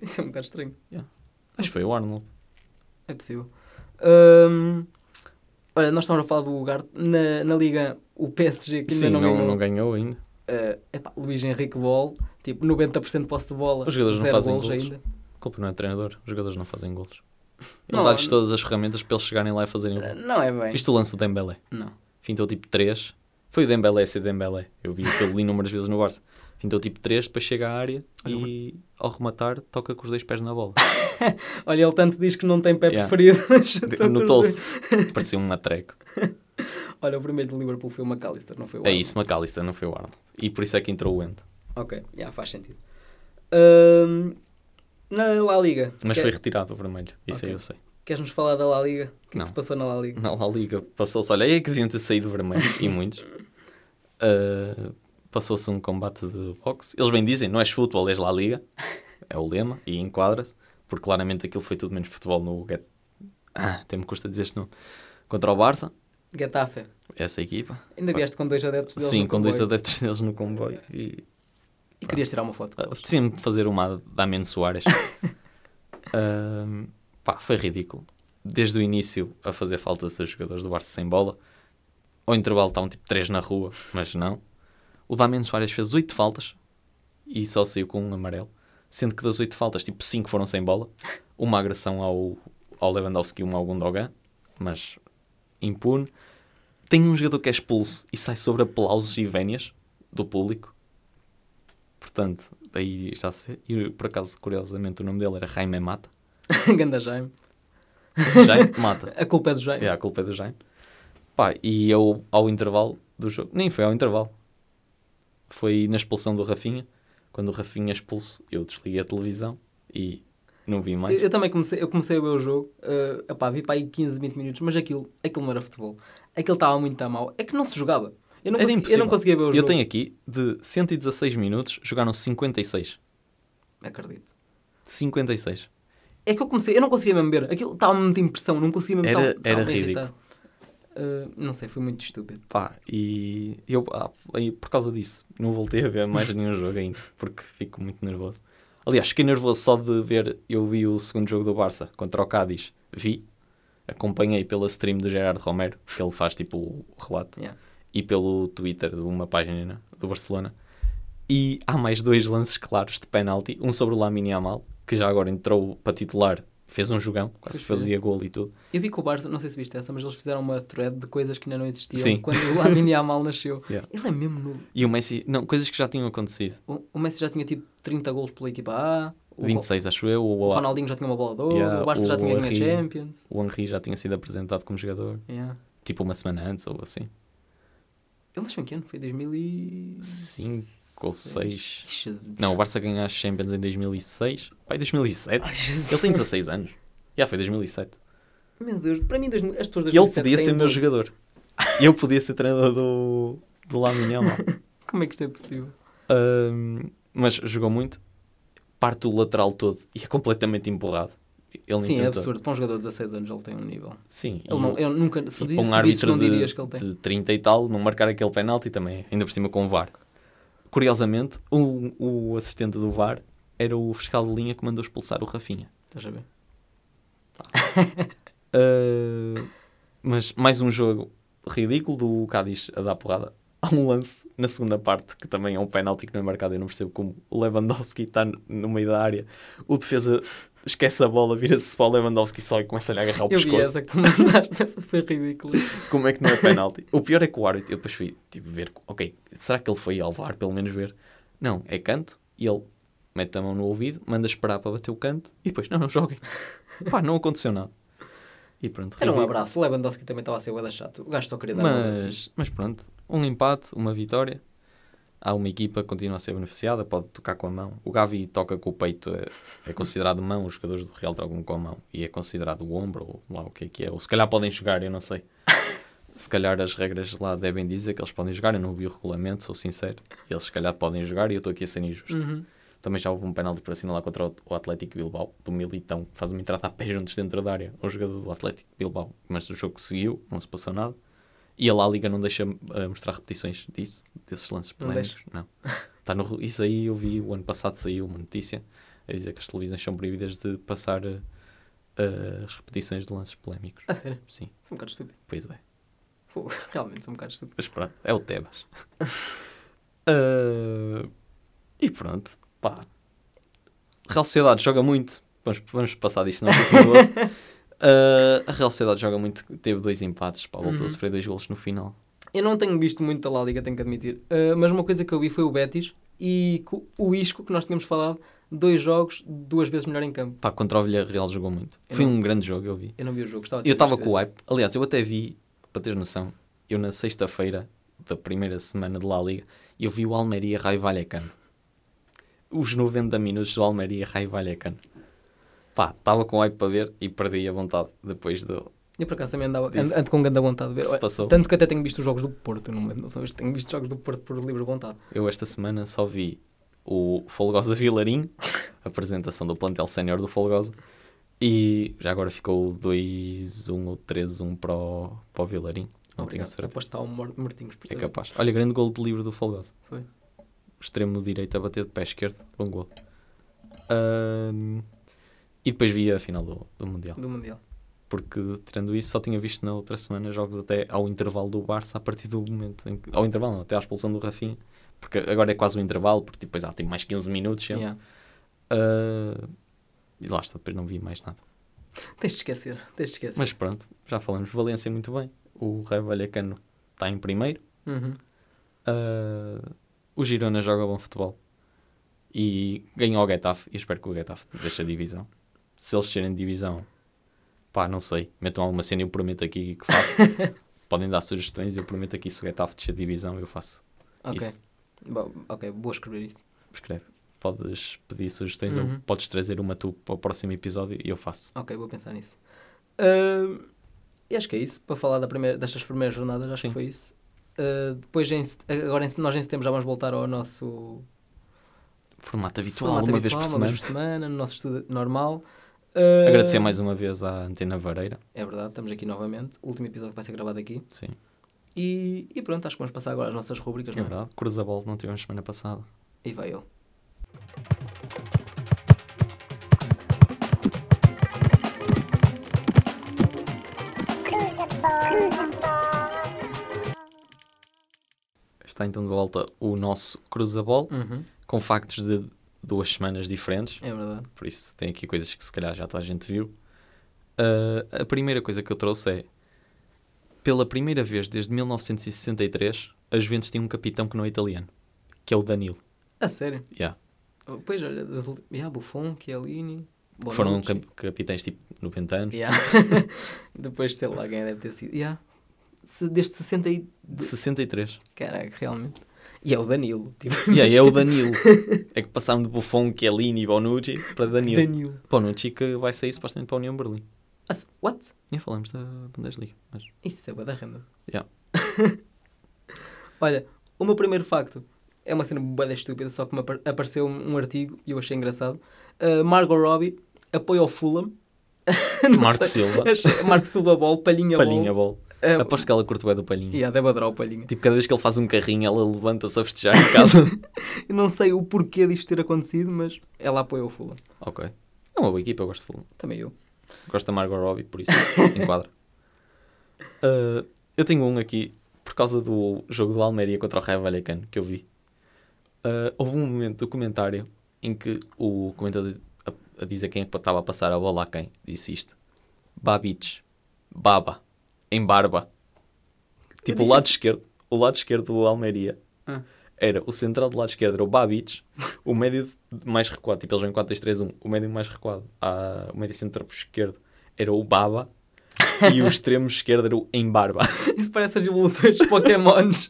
Speaker 2: Isso é um bocado estranho.
Speaker 3: Acho que foi o Arnold.
Speaker 2: É possível. Hum, olha, nós estamos a falar do Ugarte. Na, na Liga, o PSG que ainda
Speaker 3: Sim,
Speaker 2: não,
Speaker 3: não, não
Speaker 2: ganhou.
Speaker 3: ganhou. ainda.
Speaker 2: eh, epá, Luís Henrique Ball, tipo 90% de posse de bola.
Speaker 3: Os jogadores não
Speaker 2: zero
Speaker 3: fazem
Speaker 2: golos
Speaker 3: golos.
Speaker 2: ainda.
Speaker 3: A culpa não é do treinador. Os jogadores não fazem golos. Ele
Speaker 2: Não,
Speaker 3: dá-lhes
Speaker 2: não-
Speaker 3: todas as ferramentas para eles chegarem lá e fazerem o
Speaker 2: Eh,
Speaker 3: gol.
Speaker 2: Não é bem.
Speaker 3: Viste o lance do Dembélé?
Speaker 2: Não.
Speaker 3: Fintou tipo 3. Foi o Dembélé a ser Dembélé. Eu vi aquilo ali númeras vezes no Barça. Fintou tipo 3, depois chega à área
Speaker 2: Olha,
Speaker 3: e ao rematar toca com os dois pés na bola.
Speaker 2: Olha, ele tanto diz que não tem pé então
Speaker 3: Yeah.
Speaker 2: preferido. mas eu estou com os
Speaker 3: Notou-se. Parecia um matreco.
Speaker 2: dois. Olha, o primeiro do Liverpool foi o McAllister, não foi o
Speaker 3: É
Speaker 2: Arnold.
Speaker 3: isso, McAllister, não foi o Arnold. E por isso é que entrou o Endo.
Speaker 2: Ok, já faz sentido. Hum, na La Liga.
Speaker 3: Mas
Speaker 2: quer-
Speaker 3: foi retirado o vermelho. Isso aí
Speaker 2: Ok.
Speaker 3: eu sei.
Speaker 2: Queres-nos falar da La Liga? O que é que
Speaker 3: Não.
Speaker 2: se passou na La Liga?
Speaker 3: Na La Liga passou-se, olha, é que deviam ter saído vermelho. E muitos. Ah, passou-se um combate de boxe. Eles bem dizem, não és futebol, és é La Liga. é o lema e enquadra-se, porque claramente aquilo foi tudo menos futebol no Get... Ah, até me custa dizer este nome. Contra o Barça,
Speaker 2: Getafe.
Speaker 3: essa equipa.
Speaker 2: Ainda vieste com dois adeptos deles
Speaker 3: Ah. Sim,
Speaker 2: no
Speaker 3: com dois
Speaker 2: comboio.
Speaker 3: adeptos deles no comboio. E
Speaker 2: E querias tirar uma foto com eles.
Speaker 3: apetecia-me Ah, fazer uma da Amém Soares. Ahm, pá, foi ridículo. Desde o início a fazer falta a seus jogadores do Barça sem bola. Ao intervalo estavam tipo 3 na rua, mas não. O Damien Soares fez 8 faltas e só saiu com um amarelo. Sendo que das 8 faltas, tipo 5 foram sem bola. Uma agressão ao, ao Lewandowski e uma ao Gundogan, mas impune. Tem um jogador que é expulso e sai sobre aplausos e vénias do público. Portanto, aí já se vê. E por acaso, curiosamente, o nome dele era Jaime Mata.
Speaker 2: Ganda Jaime.
Speaker 3: Jaime Mata.
Speaker 2: A culpa é do Jaime.
Speaker 3: É, a culpa é do Jaime. Pá, e eu, ao intervalo do jogo, nem foi ao intervalo, foi na expulsão do Rafinha. Quando o Rafinha é expulso, eu desliguei a televisão e não vi mais.
Speaker 2: Eu, eu também comecei, eu comecei a ver o jogo, eh, epá, vi para aí 15, 20 minutos, mas aquilo, aquilo não era futebol. Aquilo estava muito a mal. É que não se jogava. Eu não,
Speaker 3: Era
Speaker 2: consegui- eu
Speaker 3: impossível.
Speaker 2: não conseguia ver o
Speaker 3: eu
Speaker 2: jogo.
Speaker 3: tenho aqui, de 116 minutos, jogaram 56.
Speaker 2: Acredito.
Speaker 3: 56.
Speaker 2: É que eu comecei, eu não conseguia mesmo ver. Aquilo estava muita impressão, não conseguia mesmo
Speaker 3: Era-
Speaker 2: tava- tava
Speaker 3: era
Speaker 2: bem
Speaker 3: ridículo.
Speaker 2: irritado. Eh, não sei, foi muito estúpido.
Speaker 3: Pá, e eu, ah, aí, por causa disso, não voltei a ver mais nenhum jogo ainda, porque fico muito nervoso. Aliás, fiquei nervoso só de ver. Eu vi o segundo jogo do Barça contra o Cádiz. Vi, acompanhei pela stream do Gerardo Romero, que ele faz tipo o relato,
Speaker 2: Yeah.
Speaker 3: e pelo Twitter de uma página né, do Barcelona. E há mais dois lances claros de penalti: um sobre o Lamine Yamal, que já agora entrou para titular, fez um jogão, quase
Speaker 2: Pois foi.
Speaker 3: fazia gol e tudo.
Speaker 2: Eu vi que o Barça, não sei se viste essa, mas eles fizeram uma thread de coisas que ainda não existiam
Speaker 3: Sim.
Speaker 2: quando o Lamine Yamal nasceu.
Speaker 3: Yeah.
Speaker 2: Ele é mesmo novo.
Speaker 3: E o Messi, não, coisas que já tinham acontecido.
Speaker 2: O, o Messi já tinha tipo 30 golos pela equipa A, o,
Speaker 3: 26, acho eu, ou
Speaker 2: o Ronaldinho já tinha uma bola de ouro,
Speaker 3: Yeah,
Speaker 2: o Barça já
Speaker 3: o
Speaker 2: tinha ganho a
Speaker 3: Henry.
Speaker 2: Champions.
Speaker 3: o Henry já tinha sido apresentado como jogador,
Speaker 2: Yeah.
Speaker 3: tipo uma semana antes ou assim.
Speaker 2: Ele achou em que ano? Foi 2005
Speaker 3: Cinco ou seis.
Speaker 2: Jesus.
Speaker 3: Não, o Barça ganhou a Champions em 2006. Pai, 2007?
Speaker 2: Ai, Jesus.
Speaker 3: Ele tem 16 anos. Já foi 2007.
Speaker 2: Meu Deus, para mim 2000 as pessoas
Speaker 3: E ele
Speaker 2: 2007
Speaker 3: podia
Speaker 2: têm
Speaker 3: ser meu
Speaker 2: dor.
Speaker 3: jogador. E eu podia ser treinador do, do Laminha lá.
Speaker 2: Como é que isto é possível?
Speaker 3: Ahm, mas jogou muito. Parte do lateral todo e é completamente emburrado. Ele nem
Speaker 2: Sim, é
Speaker 3: tentou.
Speaker 2: absurdo. Para um jogador de 16 anos ele tem um nível.
Speaker 3: Sim, e
Speaker 2: Ele não,
Speaker 3: o-
Speaker 2: eu nunca
Speaker 3: e
Speaker 2: se
Speaker 3: para um
Speaker 2: disse isso,
Speaker 3: árbitro
Speaker 2: não
Speaker 3: de,
Speaker 2: dirias que ele tem.
Speaker 3: de 30 e tal, não marcar aquele penalti também, ainda por cima com o VAR. Curiosamente, o, o assistente do VAR era o fiscal de linha que mandou expulsar o Rafinha.
Speaker 2: Estás a ver?
Speaker 3: Ah, mas mais um jogo ridículo do Cádiz a dar porrada. Há um lance na segunda parte que também é um penalti que não é marcado. Eu não percebo como o Lewandowski está no- no meio da área. O defesa esquece a bola, vira-se para o Lewandowski só e começa a lhe agarrar o
Speaker 2: Eu vi
Speaker 3: pescoço.
Speaker 2: essa que tu mandaste, essa foi ridícula.
Speaker 3: Como é que não é penalti? o pior é que o árbitro, eu depois fui tipo, ver, ok, será que ele foi ao VAR, pelo menos ver? Não, é canto, e ele mete a mão no ouvido, manda esperar para bater o canto, e depois, não, não joguem. Pá, não aconteceu nada. E pronto,
Speaker 2: Era um
Speaker 3: ridículo.
Speaker 2: abraço. O Lewandowski também estava a ser bué da chato. O gajo só queria dar um abraço.
Speaker 3: Mas, mas pronto, um empate, uma vitória. Há uma equipa que continua a ser beneficiada, pode tocar com a mão. O Gavi toca com o peito, é, é considerado mão. Os jogadores do Real tocam com a mão e é considerado o ombro, ou lá o que é que é. Ou se calhar podem jogar, eu não sei. Se calhar as regras lá devem dizer que eles podem jogar. Eu não vi o regulamento, sou sincero. Eles se calhar podem jogar e eu estou aqui a ser injusto.
Speaker 2: Uhum.
Speaker 3: Também já houve um penalti para assinalar contra o- o Atlético Bilbao, do Militão, que faz uma entrada a pé juntos dentro da área, um jogador do Atlético Bilbao. Mas o jogo seguiu, não se passou nada. E a La Liga não deixa eh, mostrar repetições disso, desses lances
Speaker 2: Não
Speaker 3: polémicos. Não. Tá no, ru- isso aí eu vi, o ano passado saiu uma notícia a dizer que as televisões são proibidas de passar eh, eh, as repetições de lances polémicos.
Speaker 2: A sério,
Speaker 3: Sim,
Speaker 2: sou um bocado estúpido.
Speaker 3: pois é.
Speaker 2: Pô, realmente sou um bocado estúpido.
Speaker 3: Mas pronto, é o Tebas. Ah, e pronto, pá. Real Sociedade joga muito. Vamos, vamos passar disto, não fico nervoso. Ah, a Real Sociedade joga muito. Teve dois empates, pá, voltou
Speaker 2: Uhum.
Speaker 3: a sofrer dois golos no final.
Speaker 2: Eu não tenho visto muito da La Liga, tenho que admitir. Ah, mas uma coisa que eu vi foi o Betis e co- o Isco, que nós tínhamos falado, dois jogos, duas vezes melhor em campo.
Speaker 3: Pá, contra o Villarreal jogou muito.
Speaker 2: Eu
Speaker 3: Foi
Speaker 2: não-
Speaker 3: um grande jogo, eu vi.
Speaker 2: Eu não vi o jogo, estava tipo
Speaker 3: Eu estava
Speaker 2: triste
Speaker 3: com o
Speaker 2: desse.
Speaker 3: hype. Aliás, eu até vi, para teres noção, eu na sexta-feira da primeira semana de La Liga, eu vi o Almeria Rai Vallecano. Os 90 minutos do Almeria Rai Vallecano. Pá, estava com hype para ver e perdi a vontade depois do.
Speaker 2: Eu por acaso também andava and,
Speaker 3: Disse-
Speaker 2: ando com grande vontade de ver.
Speaker 3: se
Speaker 2: Olha,
Speaker 3: passou.
Speaker 2: Tanto que até tenho visto os jogos do Porto, não me lembro. da última vez que Tenho visto jogos do Porto por livre vontade.
Speaker 3: Eu esta semana só vi o Folgosa Vilarim, apresentação do plantel sénior do Folgosa, e já agora ficou 2-1 ou 3-1 para o, para o Vilarim. Não tenho a certeza.
Speaker 2: Aposto que está um morto, mortinhos, por
Speaker 3: É
Speaker 2: cima.
Speaker 3: capaz. Olha, grande gol de livre do Folgosa.
Speaker 2: Foi.
Speaker 3: Extremo direito a bater de pé esquerdo. Bom gol. Ahm, e depois vi a final do, do Mundial.
Speaker 2: Do Mundial.
Speaker 3: Porque, tirando isso, só tinha visto na outra semana jogos até ao intervalo do Barça, a partir do momento em que... Ao intervalo, não, até à expulsão do Rafinha. Porque agora é quase um intervalo, porque depois há tem mais 15 minutos. sempre.
Speaker 2: Yeah.
Speaker 3: Ah, e lá está, depois não vi mais nada.
Speaker 2: Tens de esquecer, tens de esquecer.
Speaker 3: Mas pronto, já falamos. Valência muito bem. O Rei Vallecano está em primeiro.
Speaker 2: Uhum.
Speaker 3: Ah, o Girona joga bom futebol e ganha o Getafe. E espero que o Getafe deixe a divisão. Se eles tirem de divisão, pá, não sei. Metam alguma cena e eu prometo aqui que faço. Podem dar sugestões. Eu prometo aqui se o Getafe descer a divisão, eu faço
Speaker 2: Ok.
Speaker 3: isso.
Speaker 2: Bo- ok, vou escrever isso.
Speaker 3: Escreve. Podes pedir sugestões
Speaker 2: Uhum.
Speaker 3: ou podes trazer uma tu para o próximo episódio e eu faço.
Speaker 2: Ok, vou pensar nisso. Ahm, e acho que é isso. Para falar da primeira, destas primeiras jornadas, acho
Speaker 3: Sim.
Speaker 2: que foi isso. Ah, depois, em set- agora em set- nós em setembro já vamos voltar ao nosso
Speaker 3: Formato habitual,
Speaker 2: formato
Speaker 3: uma
Speaker 2: habitual,
Speaker 3: vez por
Speaker 2: uma
Speaker 3: semana.
Speaker 2: por semana, no nosso estudo normal. Ah,
Speaker 3: Agradecer mais uma vez à Antena Vareira.
Speaker 2: É verdade, estamos aqui novamente. O último episódio que vai ser gravado aqui.
Speaker 3: Sim,
Speaker 2: E, e pronto, acho que vamos passar agora às nossas
Speaker 3: é
Speaker 2: rubricas. não é?
Speaker 3: verdade. Cruzabol não tivemos semana passada.
Speaker 2: E vai ele.
Speaker 3: Está então de volta o nosso Cruzabol.
Speaker 2: Uhum.
Speaker 3: com factos de duas semanas diferentes,
Speaker 2: É verdade.
Speaker 3: por isso tem aqui coisas que se calhar já toda a gente viu. Ah, a primeira coisa que eu trouxe é: pela primeira vez desde 1963, a Juventus tem um capitão que não é italiano, que é o Danilo.
Speaker 2: A sério.
Speaker 3: Yeah.
Speaker 2: Oh, Pois olha, das ulti- yeah, Buffon, Chiellini.
Speaker 3: Que foram
Speaker 2: Bonucci.
Speaker 3: cap- capitães tipo 90 anos,
Speaker 2: Yeah. Depois, sei lá, quem é deve ter sido. Yeah. Se, desde 60 e...
Speaker 3: de 63.
Speaker 2: Caraca, realmente. E é o Danilo. Tipo,
Speaker 3: E aí é o Danilo. é que passaram de Buffon, Chiellini e Bonucci para Danilo.
Speaker 2: Danilo.
Speaker 3: Bonucci que vai sair supostamente para a União Berlim.
Speaker 2: Ah, se- What?
Speaker 3: Nem falamos da Bundesliga, mas
Speaker 2: Isso é bué da random.
Speaker 3: Yeah.
Speaker 2: Olha, o meu primeiro facto é uma cena bué da estúpida, só que me apar- apareceu um um artigo e eu achei engraçado. Uh, Margot Robbie apoia o Fulham. Não
Speaker 3: Marco
Speaker 2: sei.
Speaker 3: Silva,
Speaker 2: Achei- Marco Silva Ball, Palhinha,
Speaker 3: Palhinha
Speaker 2: Ball.
Speaker 3: Bol.
Speaker 2: Uh,
Speaker 3: Aposto que ela curte bem do Palhinha.
Speaker 2: yeah, deve adorar o Palhinha.
Speaker 3: Tipo, cada vez que ele faz um carrinho, ela levanta-se a festejar em casa.
Speaker 2: Eu não sei o porquê disto ter acontecido, mas ela apoia o Fulham.
Speaker 3: ok. É uma boa equipa, eu gosto de Fulham.
Speaker 2: Também eu.
Speaker 3: Gosto da Margot Robbie, por isso enquadra. Ah, eu tenho um aqui, por causa do jogo do Almeria contra o Raio Vallecano, que eu vi. Ah, houve um momento do comentário em que o comentador a, a diz a quem é que estava a passar a bola a quem. Disse isto. Babic. Baba. Em barba. Tipo, o
Speaker 2: disse
Speaker 3: lado
Speaker 2: isso.
Speaker 3: esquerdo, o lado esquerdo do Almeria
Speaker 2: Ah.
Speaker 3: era o central do lado esquerdo, era o Babic, o médio de- mais recuado, tipo, eles vão em 4-2-3-1, o médio mais recuado, ah, o médio central esquerdo era o Baba e o extremo esquerdo era o Embarba.
Speaker 2: Isso parece as evoluções dos Pokémons.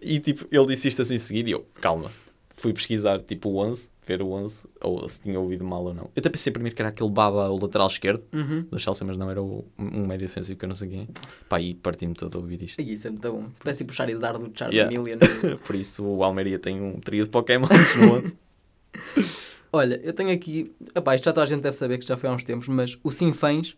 Speaker 3: E tipo, ele disse isto assim em seguida e eu, calma, fui pesquisar tipo o 11, ver o 11, ou se tinha ouvido mal ou não. Eu até pensei primeiro que era aquele Baba, o lateral esquerdo
Speaker 2: Uhum.
Speaker 3: do Chelsea, mas não era o, um médio defensivo que eu não sei quem é. Pá, e parti-me todo a ouvir isto.
Speaker 2: Sim, isso é muito bom. Parece tipo o Charizard do
Speaker 3: Yeah.
Speaker 2: Charmeleon.
Speaker 3: Por isso o Almeria tem um trio de Pokémon no 11.
Speaker 2: Olha, eu tenho aqui. Epá, isto já toda a gente deve saber que já foi há uns tempos, mas o Sinfãs,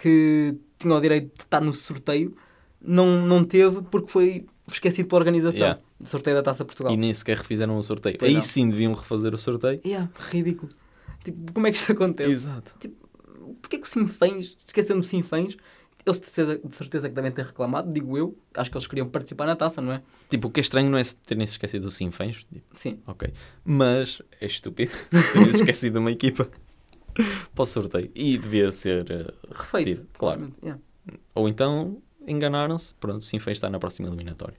Speaker 2: que tinha o direito de estar no sorteio, não, não teve porque foi esquecido pela organização.
Speaker 3: Yeah.
Speaker 2: do Sorteio da Taça de Portugal.
Speaker 3: E nem sequer refizeram o sorteio.
Speaker 2: Pois
Speaker 3: Aí
Speaker 2: não.
Speaker 3: sim deviam refazer o sorteio.
Speaker 2: Yeah, ridículo. Tipo, como é que isto acontece?
Speaker 3: Exato.
Speaker 2: Porquê que o Sinfãs, esquecendo o Sinfãs, eles de certeza, de certeza que devem ter reclamado, digo eu, acho que eles queriam participar na taça, não é?
Speaker 3: Tipo, o que é estranho não é se terem se esquecido do Sinfãs, tipo,
Speaker 2: Sim.
Speaker 3: ok. Mas é estúpido terem se esquecido de uma equipa para o sorteio. E devia ser eh,
Speaker 2: Refeito.
Speaker 3: Repetido, claro.
Speaker 2: claramente, yeah.
Speaker 3: Ou então enganaram-se. Pronto, o Sinfãs está na próxima eliminatória.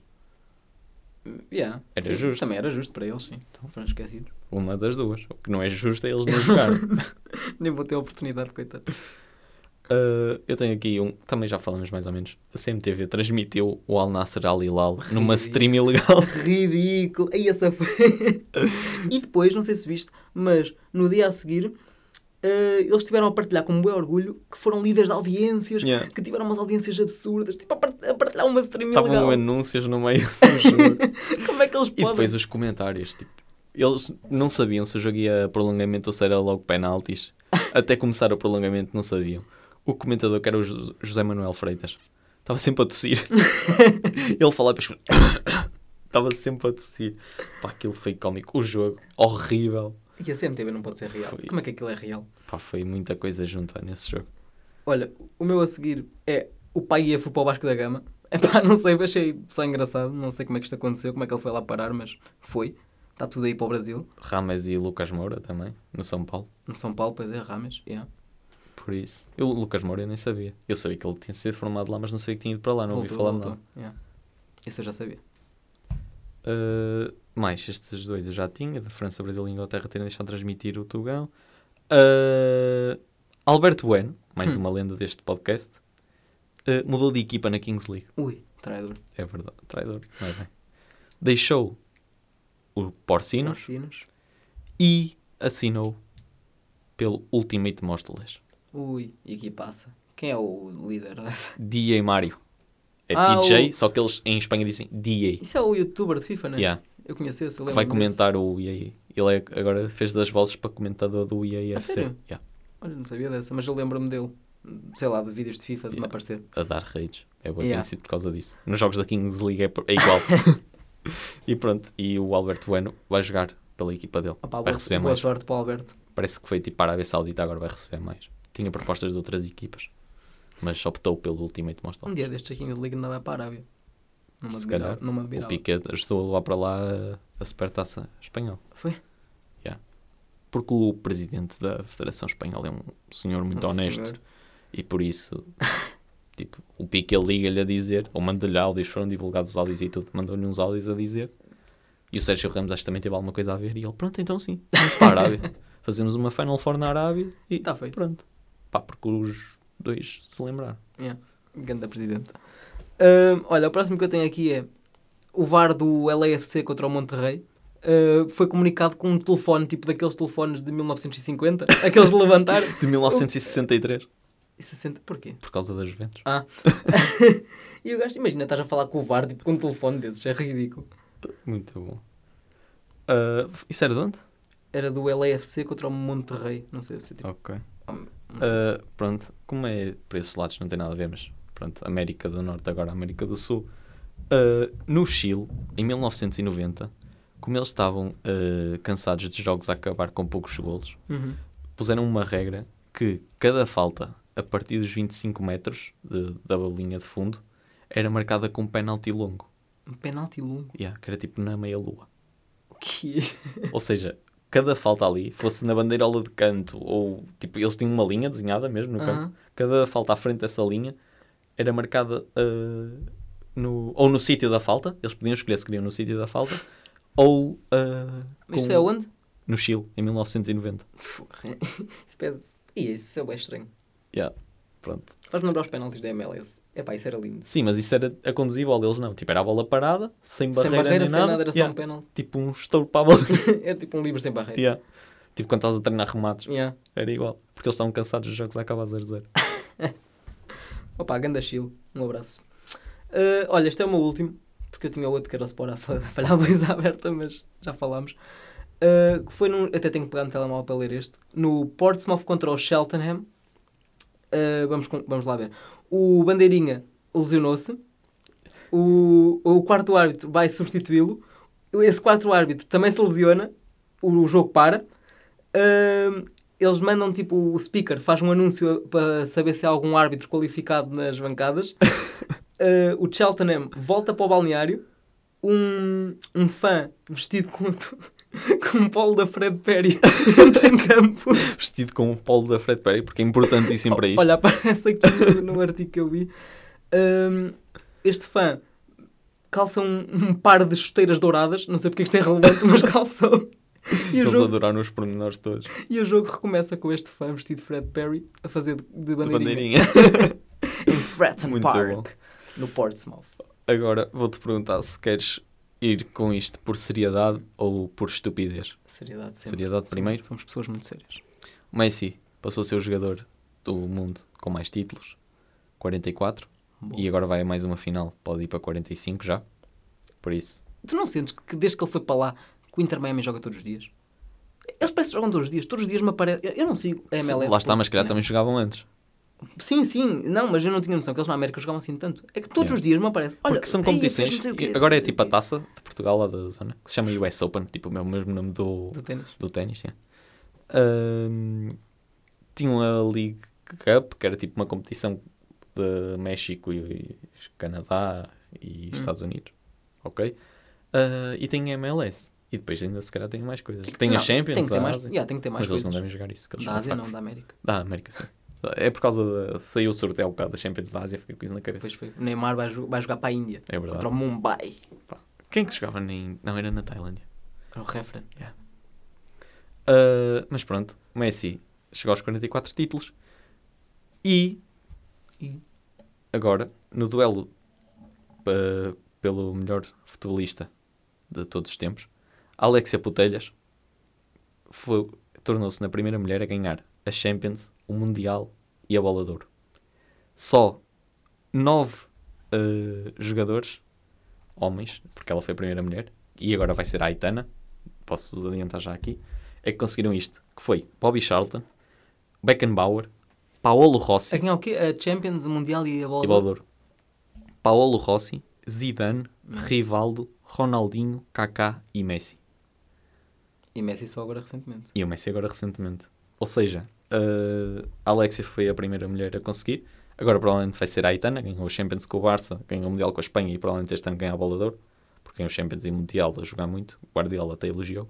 Speaker 2: Yeah,
Speaker 3: Era
Speaker 2: sim,
Speaker 3: justo.
Speaker 2: Também era justo para eles, sim. Então foram esquecidos.
Speaker 3: Uma das duas. O que não é justo é eles não jogarem.
Speaker 2: Nem vou ter a oportunidade, coitado.
Speaker 3: Ah, eu tenho aqui um, também já falamos mais ou menos. A CMTV transmitiu o Al Nasser Al Hilal numa stream ilegal.
Speaker 2: Ridículo. Aí essa foi. e depois, não sei se viste, mas no dia a seguir. eh, eles tiveram a partilhar com um bom orgulho que foram líderes de audiências,
Speaker 3: Yeah.
Speaker 2: que tiveram umas audiências absurdas, tipo a part- a partilhar uma stream
Speaker 3: Estavam
Speaker 2: ilegal.
Speaker 3: anúncios no meio do jogo.
Speaker 2: Como é que eles
Speaker 3: E
Speaker 2: podem?
Speaker 3: depois os comentários, tipo, eles não sabiam se o jogo ia a prolongamento ou se era logo penaltis. Até começar o prolongamento, não sabiam. O comentador, que era o Jo- José Manuel Freitas, estava sempre a tossir. Ele falava depois... Estava sempre a tossir. Pá, aquilo foi cómico. O jogo, horrível.
Speaker 2: E a CMTV não pode ser real.
Speaker 3: Foi.
Speaker 2: Como é que aquilo é real?
Speaker 3: Pá, foi muita coisa junta nesse jogo.
Speaker 2: Olha, o meu a seguir é o pai ia futebol Vasco da Gama. Epá, não sei, achei só engraçado. Não sei como é que isto aconteceu, como é que ele foi lá parar, mas foi. Está tudo aí para o Brasil.
Speaker 3: Rames e Lucas Moura também, no São Paulo.
Speaker 2: No São Paulo, pois é, Rames. yeah.
Speaker 3: Por isso. Eu, o Lucas Moura eu nem sabia. Eu sabia que ele tinha sido formado lá, mas não sabia que tinha ido para lá. Não ouvi
Speaker 2: Voltou,
Speaker 3: falar de
Speaker 2: voltou.
Speaker 3: nada.
Speaker 2: Yeah. Isso eu já sabia.
Speaker 3: Uh, mais, estes dois eu já tinha, da França, Brasil e Inglaterra terem deixado de transmitir o Tugão. Uh, Alberto Bueno,
Speaker 2: Hum.
Speaker 3: mais uma lenda deste podcast, uh, mudou de equipa na Kings League.
Speaker 2: Ui, traidor.
Speaker 3: É verdade, traidor, não é bem. Deixou o Porcinos
Speaker 2: Marcinos.
Speaker 3: e assinou pelo Ultimate Móstoles.
Speaker 2: Ui, e aqui passa. Quem é o líder dessa?
Speaker 3: DJ Mario. É
Speaker 2: Ah,
Speaker 3: DJ,
Speaker 2: o-
Speaker 3: só que eles em Espanha dizem DJ.
Speaker 2: Isso é o youtuber de FIFA, não é?
Speaker 3: Yeah.
Speaker 2: Eu conheci esse, eu
Speaker 3: que
Speaker 2: lembro
Speaker 3: vai comentar o EA. Ele é- agora fez das vozes para comentador do EA
Speaker 2: A
Speaker 3: FC.
Speaker 2: sério?
Speaker 3: Yeah.
Speaker 2: Olha, não sabia dessa, mas eu lembro-me dele. Sei lá, de vídeos de FIFA de me
Speaker 3: Yeah.
Speaker 2: aparecer.
Speaker 3: A dar raids. É bem
Speaker 2: Yeah.
Speaker 3: conhecido por causa disso. Nos jogos da Kings League é, por- é igual. e pronto, e o Alberto Bueno vai jogar pela equipa dele.
Speaker 2: Opa,
Speaker 3: vai
Speaker 2: boa,
Speaker 3: receber
Speaker 2: boa
Speaker 3: mais.
Speaker 2: sorte para o Alberto.
Speaker 3: Parece que foi tipo para a Arábia Saudita, agora vai receber mais. Tinha propostas de outras equipas, mas optou pelo Ultimate Monster.
Speaker 2: Um dia destes aqui na Liga ainda vai para a Arábia. Numa
Speaker 3: Se
Speaker 2: de viral-
Speaker 3: calhar,
Speaker 2: Numa
Speaker 3: O
Speaker 2: viral.
Speaker 3: Piquet ajudou a levar para lá a- a supertaça espanhola.
Speaker 2: Foi?
Speaker 3: Porque o presidente da Federação Espanhola é um senhor muito
Speaker 2: Nossa
Speaker 3: honesto.
Speaker 2: Senhora.
Speaker 3: E por isso, tipo, o Piquet liga-lhe a dizer, ou manda-lhe áudios, foram divulgados os áudios e tudo, mandou-lhe uns áudios a dizer. E o Sérgio Ramos acho que também teve alguma coisa a ver. E ele, pronto, então sim, vamos para a Arábia. Fazemos uma Final Four na Arábia e
Speaker 2: Tá feito.
Speaker 3: pronto. Pá, porque os dois se lembraram.
Speaker 2: Ganda presidente. Ahm, olha, o próximo que eu tenho aqui é o VAR do LAFC contra o Monterrey. Ah, foi comunicado com um telefone, tipo daqueles telefones de 1950, aqueles de levantar.
Speaker 3: De 1963,
Speaker 2: E 60, porquê?
Speaker 3: por causa das Juventus.
Speaker 2: Ah. e o gajo, imagina, estás a falar com o VAR, tipo, com um telefone desses, é ridículo.
Speaker 3: Muito bom. Ah, isso era de onde?
Speaker 2: Era do LAFC contra o Monterrey, não sei se tipo.
Speaker 3: Ok.
Speaker 2: Hum,
Speaker 3: Ah, pronto, como é para esses lados não tem nada a ver, mas pronto, América do Norte, agora América do Sul. Ah, no Chile, em 1990, como eles estavam ah, cansados de jogos a acabar com poucos golos,
Speaker 2: Uhum.
Speaker 3: puseram uma regra que cada falta a partir dos 25 metros de- da linha de fundo era marcada com um penalti longo,
Speaker 2: Um penalti longo.
Speaker 3: yeah, que era tipo na meia-lua.
Speaker 2: O que
Speaker 3: Ou seja, cada falta ali, fosse na bandeirola de canto ou tipo, eles tinham uma linha desenhada mesmo no campo,
Speaker 2: Aham.
Speaker 3: cada falta à frente dessa linha era marcada ah, no, ou no sítio da falta, eles podiam escolher se queriam no sítio da falta, ou ah,
Speaker 2: Mas isso
Speaker 3: com-
Speaker 2: é onde?
Speaker 3: no Chile, em 1990.
Speaker 2: Porra. isso parece... Ih, isso é bem estranho.
Speaker 3: Yeah. Pronto.
Speaker 2: Faz-me lembrar os penaltis da MLS. Epá, isso era lindo.
Speaker 3: Sim, mas isso era a conduzível, eles não. Tipo, era a bola parada, sem
Speaker 2: Sem
Speaker 3: barreira,
Speaker 2: barreira,
Speaker 3: nem
Speaker 2: sem
Speaker 3: nada.
Speaker 2: nada, era só
Speaker 3: Yeah.
Speaker 2: um penalti.
Speaker 3: Tipo um estouro para a bola.
Speaker 2: era tipo um livro sem barreira.
Speaker 3: Yeah. Tipo quando estás a treinar remates,
Speaker 2: Yeah.
Speaker 3: era igual. Porque eles estavam cansados dos jogos a acabar 0-0.
Speaker 2: Opa, ganda Chile. Um abraço. Ah, olha, este é o meu último, porque eu tinha outro que era o Sport a fa- a falhar a baliza aberta, mas já falámos. Ah, que foi num... Até tenho que pegar no telemóvel para ler este. No Portsmouth contra o Cheltenham. Ah, vamos, com- vamos lá ver. O Bandeirinha lesionou-se. O, o quarto árbitro vai substituí-lo. Esse quarto árbitro também se lesiona. O jogo para. Ahm, eles mandam tipo o speaker, faz um anúncio para saber se há algum árbitro qualificado nas bancadas. Ah, o Cheltenham volta para o balneário. Um, um fã vestido com, um, com um polo da Fred Perry entra em campo.
Speaker 3: Vestido com o polo da Fred Perry, porque é importantíssimo para isto.
Speaker 2: Olha, aparece aqui no, no artigo que eu vi. Ahm, este fã calça um, um par de chuteiras douradas, não sei porque isto é relevante, mas calçou. E o
Speaker 3: Eles
Speaker 2: jogo
Speaker 3: adoraram os pormenores todos.
Speaker 2: E o jogo recomeça com este fã vestido de Fred Perry a fazer de, de
Speaker 3: De
Speaker 2: bandeirinha.
Speaker 3: bandeirinha.
Speaker 2: Em Fratton
Speaker 3: Muito bom.
Speaker 2: Park, no Portsmouth.
Speaker 3: Agora vou-te perguntar se queres ir com isto por seriedade ou por estupidez.
Speaker 2: Seriedade sempre.
Speaker 3: Seriedade
Speaker 2: Somos-
Speaker 3: primeiro.
Speaker 2: Somos pessoas muito sérias.
Speaker 3: O Messi passou a ser o jogador do mundo com mais títulos, 44,
Speaker 2: Bom.
Speaker 3: e agora vai a mais uma final, pode ir para 45 já. Por isso,
Speaker 2: Tu não sentes que desde que ele foi para lá que o Inter Miami joga todos os dias. Eles parecem que jogam todos os dias. Todos os dias me aparece. Eu, eu não sigo a MLS.
Speaker 3: Lá está,
Speaker 2: pô,
Speaker 3: mas se calhar
Speaker 2: né?
Speaker 3: também jogavam antes.
Speaker 2: Sim, sim. Não, mas eu não tinha noção que eles na América jogavam assim tanto. É que todos
Speaker 3: Yeah.
Speaker 2: os dias me aparece. Olha, é
Speaker 3: Porque são
Speaker 2: aí,
Speaker 3: competições.
Speaker 2: fez não sei o quê,
Speaker 3: e agora é
Speaker 2: fez não
Speaker 3: tipo a
Speaker 2: sei o quê.
Speaker 3: taça de Portugal lá da zona, que se chama US Open, tipo o mesmo nome do,
Speaker 2: Do ténis.
Speaker 3: do ténis. sim. Ahm, tinham a League Cup, que era tipo uma competição de México e Canadá e
Speaker 2: Hum.
Speaker 3: Estados Unidos. Ok? Ah, e tem a MLS. E depois ainda se calhar tem mais coisas. Tem
Speaker 2: Não,
Speaker 3: a Champions,
Speaker 2: tem que ter
Speaker 3: da
Speaker 2: mais,
Speaker 3: Ásia.
Speaker 2: yeah, tem que ter mais
Speaker 3: mas eles não
Speaker 2: coisas.
Speaker 3: devem jogar isso. que eles
Speaker 2: Da
Speaker 3: são
Speaker 2: Ásia, não,
Speaker 3: fracos.
Speaker 2: da América.
Speaker 3: Da América, sim. É por causa da. Saiu o sorteio há bocado da Champions da Ásia, fiquei com isso na cabeça.
Speaker 2: Depois foi. O Neymar vai, jo- vai jogar para a Índia.
Speaker 3: É verdade.
Speaker 2: Contra o Mumbai. É
Speaker 3: Quem é que jogava nem. Não, era na Tailândia.
Speaker 2: Era o refren.
Speaker 3: Ah, mas pronto, Messi chegou aos 44 títulos e.
Speaker 2: E?
Speaker 3: Agora, no duelo ah, pelo melhor futebolista de todos os tempos, Alexia Putelhas foi- tornou-se na primeira mulher a ganhar a Champions, o Mundial e a Bola de Ouro. Só nove ah, jogadores, homens, porque ela foi a primeira mulher, e agora vai ser a Aitana, posso-vos adiantar já aqui, é que conseguiram isto, que foi Bobby Charlton, Beckenbauer, Paolo Rossi
Speaker 2: A ganhar É o quê? A Champions, o Mundial e a Bola
Speaker 3: e
Speaker 2: de
Speaker 3: Bola
Speaker 2: Ouro.
Speaker 3: de Ouro. Paolo Rossi, Zidane, Rivaldo, Ronaldinho, Kaká e Messi.
Speaker 2: E Messi só agora recentemente.
Speaker 3: E o Messi agora recentemente. Ou seja, eh, a Alexia foi a primeira mulher a conseguir. Agora provavelmente vai ser a Aitana, ganhou o Champions com o Barça, ganhou o Mundial com a Espanha e provavelmente este ano ganha a Bola de Ouro, porque ganhou o Champions e o Mundial a jogar muito. O Guardiola até elogiou.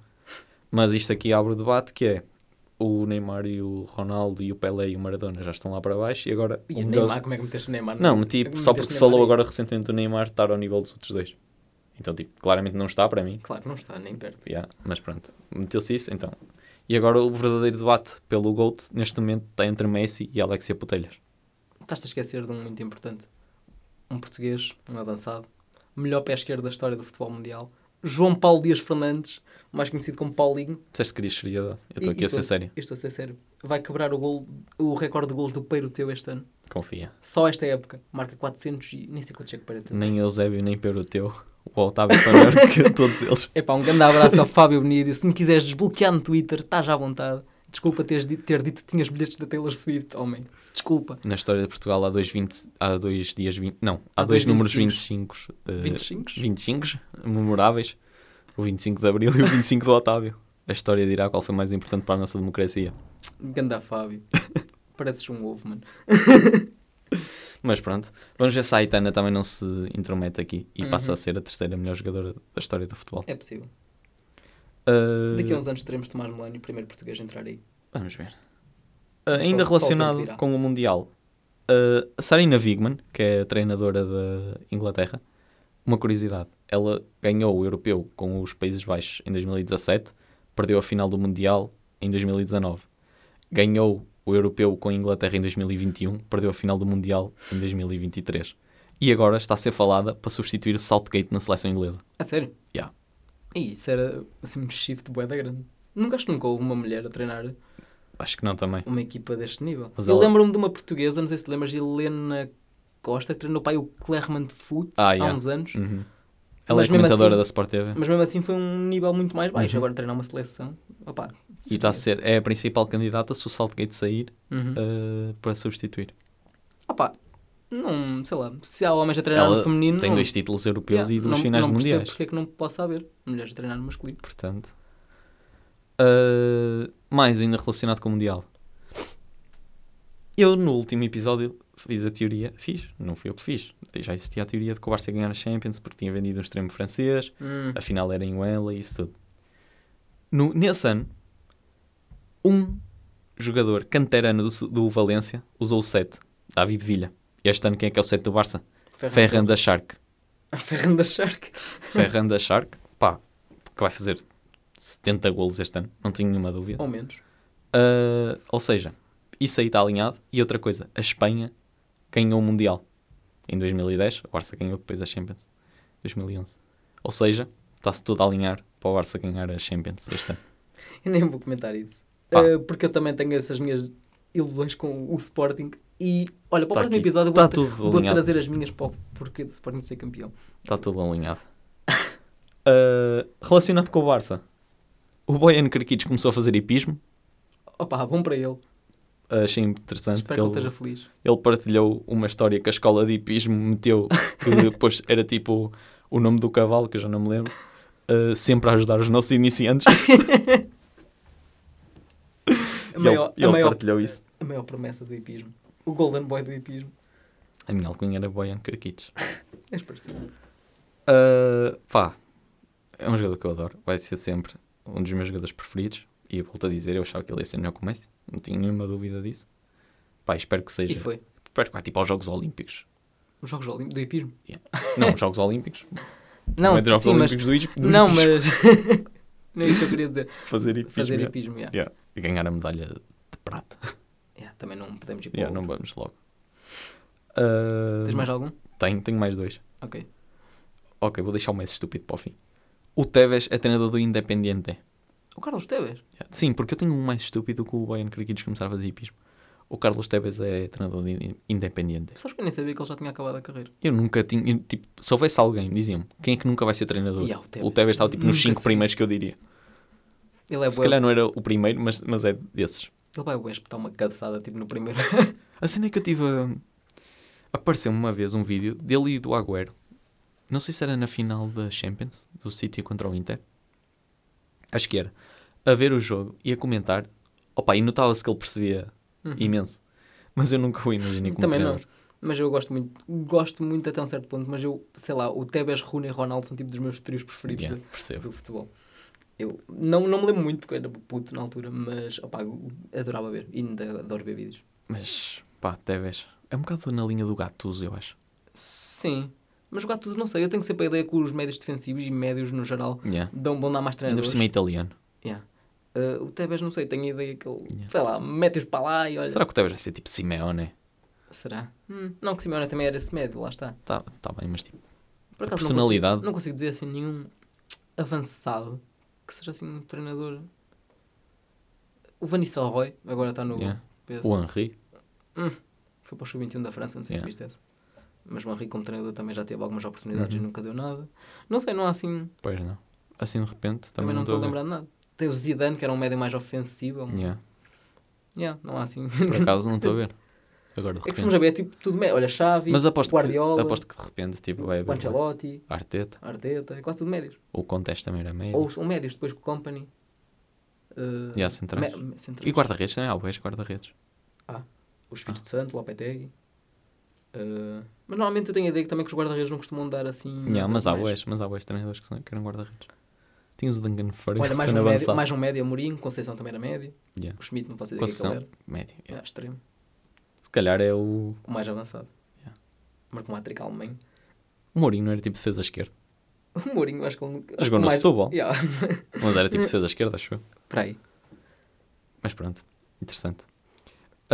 Speaker 3: Mas isto aqui abre o debate que é o Neymar e o Ronaldo e o Pelé e o Maradona já estão lá para baixo e agora...
Speaker 2: E
Speaker 3: o
Speaker 2: o
Speaker 3: melhor-
Speaker 2: Neymar, como é que meteste o Neymar?
Speaker 3: Não,
Speaker 2: Como é
Speaker 3: meti
Speaker 2: que
Speaker 3: só
Speaker 2: meteste
Speaker 3: porque se
Speaker 2: o Neymar
Speaker 3: falou
Speaker 2: aí?
Speaker 3: agora recentemente o Neymar estar ao nível dos outros dois. Então, tipo, claramente não está para mim.
Speaker 2: Claro, não está, nem perto.
Speaker 3: Yeah, mas pronto, meteu-se isso então. E agora o verdadeiro debate pelo GOAT neste momento está entre Messi e Alexia Putelhas.
Speaker 2: Estás-te a esquecer de um muito importante. Um português, um avançado, melhor pé esquerdo da história do futebol mundial, João Paulo Dias Fernandes, mais conhecido como Paulinho.
Speaker 3: Disseste que querias seriedade? Eu estou
Speaker 2: E-
Speaker 3: aqui a
Speaker 2: isto
Speaker 3: ser
Speaker 2: é-
Speaker 3: sério.
Speaker 2: Eu estou a ser sério. Vai quebrar o, gol, o recorde de gols do Peiro Teu este ano.
Speaker 3: Confia.
Speaker 2: Só esta época. Marca 400 e nem sei quanto é que Peiro Teu.
Speaker 3: Nem Eusébio, nem Peruteu, o Otávio Panarca, todos eles.
Speaker 2: Epá, um grande abraço ao Fábio Benítez. Se me quiseres desbloquear no Twitter, estás à vontade. Desculpa teres dito, ter dito que tinhas bilhetes da Taylor Swift, homem. Desculpa.
Speaker 3: Na história de Portugal há dois, 20, há dois dias 20. Não, há,
Speaker 2: Há dois
Speaker 3: dois, números 25.
Speaker 2: 25.
Speaker 3: 25?
Speaker 2: 25?
Speaker 3: 25 memoráveis. O 25 de Abril e o 25 do Otávio. A história dirá qual foi mais importante para a nossa democracia.
Speaker 2: Ganda Fábio. Pareces um ovo, mano.
Speaker 3: Mas pronto, vamos ver se a Aitana também não se intromete aqui e
Speaker 2: Uhum.
Speaker 3: passa a ser a terceira melhor jogadora da história do futebol.
Speaker 2: É possível.
Speaker 3: Ah,
Speaker 2: Daqui a uns anos teremos Tomás Melano e o primeiro português a entrar aí.
Speaker 3: Vamos ver. Ah, ainda
Speaker 2: Só- só o tempo
Speaker 3: relacionado
Speaker 2: dirá.
Speaker 3: com o Mundial, ah, a Sarina Wigman, que é a treinadora da Inglaterra, uma curiosidade, ela ganhou o europeu com os Países Baixos em 2017, perdeu a final do Mundial em 2019. Ganhou o europeu com a Inglaterra em 2021, perdeu a final do Mundial em 2023. E agora está a ser falada para substituir o Southgate na seleção inglesa.
Speaker 2: A sério?
Speaker 3: Ya.
Speaker 2: E isso era assim um shift bué da grande. Nunca acho que nunca houve uma mulher a treinar
Speaker 3: Acho que não também.
Speaker 2: uma equipa deste nível.
Speaker 3: Mas
Speaker 2: eu
Speaker 3: ela-
Speaker 2: lembro-me de uma portuguesa, não sei se te lembras, Helena Costa, que treinou pai o Clermont Foot
Speaker 3: Ah,
Speaker 2: há
Speaker 3: ya.
Speaker 2: uns anos.
Speaker 3: Uhum. Ela
Speaker 2: Mas
Speaker 3: é
Speaker 2: mesmo
Speaker 3: comentadora
Speaker 2: assim-
Speaker 3: da Sport TV.
Speaker 2: Mas mesmo assim foi um nível muito mais baixo.
Speaker 3: Uhum.
Speaker 2: Agora treinar uma seleção. Opa,
Speaker 3: E está a ser, é a principal candidata se o Southgate sair
Speaker 2: Uhum.
Speaker 3: uh, para substituir.
Speaker 2: Opa, não, sei lá, se há homens a treinar
Speaker 3: Ela
Speaker 2: no feminino.
Speaker 3: Tem
Speaker 2: é não-
Speaker 3: dois títulos europeus
Speaker 2: Ya,
Speaker 3: e duas
Speaker 2: não-
Speaker 3: finais
Speaker 2: não percebo
Speaker 3: mundiais.
Speaker 2: Porque é que não possa haver mulheres a treinar no masculino?
Speaker 3: Portanto, uh, mais ainda relacionado com o Mundial. Eu, no último episódio, fiz a teoria. Fiz, não fui eu que fiz. Já existia a teoria de que o Barça ia ganhar a Champions porque tinha vendido um extremo francês.
Speaker 2: Hum.
Speaker 3: Afinal era em Wembley e isso tudo. No, nesse ano, um jogador canterano do, Su- do Valência usou o 7, David Villa. Este ano quem é que é o 7 do Barça? Ferran da Shark.
Speaker 2: Ferran da Shark.
Speaker 3: Ferran da Shark, pá, que vai fazer 70 golos este ano, não tenho nenhuma dúvida.
Speaker 2: Ou menos.
Speaker 3: Ah, ou seja, isso aí está alinhado. E outra coisa, a Espanha ganhou o Mundial em 2010, o Barça ganhou depois a Champions, 2011. Ou seja, está-se tudo a alinhar para o Barça ganhar a Champions este ano.
Speaker 2: Eu nem vou comentar isso.
Speaker 3: Pá.
Speaker 2: Eh, porque eu também tenho essas minhas ilusões com o Sporting. E olha, para o
Speaker 3: Tá
Speaker 2: próximo
Speaker 3: aqui.
Speaker 2: episódio eu
Speaker 3: Tá
Speaker 2: vou,
Speaker 3: tudo
Speaker 2: vou
Speaker 3: alinhado.
Speaker 2: trazer as minhas para o porquê do Sporting ser campeão.
Speaker 3: Está tudo alinhado. Ah, relacionado com o Barça, O Boyan Krikic começou a fazer hipismo,
Speaker 2: Opa, bom para ele.
Speaker 3: achei interessante.
Speaker 2: Espero que ele esteja feliz.
Speaker 3: ele partilhou uma história que a escola de hipismo meteu, que depois era tipo o nome do cavalo, que eu já não me lembro, uh, sempre a ajudar os nossos iniciantes.
Speaker 2: A
Speaker 3: E ele,
Speaker 2: maior,
Speaker 3: ele
Speaker 2: a maior,
Speaker 3: partilhou isso.
Speaker 2: a maior promessa do hipismo. O golden boy do hipismo. É
Speaker 3: A minha alcunha era Boyan Krikic.
Speaker 2: És parecido. Ah,
Speaker 3: Uh, pá, é um jogador que eu adoro. Vai ser sempre um dos meus jogadores preferidos. E volto a dizer, eu achava que ele ia ser melhor que o Messi. Não tinha nenhuma dúvida disso. Pá, espero que seja.
Speaker 2: E foi.
Speaker 3: Espero que vá tipo aos Jogos Olímpicos.
Speaker 2: Os Jogos Olímpicos do hipismo.
Speaker 3: Não, os Jogos Olímpicos.
Speaker 2: Não,
Speaker 3: é dos Jogos
Speaker 2: sim, mas...
Speaker 3: Olímpicos do Ispo.
Speaker 2: Não, mas... não é isso que eu queria dizer.
Speaker 3: Fazer hipismo.
Speaker 2: Fazer
Speaker 3: yeah.
Speaker 2: hipismo, yeah.
Speaker 3: Yeah. E ganhar a medalha de prata.
Speaker 2: Yeah, Também não podemos ir para
Speaker 3: Yeah,
Speaker 2: o-
Speaker 3: não vamos logo. Uh,
Speaker 2: Tens mais algum?
Speaker 3: Tenho, tenho mais dois.
Speaker 2: Ok.
Speaker 3: Ok, vou deixar o Messi estúpido para o fim. O Tevez é treinador do Independiente.
Speaker 2: O Carlos Tevez.
Speaker 3: Yeah. Sim, porque eu tenho um mais estúpido que o Bayern Criquitos começar a fazer hipismo. O Carlos Tevez é treinador de in- independente.
Speaker 2: Sabes que eu nem sabia que ele já tinha acabado a carreira.
Speaker 3: Eu nunca tinha. eu, tipo, se houvesse alguém, diziam-me, quem é que nunca vai ser treinador?
Speaker 2: Yeah, o Tevez.
Speaker 3: O Tevez estava tipo nos
Speaker 2: Nunca
Speaker 3: 5
Speaker 2: sei.
Speaker 3: primeiros que eu diria.
Speaker 2: Ele é
Speaker 3: se
Speaker 2: bué-
Speaker 3: calhar não era o primeiro, mas, mas é desses.
Speaker 2: Ele vai bué espetar uma cabeçada, tipo, no primeiro...
Speaker 3: A cena é que eu tive a... Apareceu-me uma vez um vídeo dele e do Agüero. Não sei se era na final da Champions, do City contra o Inter. Acho que era. A ver o jogo e a comentar. Opa, e notava-se que ele percebia Uhum. imenso. Mas eu nunca o imaginei como
Speaker 2: Uhum. Também não.
Speaker 3: treinador.
Speaker 2: Mas eu gosto muito, gosto muito até um certo ponto, mas eu, sei lá, o Tevez, Rooney e Ronaldo são tipo dos meus trios preferidos
Speaker 3: Yeah,
Speaker 2: do-
Speaker 3: percebo.
Speaker 2: do futebol. Eu não, não me lembro muito porque eu era puto na altura, mas opá, eu adorava ver e ainda adoro ver vídeos.
Speaker 3: Mas, pá, Tevez. É um bocado na linha do Gattuso, eu acho.
Speaker 2: Sim, mas o Gattuso não sei, eu tenho sempre a ideia que os médios defensivos e médios no geral
Speaker 3: Yeah.
Speaker 2: dão bom dar mais
Speaker 3: Ainda por
Speaker 2: treinadores.
Speaker 3: cima é italiano.
Speaker 2: Yeah. Ah, o Tevez não sei, tenho a ideia que ele,
Speaker 3: Yeah.
Speaker 2: sei lá, mete-os para lá e olha.
Speaker 3: Será que o Tevez vai ser tipo Simeone?
Speaker 2: Será? Hum, não, que Simeone também era esse médio, lá está.
Speaker 3: Tá, tá bem, mas tipo...
Speaker 2: Por
Speaker 3: A
Speaker 2: acaso, Não
Speaker 3: personalidade.
Speaker 2: consigo, não consigo dizer assim nenhum avançado que seja assim um treinador. O Van Nistelrooy agora está no
Speaker 3: Yeah.
Speaker 2: PS.
Speaker 3: O Henry.
Speaker 2: Foi para o Sub-21 da França, não sei
Speaker 3: Yeah.
Speaker 2: se viste essa. Mas o Henri como treinador também já teve algumas oportunidades
Speaker 3: Uhum.
Speaker 2: e nunca deu nada. Não sei, não há assim.
Speaker 3: Pois não. Assim de repente,
Speaker 2: Também,
Speaker 3: também,
Speaker 2: não estou a
Speaker 3: ver.
Speaker 2: lembrar de nada. Tem o Zidane, que era um médio mais ofensivo. um-
Speaker 3: Yeah.
Speaker 2: Yeah, não há assim.
Speaker 3: Por acaso não estou a ver. Agora de
Speaker 2: é que se
Speaker 3: repente.
Speaker 2: vamos a ver, é tipo tudo médio. Olha, Xavi,
Speaker 3: Mas aposto
Speaker 2: Guardiola,
Speaker 3: que, aposto que de repente tipo, vai
Speaker 2: o
Speaker 3: haver o
Speaker 2: Ancelotti,
Speaker 3: Arteta.
Speaker 2: Arteta, é quase tudo médios.
Speaker 3: O Contes também era meio.
Speaker 2: Ou são médios, depois com o Company. Uh,
Speaker 3: E há centrais.
Speaker 2: me- me- centrais.
Speaker 3: E Ah. guarda-redes também. Há boas guarda-redes.
Speaker 2: O Espírito Santo, Lopetegui. Uh, mas normalmente eu tenho a ideia que também que os guarda-redes não costumam dar assim.
Speaker 3: Yeah, mas há
Speaker 2: mais.
Speaker 3: boas. Mas há boas treinadores que, são, que eram guarda-redes. Tinhas o Duncan
Speaker 2: Olha, mais
Speaker 3: Ferguson
Speaker 2: um, médio,
Speaker 3: avançado.
Speaker 2: mais um médio, Amorim, Conceição também era médio.
Speaker 3: Yeah.
Speaker 2: O Schmidt, não faço ideia que
Speaker 3: Conceição,
Speaker 2: ele era.
Speaker 3: médio.
Speaker 2: É,
Speaker 3: yeah.
Speaker 2: extremo.
Speaker 3: Se calhar é o.
Speaker 2: O mais avançado.
Speaker 3: Yeah.
Speaker 2: Marcou um hat-trick alemão.
Speaker 3: O Mourinho não era tipo defesa esquerda.
Speaker 2: O Mourinho, acho que ele. nunca- acho
Speaker 3: Jogou
Speaker 2: que
Speaker 3: no
Speaker 2: mais...
Speaker 3: Setúbal.
Speaker 2: Yeah.
Speaker 3: Mas era tipo defesa esquerda, acho eu.
Speaker 2: Espera aí.
Speaker 3: Mas pronto. Interessante.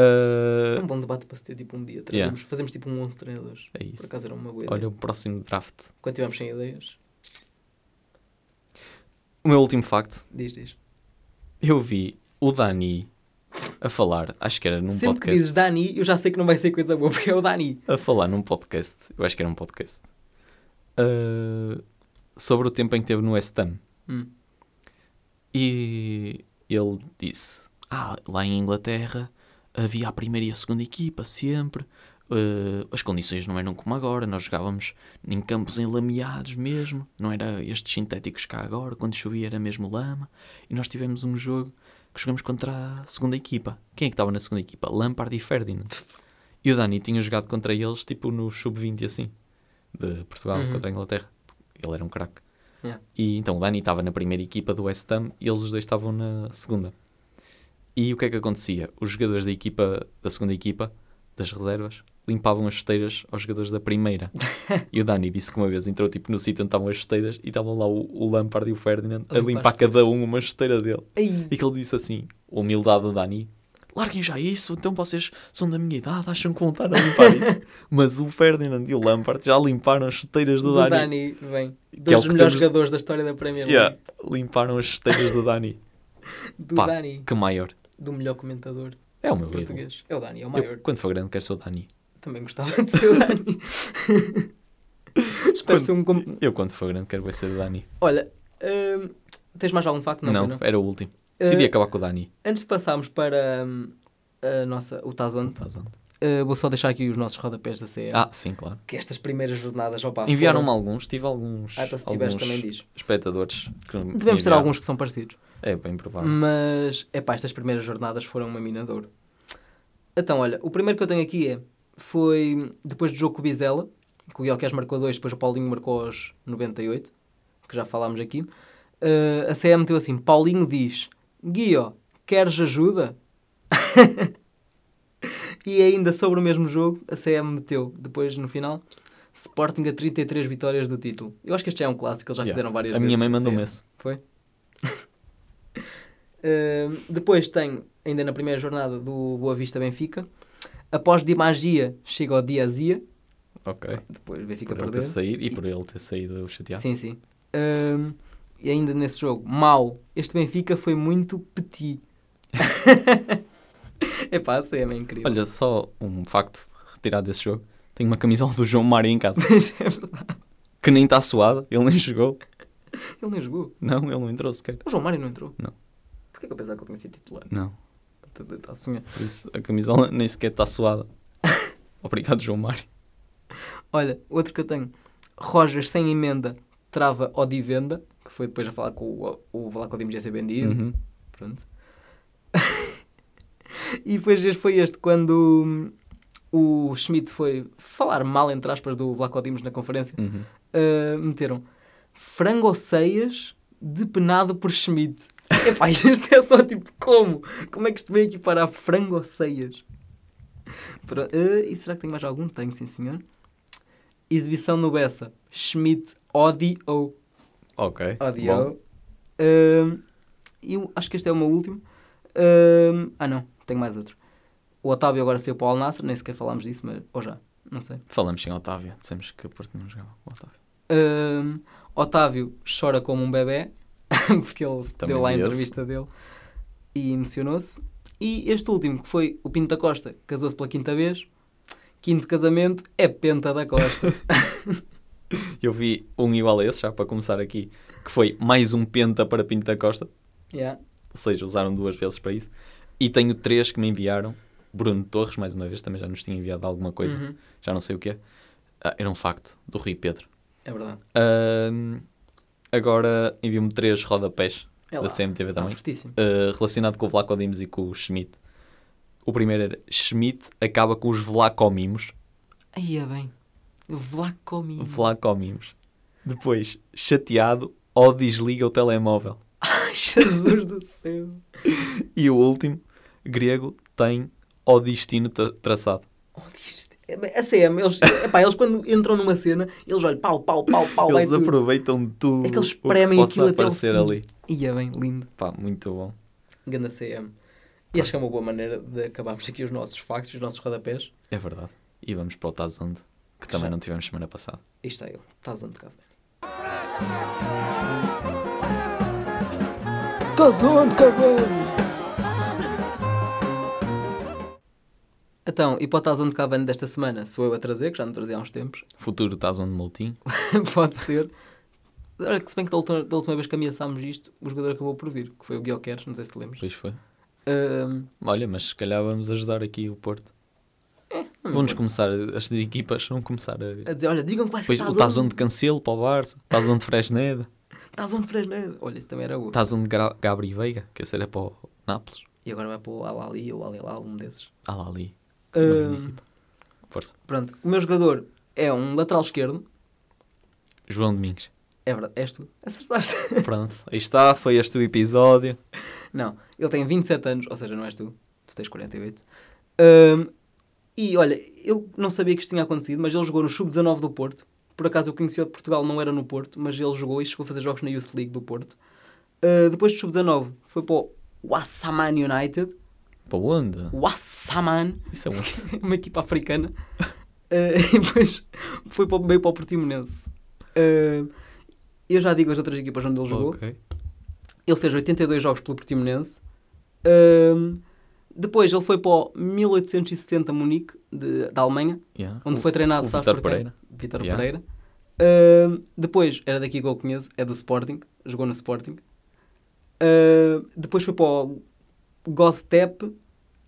Speaker 3: Ah,
Speaker 2: É um bom debate para se ter tipo um dia.
Speaker 3: Yeah.
Speaker 2: Trazemos, Fazemos tipo um 11 treinadores.
Speaker 3: é
Speaker 2: Por
Speaker 3: isso.
Speaker 2: acaso era uma boa ideia.
Speaker 3: Olha, o próximo draft.
Speaker 2: Quando tivermos sem ideias,
Speaker 3: O meu último facto.
Speaker 2: diz, diz.
Speaker 3: Eu vi o Dani a falar, acho que era num
Speaker 2: Sempre que
Speaker 3: podcast.
Speaker 2: dizes Dani, eu já sei que não vai ser coisa boa, porque é o Dani.
Speaker 3: A falar num podcast, eu acho que era um podcast, ah, sobre o tempo em que teve no West Ham.
Speaker 2: Hum.
Speaker 3: E ele disse: Ah, lá em Inglaterra havia a primeira e a segunda equipa sempre. ah, as condições não eram como agora, nós jogávamos em campos enlameados mesmo, não era estes sintéticos cá agora, quando chovia era mesmo lama. E nós tivemos um jogo que jogamos contra a segunda equipa. Quem é que estava na segunda equipa? Lampard e Ferdinand. E o Dani tinha jogado contra eles tipo no sub-20 e assim, de Portugal
Speaker 2: Uhum.
Speaker 3: contra a Inglaterra. Ele era um craque.
Speaker 2: Yeah.
Speaker 3: E então o Dani estava na primeira equipa do West Ham e eles os dois estavam na segunda. E o que é que acontecia? Os jogadores da equipa, da segunda equipa, das reservas, limpavam as chuteiras aos jogadores da primeira. e o Dani disse que uma vez entrou tipo no sítio onde estavam as chuteiras e estavam lá o, o Lampard e o Ferdinand a
Speaker 2: A limpar.
Speaker 3: limpar cada um uma chuteira dele.
Speaker 2: Ei,
Speaker 3: E que ele disse assim, a humildade do Dani, larguem já isso, então vocês são da minha idade, acham que vão estar a limpar isso. Mas o Ferdinand e o Lampard já limparam as chuteiras do,
Speaker 2: do
Speaker 3: Dani.
Speaker 2: Dani, vem.
Speaker 3: Que é o
Speaker 2: Dos
Speaker 3: que
Speaker 2: melhores
Speaker 3: temos-
Speaker 2: jogadores da história da Premier League.
Speaker 3: Yeah, limparam as chuteiras do Dani.
Speaker 2: Do
Speaker 3: Pá.
Speaker 2: Dani,
Speaker 3: Que maior.
Speaker 2: do melhor comentador
Speaker 3: É o meu ídolo.
Speaker 2: português. É o Dani, é o
Speaker 3: Eu,
Speaker 2: maior.
Speaker 3: quando for grande quero ser o Dani.
Speaker 2: Também gostava de ser o Dani. Espero ser um... com-
Speaker 3: Eu quando for grande quero bué ser o Dani.
Speaker 2: Olha, hum, Tens mais algum facto?
Speaker 3: Não,
Speaker 2: pois não. Eh,
Speaker 3: era o último. Decidi acabar com o Dani.
Speaker 2: Antes de passarmos para hum, a nossa, o Tazon,
Speaker 3: Estás a-
Speaker 2: eh, vou só deixar aqui os nossos rodapés da CE.
Speaker 3: Ah, sim, claro.
Speaker 2: Que estas primeiras jornadas, opa,
Speaker 3: Enviaram-me
Speaker 2: Ah, foram-
Speaker 3: alguns, tive alguns,
Speaker 2: Ah, então se tiveres
Speaker 3: alguns
Speaker 2: também diz.
Speaker 3: espectadores. que me
Speaker 2: Devemos ter
Speaker 3: enviaram.
Speaker 2: alguns Hum, que são parecidos.
Speaker 3: É bem provável.
Speaker 2: Mas, epá, estas primeiras jornadas foram uma mina de ouro. Então, olha, o primeiro que eu tenho aqui é... Foi depois do jogo com o Bizela, que o Guilherme marcou 2, depois o Paulinho marcou aos 98, que já falámos aqui. Eh, a CM meteu assim, Paulinho diz, Guio, queres ajuda? e ainda sobre o mesmo jogo, a CM meteu, depois no final, Sporting a 33 vitórias do título. Eu acho que este já é um clássico, eles já
Speaker 3: Yeah.
Speaker 2: fizeram várias
Speaker 3: A
Speaker 2: vezes.
Speaker 3: minha mãe
Speaker 2: com a
Speaker 3: mandou-me
Speaker 2: CM.
Speaker 3: esse.
Speaker 2: Foi? Ahm, depois tenho, ainda na primeira jornada do Boa Vista Benfica, após de magia chega o Diazia,
Speaker 3: Ok.
Speaker 2: depois o Benfica
Speaker 3: Por ele ter
Speaker 2: perdeu.
Speaker 3: saído, e por ele ter saído chateado.
Speaker 2: Sim, sim. Ahm, e ainda nesse jogo, mau, este Benfica foi muito petit. Epá, a CM é incrível.
Speaker 3: Olha, só um facto retirado desse jogo. Tenho uma camisola do João Mário em casa,
Speaker 2: Mas é verdade,
Speaker 3: que nem está suada, ele nem jogou.
Speaker 2: ele nem jogou.
Speaker 3: Não, ele não entrou sequer.
Speaker 2: O João Mário não entrou.
Speaker 3: Não.
Speaker 2: Porquê que eu pensava que ele tinha sido titular?
Speaker 3: Não,
Speaker 2: Tô- tô- tô a sonhar.
Speaker 3: por isso a camisola nem sequer está suada. Obrigado, João Mário.
Speaker 2: Olha, outro que eu tenho. Rojas sem emenda trava Odivenda, que foi depois a falar com o, o Vlacodim GC Bendido.
Speaker 3: Uhum.
Speaker 2: Pronto. e depois este foi este, quando hum, o Schmidt foi falar mal, entre aspas, do Vlacodimos na conferência.
Speaker 3: Uhum.
Speaker 2: Uh, meteram frango ceias depenado por Schmidt. Epá, isto é só tipo como? Como é que isto vem aqui para frango ceias? Pro- uh, e será que tem mais algum? Tenho, sim senhor. Exibição no Bessa. Schmidt odiou.
Speaker 3: Ok. Bom,
Speaker 2: Odiou. Um, e eu acho que este é o meu último. Um, ah não, tenho mais outro. O Otávio agora saiu para o Al-Nassr, nem sequer falámos disso, mas, ou já, não sei.
Speaker 3: falamos sem Otávio. Dissemos que o Porto não jogava com o Otávio.
Speaker 2: Hum, Otávio chora como um bebê, porque ele
Speaker 3: Também
Speaker 2: deu lá a
Speaker 3: vi esse.
Speaker 2: entrevista dele e emocionou-se. E este último, que foi o Pinto da Costa, casou-se pela quinta vez. Quinto casamento é Penta da Costa.
Speaker 3: Eu vi um igual a esse, já para começar aqui, que foi mais um penta para Pinto da Costa.
Speaker 2: Yeah.
Speaker 3: Ou seja, usaram duas vezes para isso. E tenho três que me enviaram. Bruno Torres, mais uma vez, também já nos tinha enviado alguma coisa.
Speaker 2: Uhum.
Speaker 3: já não sei o que é. Ah, era um facto, do Rui Pedro.
Speaker 2: É verdade.
Speaker 3: Ahm, agora enviou-me três rodapés
Speaker 2: É lá.
Speaker 3: da CMTV
Speaker 2: Está
Speaker 3: também,
Speaker 2: fortíssimo.
Speaker 3: ah, relacionado com o Vlaco Dimes e com o Schmidt. O primeiro era Schmidt acaba com os Vlacomimos.
Speaker 2: Aí é bem. Vlacomi.
Speaker 3: Vlacomimos. Depois, chateado ou desliga o telemóvel.
Speaker 2: Ai, Jesus do céu.
Speaker 3: E o último, grego, tem o destino tra- traçado.
Speaker 2: Oh, diz- é bem, A CM, eles, epá, eles quando entram numa cena, eles olham pau, pau, pau, pau. vai
Speaker 3: Eles
Speaker 2: tudo.
Speaker 3: aproveitam tudo
Speaker 2: É que eles
Speaker 3: o
Speaker 2: espremem aquilo
Speaker 3: possa
Speaker 2: até ao
Speaker 3: aparecer
Speaker 2: fim.
Speaker 3: ali.
Speaker 2: Aí é bem, lindo.
Speaker 3: Pá, muito bom.
Speaker 2: Ganda CM. E acho que é uma boa maneira de acabarmos aqui os nossos factos, os nossos rodapés.
Speaker 3: É verdade. E vamos para o Tazonde, que também
Speaker 2: já-
Speaker 3: não tivemos semana passada.
Speaker 2: Aí está ele. Estás onde, Cavani? Estás onde, Cavani? Então, e para o Tazão de Cavani desta semana, sou eu a trazer, que já não trazia há uns tempos.
Speaker 3: Futuro Tazonde Moutinho.
Speaker 2: Pode ser. Olha que se bem que da última, da última vez que ameaçámos isto, o jogador acabou por vir, que foi o Guioqueres, não sei se te lembras.
Speaker 3: Pois foi.
Speaker 2: Ahm,
Speaker 3: Olha, mas se calhar vamos ajudar aqui o Porto.
Speaker 2: não
Speaker 3: É, Vamos Então, começar, as equipas vão começar a.
Speaker 2: a dizer, olha, digam que vai ser
Speaker 3: Pois, o Tazonde Cancelo para o Barça, Tazonde Fresneda,
Speaker 2: Tazão de Fresneda. Olha, isso também era bom.
Speaker 3: Tazonde Gra- Gabri Veiga, que esse era para o Nápoles.
Speaker 2: E agora vai para o Alali ou Alilal, um desses.
Speaker 3: Ah lá ali.
Speaker 2: Ahm,
Speaker 3: Força.
Speaker 2: pronto, o meu jogador é um lateral esquerdo.
Speaker 3: João Domingos.
Speaker 2: É verdade, és tu. Acertaste.
Speaker 3: Pronto, aí está, foi este o episódio.
Speaker 2: Não, ele tem 27 anos, ou seja, não és tu. Tu tens 48. Ahm, Hum, e olha, eu não sabia que isto tinha acontecido, mas ele jogou no Sub-19 do Porto. Por acaso eu conheci o de Portugal, não era no Porto, mas ele jogou e chegou a fazer jogos na Youth League do Porto. Ah, depois do Sub-19 foi para o Wassaman United.
Speaker 3: Para onde?
Speaker 2: Wassaman.
Speaker 3: Isso é onde?
Speaker 2: uma equipa africana Eh, e depois foi para, o- meio para o Portimonense. Eh, eu já digo as outras equipas onde ele jogou.
Speaker 3: ok.
Speaker 2: Ele fez 82 jogos pelo Portimonense. Ehm, depois ele foi para o 1860 Munique, de, da Alemanha,
Speaker 3: Yeah.
Speaker 2: onde
Speaker 3: O-
Speaker 2: foi treinado,
Speaker 3: o
Speaker 2: sabes
Speaker 3: Vítor
Speaker 2: por quem?
Speaker 3: Pereira.
Speaker 2: Vítor
Speaker 3: Yeah.
Speaker 2: Pereira. Ehm, depois, era daqui que eu o conheço, é do Sporting, jogou no Sporting. Uh, depois foi para o Gostep,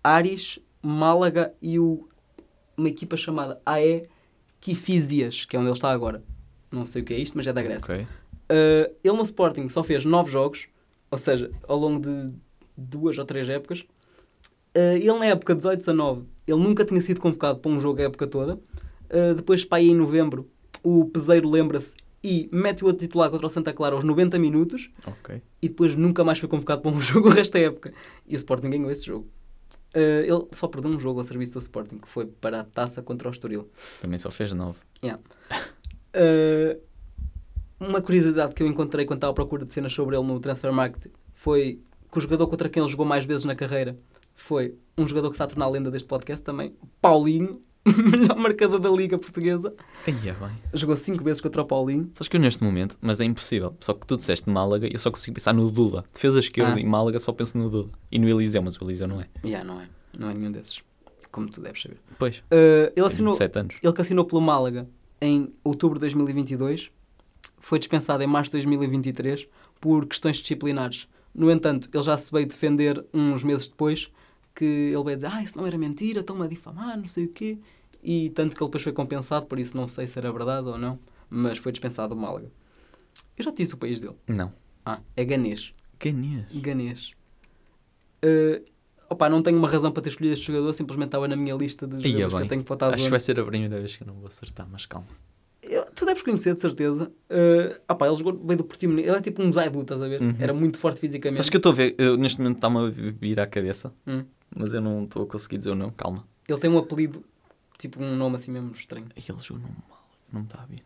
Speaker 2: Ares, Málaga e o, uma equipa chamada AE Kifisias, que é onde ele está agora. Não sei o que é isto, mas é da Grécia.
Speaker 3: Ok.
Speaker 2: Uh, ele no Sporting só fez 9 jogos, ou seja, ao longo de duas ou três épocas. Uh, ele na época 18-19, ele nunca tinha sido convocado para um jogo a época toda. Uh, depois, para aí em novembro, o Peseiro lembra-se e mete-o a titular contra o Santa Clara aos 90 minutos
Speaker 3: Ok.
Speaker 2: e depois nunca mais foi convocado para um jogo o resto da época. E o Sporting ganhou esse jogo. Uh, ele só perdeu um jogo ao serviço do Sporting, que foi para a taça contra o Estoril.
Speaker 3: Também só fez 9.
Speaker 2: Yeah. Uh, uma curiosidade que eu encontrei quando estava à procura de cenas sobre ele no Transfer Market foi que o jogador contra quem ele jogou mais vezes na carreira foi um jogador que está a tornar a lenda deste podcast também, Paulinho, melhor marcador da Liga Portuguesa.
Speaker 3: Aí é bem.
Speaker 2: Jogou 5 vezes contra o Paulinho.
Speaker 3: Sabes que eu neste momento, mas é impossível, só que tu disseste Málaga e eu só consigo pensar no Duda. Defesa esquerda
Speaker 2: Ah.
Speaker 3: e Málaga só penso no Duda. E no Eliseu, mas o Eliseu não é.
Speaker 2: Yeah, não é. Não é nenhum desses. Como tu deves saber.
Speaker 3: Pois.
Speaker 2: Uh, ele
Speaker 3: Tem
Speaker 2: assinou,
Speaker 3: 27 anos.
Speaker 2: Ele que assinou pelo Málaga em outubro de 2022 foi dispensado em março de 2023 por questões disciplinares. No entanto, ele já se veio defender uns meses depois que ele veio dizer ah, isso não era mentira, estão-me a difamar, não sei o quê. E tanto que ele depois foi compensado, por isso não sei se era verdade ou não, mas foi dispensado do Málaga. Eu já te disse o país dele.
Speaker 3: Não.
Speaker 2: Ah, é Ganês.
Speaker 3: Ganhas.
Speaker 2: Ganês. Eh, opa, não tenho uma razão para ter escolhido este jogador, simplesmente estava na minha lista de
Speaker 3: Aí é
Speaker 2: jogadores que eu tenho
Speaker 3: bem.
Speaker 2: que botar
Speaker 3: Acho que
Speaker 2: zona.
Speaker 3: vai ser a primeira vez que eu não vou acertar, mas calma.
Speaker 2: Eu- tu deves conhecer, de certeza. Uh, ah pá, ele jogou bem do Portimonense. Ele é tipo um Zaidu, estás a ver? Era muito forte fisicamente.
Speaker 3: Uhum. Sabes que eu estou a ver, eu, neste momento está-me a vir à cabeça,
Speaker 2: É Hum.
Speaker 3: mas eu não estou a conseguir dizer o nome, calma.
Speaker 2: Ele tem um apelido, tipo um nome assim mesmo estranho.
Speaker 3: Aí Ele jogou no mal, não me está a vir.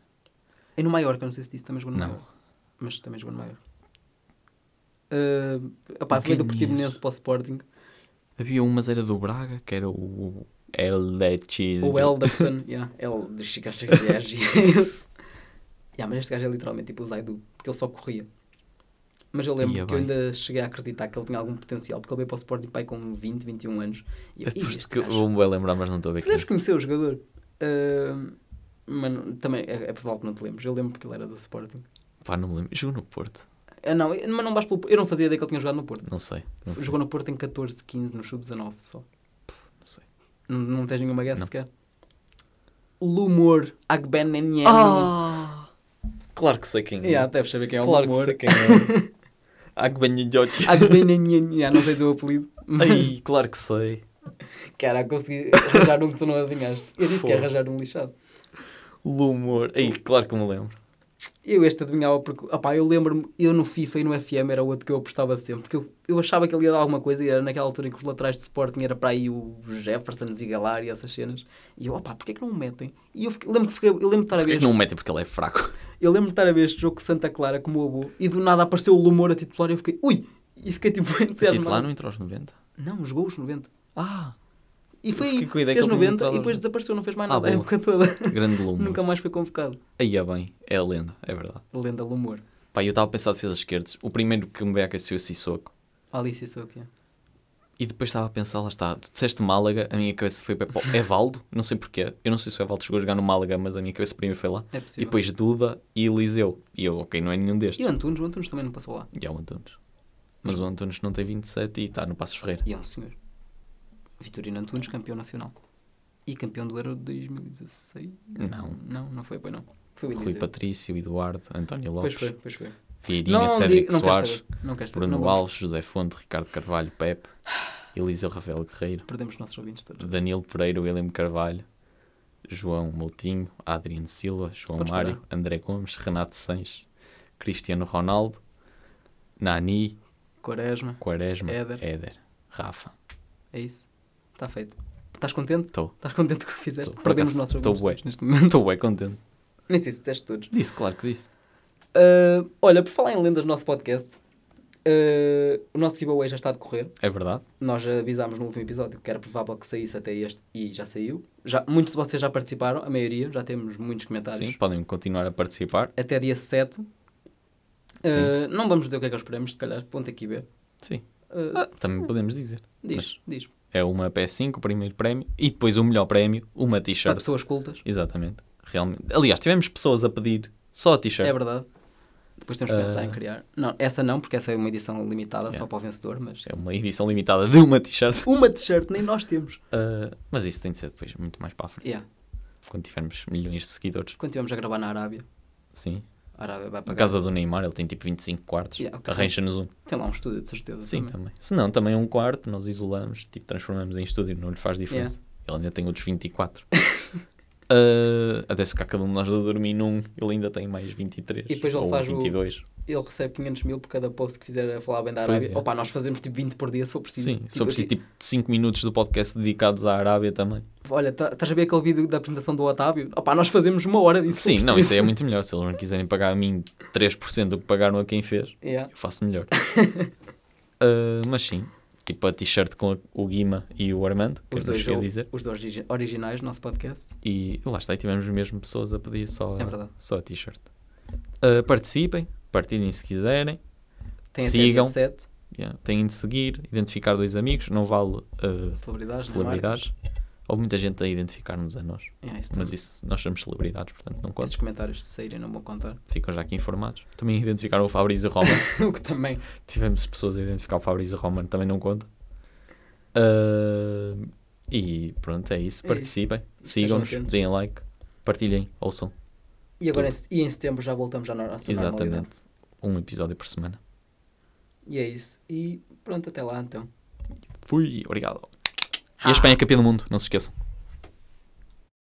Speaker 2: É no Maiorca, não sei se disse, também jogou no
Speaker 3: Não.
Speaker 2: Maiorca. Mas também jogou no Maiorca. Uh, opá, veio do
Speaker 3: Ganhas.
Speaker 2: Portimonense para o Sporting.
Speaker 3: Havia um, mas era do Braga, que era o Elechi.
Speaker 2: O Elderson, yeah. El É de Chicago Reagias. yeah, mas este gajo é literalmente tipo o Zaidu, porque ele só corria. Mas eu lembro
Speaker 3: Ia
Speaker 2: que eu
Speaker 3: é bem.
Speaker 2: ainda cheguei a acreditar que ele tinha algum potencial, porque ele veio para o Sporting pai com 20, 21 anos. E eu, "Ih,
Speaker 3: Aposto
Speaker 2: este
Speaker 3: que eu
Speaker 2: gajo".
Speaker 3: vou-me bem lembrar, mas não estou a ver é.
Speaker 2: Tu deves
Speaker 3: aqui.
Speaker 2: conhecer o jogador. Ahm, mas não- também é, é provável que não te lembres. Eu lembro porque ele era do Sporting.
Speaker 3: Pá, não me lembro. Jogou no Porto?
Speaker 2: Ah, não, eu- mas não vais pelo Porto. Eu não fazia ideia que ele tinha jogado no Porto.
Speaker 3: Não sei. Não sei.
Speaker 2: Jogou no Porto em 14, 15, no Sub-19 só.
Speaker 3: não sei.
Speaker 2: Não, não tens nenhuma guess
Speaker 3: Não.
Speaker 2: sequer. Lumor Agbenenyen.
Speaker 3: Ah! Claro que sei quem é.
Speaker 2: Yeah, deves saber quem é o
Speaker 3: claro que
Speaker 2: Lumor.
Speaker 3: sei quem é. Agbanhote.
Speaker 2: Agbenenyen. Yeah, não sei o apelido.
Speaker 3: Ai, claro que sei.
Speaker 2: Cara, consegui arranjar um que tu não adivinhaste. Eu disse que ia
Speaker 3: Fogo.
Speaker 2: arranjar um lixado.
Speaker 3: Lumor. Ai, claro que me lembro.
Speaker 2: Eu este adivinhava porque, opá, eu lembro-me, eu no FIFA e no FM era o outro que eu apostava sempre, porque eu, eu achava que ele ia dar alguma coisa e era naquela altura em que os laterais de Sporting era para aí o Jefferson, Zigalar e essas cenas. E eu, opá, porquê que não o metem? E eu fiquei- lembro que fiquei- eu lembro de estar a ver
Speaker 3: Porquê que
Speaker 2: este,
Speaker 3: não o metem porque ele é fraco?
Speaker 2: eu lembro de estar a ver este jogo com Santa Clara como o avô e do nada apareceu o Lumor a titular e eu fiquei, ui! E fiquei tipo
Speaker 3: Titular
Speaker 2: entusiasmado.
Speaker 3: não entrou aos 90.
Speaker 2: Não, jogou os 90.
Speaker 3: Ah!
Speaker 2: E foi aí,
Speaker 3: fiquei com a ideia
Speaker 2: fez
Speaker 3: que ele tinha
Speaker 2: 90
Speaker 3: entrado
Speaker 2: e depois
Speaker 3: aos 90.
Speaker 2: desapareceu, não fez mais
Speaker 3: Ah,
Speaker 2: nada a
Speaker 3: boa.
Speaker 2: época toda.
Speaker 3: Grande Lumor.
Speaker 2: Nunca mais foi convocado.
Speaker 3: Aí é bem. É a lenda, é verdade.
Speaker 2: Lenda Lumor.
Speaker 3: Pá, eu estava a pensar defesas esquerdas. O primeiro que me veio à cabeça foi o Sissoko.
Speaker 2: Alice Souquia.
Speaker 3: E depois estava a pensar, lá está, tu disseste Málaga, a minha cabeça foi para para o Evaldo, não sei porquê. Eu não sei se o Evaldo chegou a jogar no Málaga, mas a minha cabeça primeiro foi lá.
Speaker 2: É
Speaker 3: E
Speaker 2: possível.
Speaker 3: depois Duda e Eliseu. E eu, ok, não é nenhum
Speaker 2: E
Speaker 3: destes.
Speaker 2: o Antunes? O Antunes também não passou lá.
Speaker 3: E é o Antunes. Mas o Antunes não tem 27 e está no Passos Ferreira.
Speaker 2: E é um senhor. Vitorino Antunes, campeão nacional. E campeão do Euro de 2016?
Speaker 3: Não.
Speaker 2: Não, não foi, pois não. Foi o
Speaker 3: Rui
Speaker 2: Eliseu.
Speaker 3: Patrício, Eduardo, António
Speaker 2: Pois
Speaker 3: Lopes,
Speaker 2: foi, pois foi.
Speaker 3: Vieirinha,
Speaker 2: digo-
Speaker 3: Cédric
Speaker 2: não quero
Speaker 3: Soares,
Speaker 2: saber. Não quero saber. não
Speaker 3: Bruno
Speaker 2: vamos.
Speaker 3: Alves, José Fonte, Ricardo Carvalho, Pepe, Eliseu Rafael Guerreiro,
Speaker 2: Perdemos os nossos ouvintes todos.
Speaker 3: Danilo Pereira, William Carvalho, João Moutinho, Adriano Silva, João
Speaker 2: Podes
Speaker 3: Mário, André Gomes, Renato Sanches, Cristiano Ronaldo, Nani,
Speaker 2: Quaresma,
Speaker 3: Quaresma,
Speaker 2: Éder.
Speaker 3: Éder, Rafa.
Speaker 2: é isso. Está feito. Estás contente?
Speaker 3: Estou.
Speaker 2: Estás contente com o que fizeste?
Speaker 3: Tô. Por
Speaker 2: Perdemos os
Speaker 3: acaso,
Speaker 2: nossos
Speaker 3: tô
Speaker 2: ouvintes
Speaker 3: bué.
Speaker 2: todos neste momento.
Speaker 3: Estou bem contente.
Speaker 2: Nem sei se disseste todos.
Speaker 3: Disse, claro que disse.
Speaker 2: Ah, olha, por falar em lendas do nosso podcast, ah, o nosso giveaway já está a decorrer.
Speaker 3: É verdade.
Speaker 2: Nós já avisámos no último episódio que era provável que saísse até este e já saiu. Já, muitos de vocês já participaram, a maioria, já temos muitos comentários.
Speaker 3: Sim, podem continuar a participar.
Speaker 2: Até dia 7. Uh, não vamos dizer o que é que esperamos, se calhar, ponto aqui ver.
Speaker 3: Sim.
Speaker 2: Uh,
Speaker 3: Ah, também podemos dizer.
Speaker 2: diz, diz.
Speaker 3: É uma PS5, o primeiro prémio, e depois o melhor prémio, uma
Speaker 2: Para
Speaker 3: t-shirt.
Speaker 2: pessoas cultas,
Speaker 3: Exatamente. Realmente. Aliás, tivemos pessoas a pedir só a
Speaker 2: é
Speaker 3: t-shirt.
Speaker 2: verdade. Depois
Speaker 3: Ah.
Speaker 2: temos que pensar em criar. Não, essa não, porque essa é uma edição limitada só para o vencedor, mas.
Speaker 3: É uma edição limitada de uma t-shirt.
Speaker 2: Uma t-shirt, nem nós temos.
Speaker 3: Uh, mas isso tem de ser depois, muito mais para a frente.
Speaker 2: Yeah.
Speaker 3: Quando tivermos milhões de seguidores.
Speaker 2: Quando estivemos a gravar na Arábia,
Speaker 3: Sim.
Speaker 2: a Arábia vai
Speaker 3: Na
Speaker 2: pagar.
Speaker 3: casa do Neymar, ele tem tipo 25 quartos.
Speaker 2: Yeah, ok.
Speaker 3: Arranja-nos um.
Speaker 2: Tem lá um estúdio, de certeza.
Speaker 3: Sim,
Speaker 2: também.
Speaker 3: também. Se não, também é um quarto, nós isolamos, tipo, transformamos em estúdio, não lhe faz diferença. Ele ainda tem outros 24. uh, até se cá cada um de nós a dormir num, ele ainda tem mais 23.
Speaker 2: E depois ele
Speaker 3: ou
Speaker 2: faz o-
Speaker 3: 22.
Speaker 2: Ele recebe 500 mil por cada post que fizer a falar bem da
Speaker 3: Pois
Speaker 2: Arábia.
Speaker 3: é.
Speaker 2: Opa, nós fazemos tipo 20 por dia se for preciso.
Speaker 3: Sim,
Speaker 2: Tipo,
Speaker 3: só preciso
Speaker 2: aqui-
Speaker 3: tipo 5 minutos do podcast dedicados à Arábia também.
Speaker 2: Olha, tá- estás a ver aquele vídeo da apresentação do Otávio? Opa, nós fazemos uma hora disso. se
Speaker 3: Sim,
Speaker 2: for
Speaker 3: não,
Speaker 2: preciso.
Speaker 3: isso aí é muito melhor. Se eles não quiserem pagar a mim 3% do que pagaram a quem fez,
Speaker 2: Yeah.
Speaker 3: eu faço melhor. Uh, mas sim, tipo a t-shirt com o Guima e o Armando, que
Speaker 2: Os
Speaker 3: eu não
Speaker 2: dois,
Speaker 3: cheguei a
Speaker 2: ou-
Speaker 3: dizer.
Speaker 2: os dois origi- originais do nosso podcast.
Speaker 3: E lá está, e tivemos mesmo pessoas a pedir só, a-
Speaker 2: É verdade.
Speaker 3: só a t-shirt. Uh, participem, partilhem se quiserem.
Speaker 2: Tem
Speaker 3: Sigam.
Speaker 2: até 17
Speaker 3: Yeah, Têm de seguir, identificar dois amigos. Não vale uh,
Speaker 2: celebridades. né,
Speaker 3: celebridades. Houve muita gente a identificar-nos a nós.
Speaker 2: Marcos? Yeah, isso
Speaker 3: Mas
Speaker 2: também.
Speaker 3: isso, nós somos celebridades, portanto não conta.
Speaker 2: Esses comentários se saírem não vou contar.
Speaker 3: Ficam já aqui informados. Também identificaram o Fabrício Roman.
Speaker 2: o que também.
Speaker 3: Tivemos pessoas a identificar o Fabrício Roman, também não conta. Ah, e pronto, é isso.
Speaker 2: É
Speaker 3: Participem,
Speaker 2: Estejam
Speaker 3: sigam-nos,
Speaker 2: atentos.
Speaker 3: deem like, partilhem, ouçam.
Speaker 2: E agora em, se- e em setembro já voltamos à nossa normalidade.
Speaker 3: Exatamente. Um episódio por semana.
Speaker 2: E é isso. E pronto, até lá então.
Speaker 3: Fui, obrigado. E a Espanha é campeã do mundo, não se esqueçam.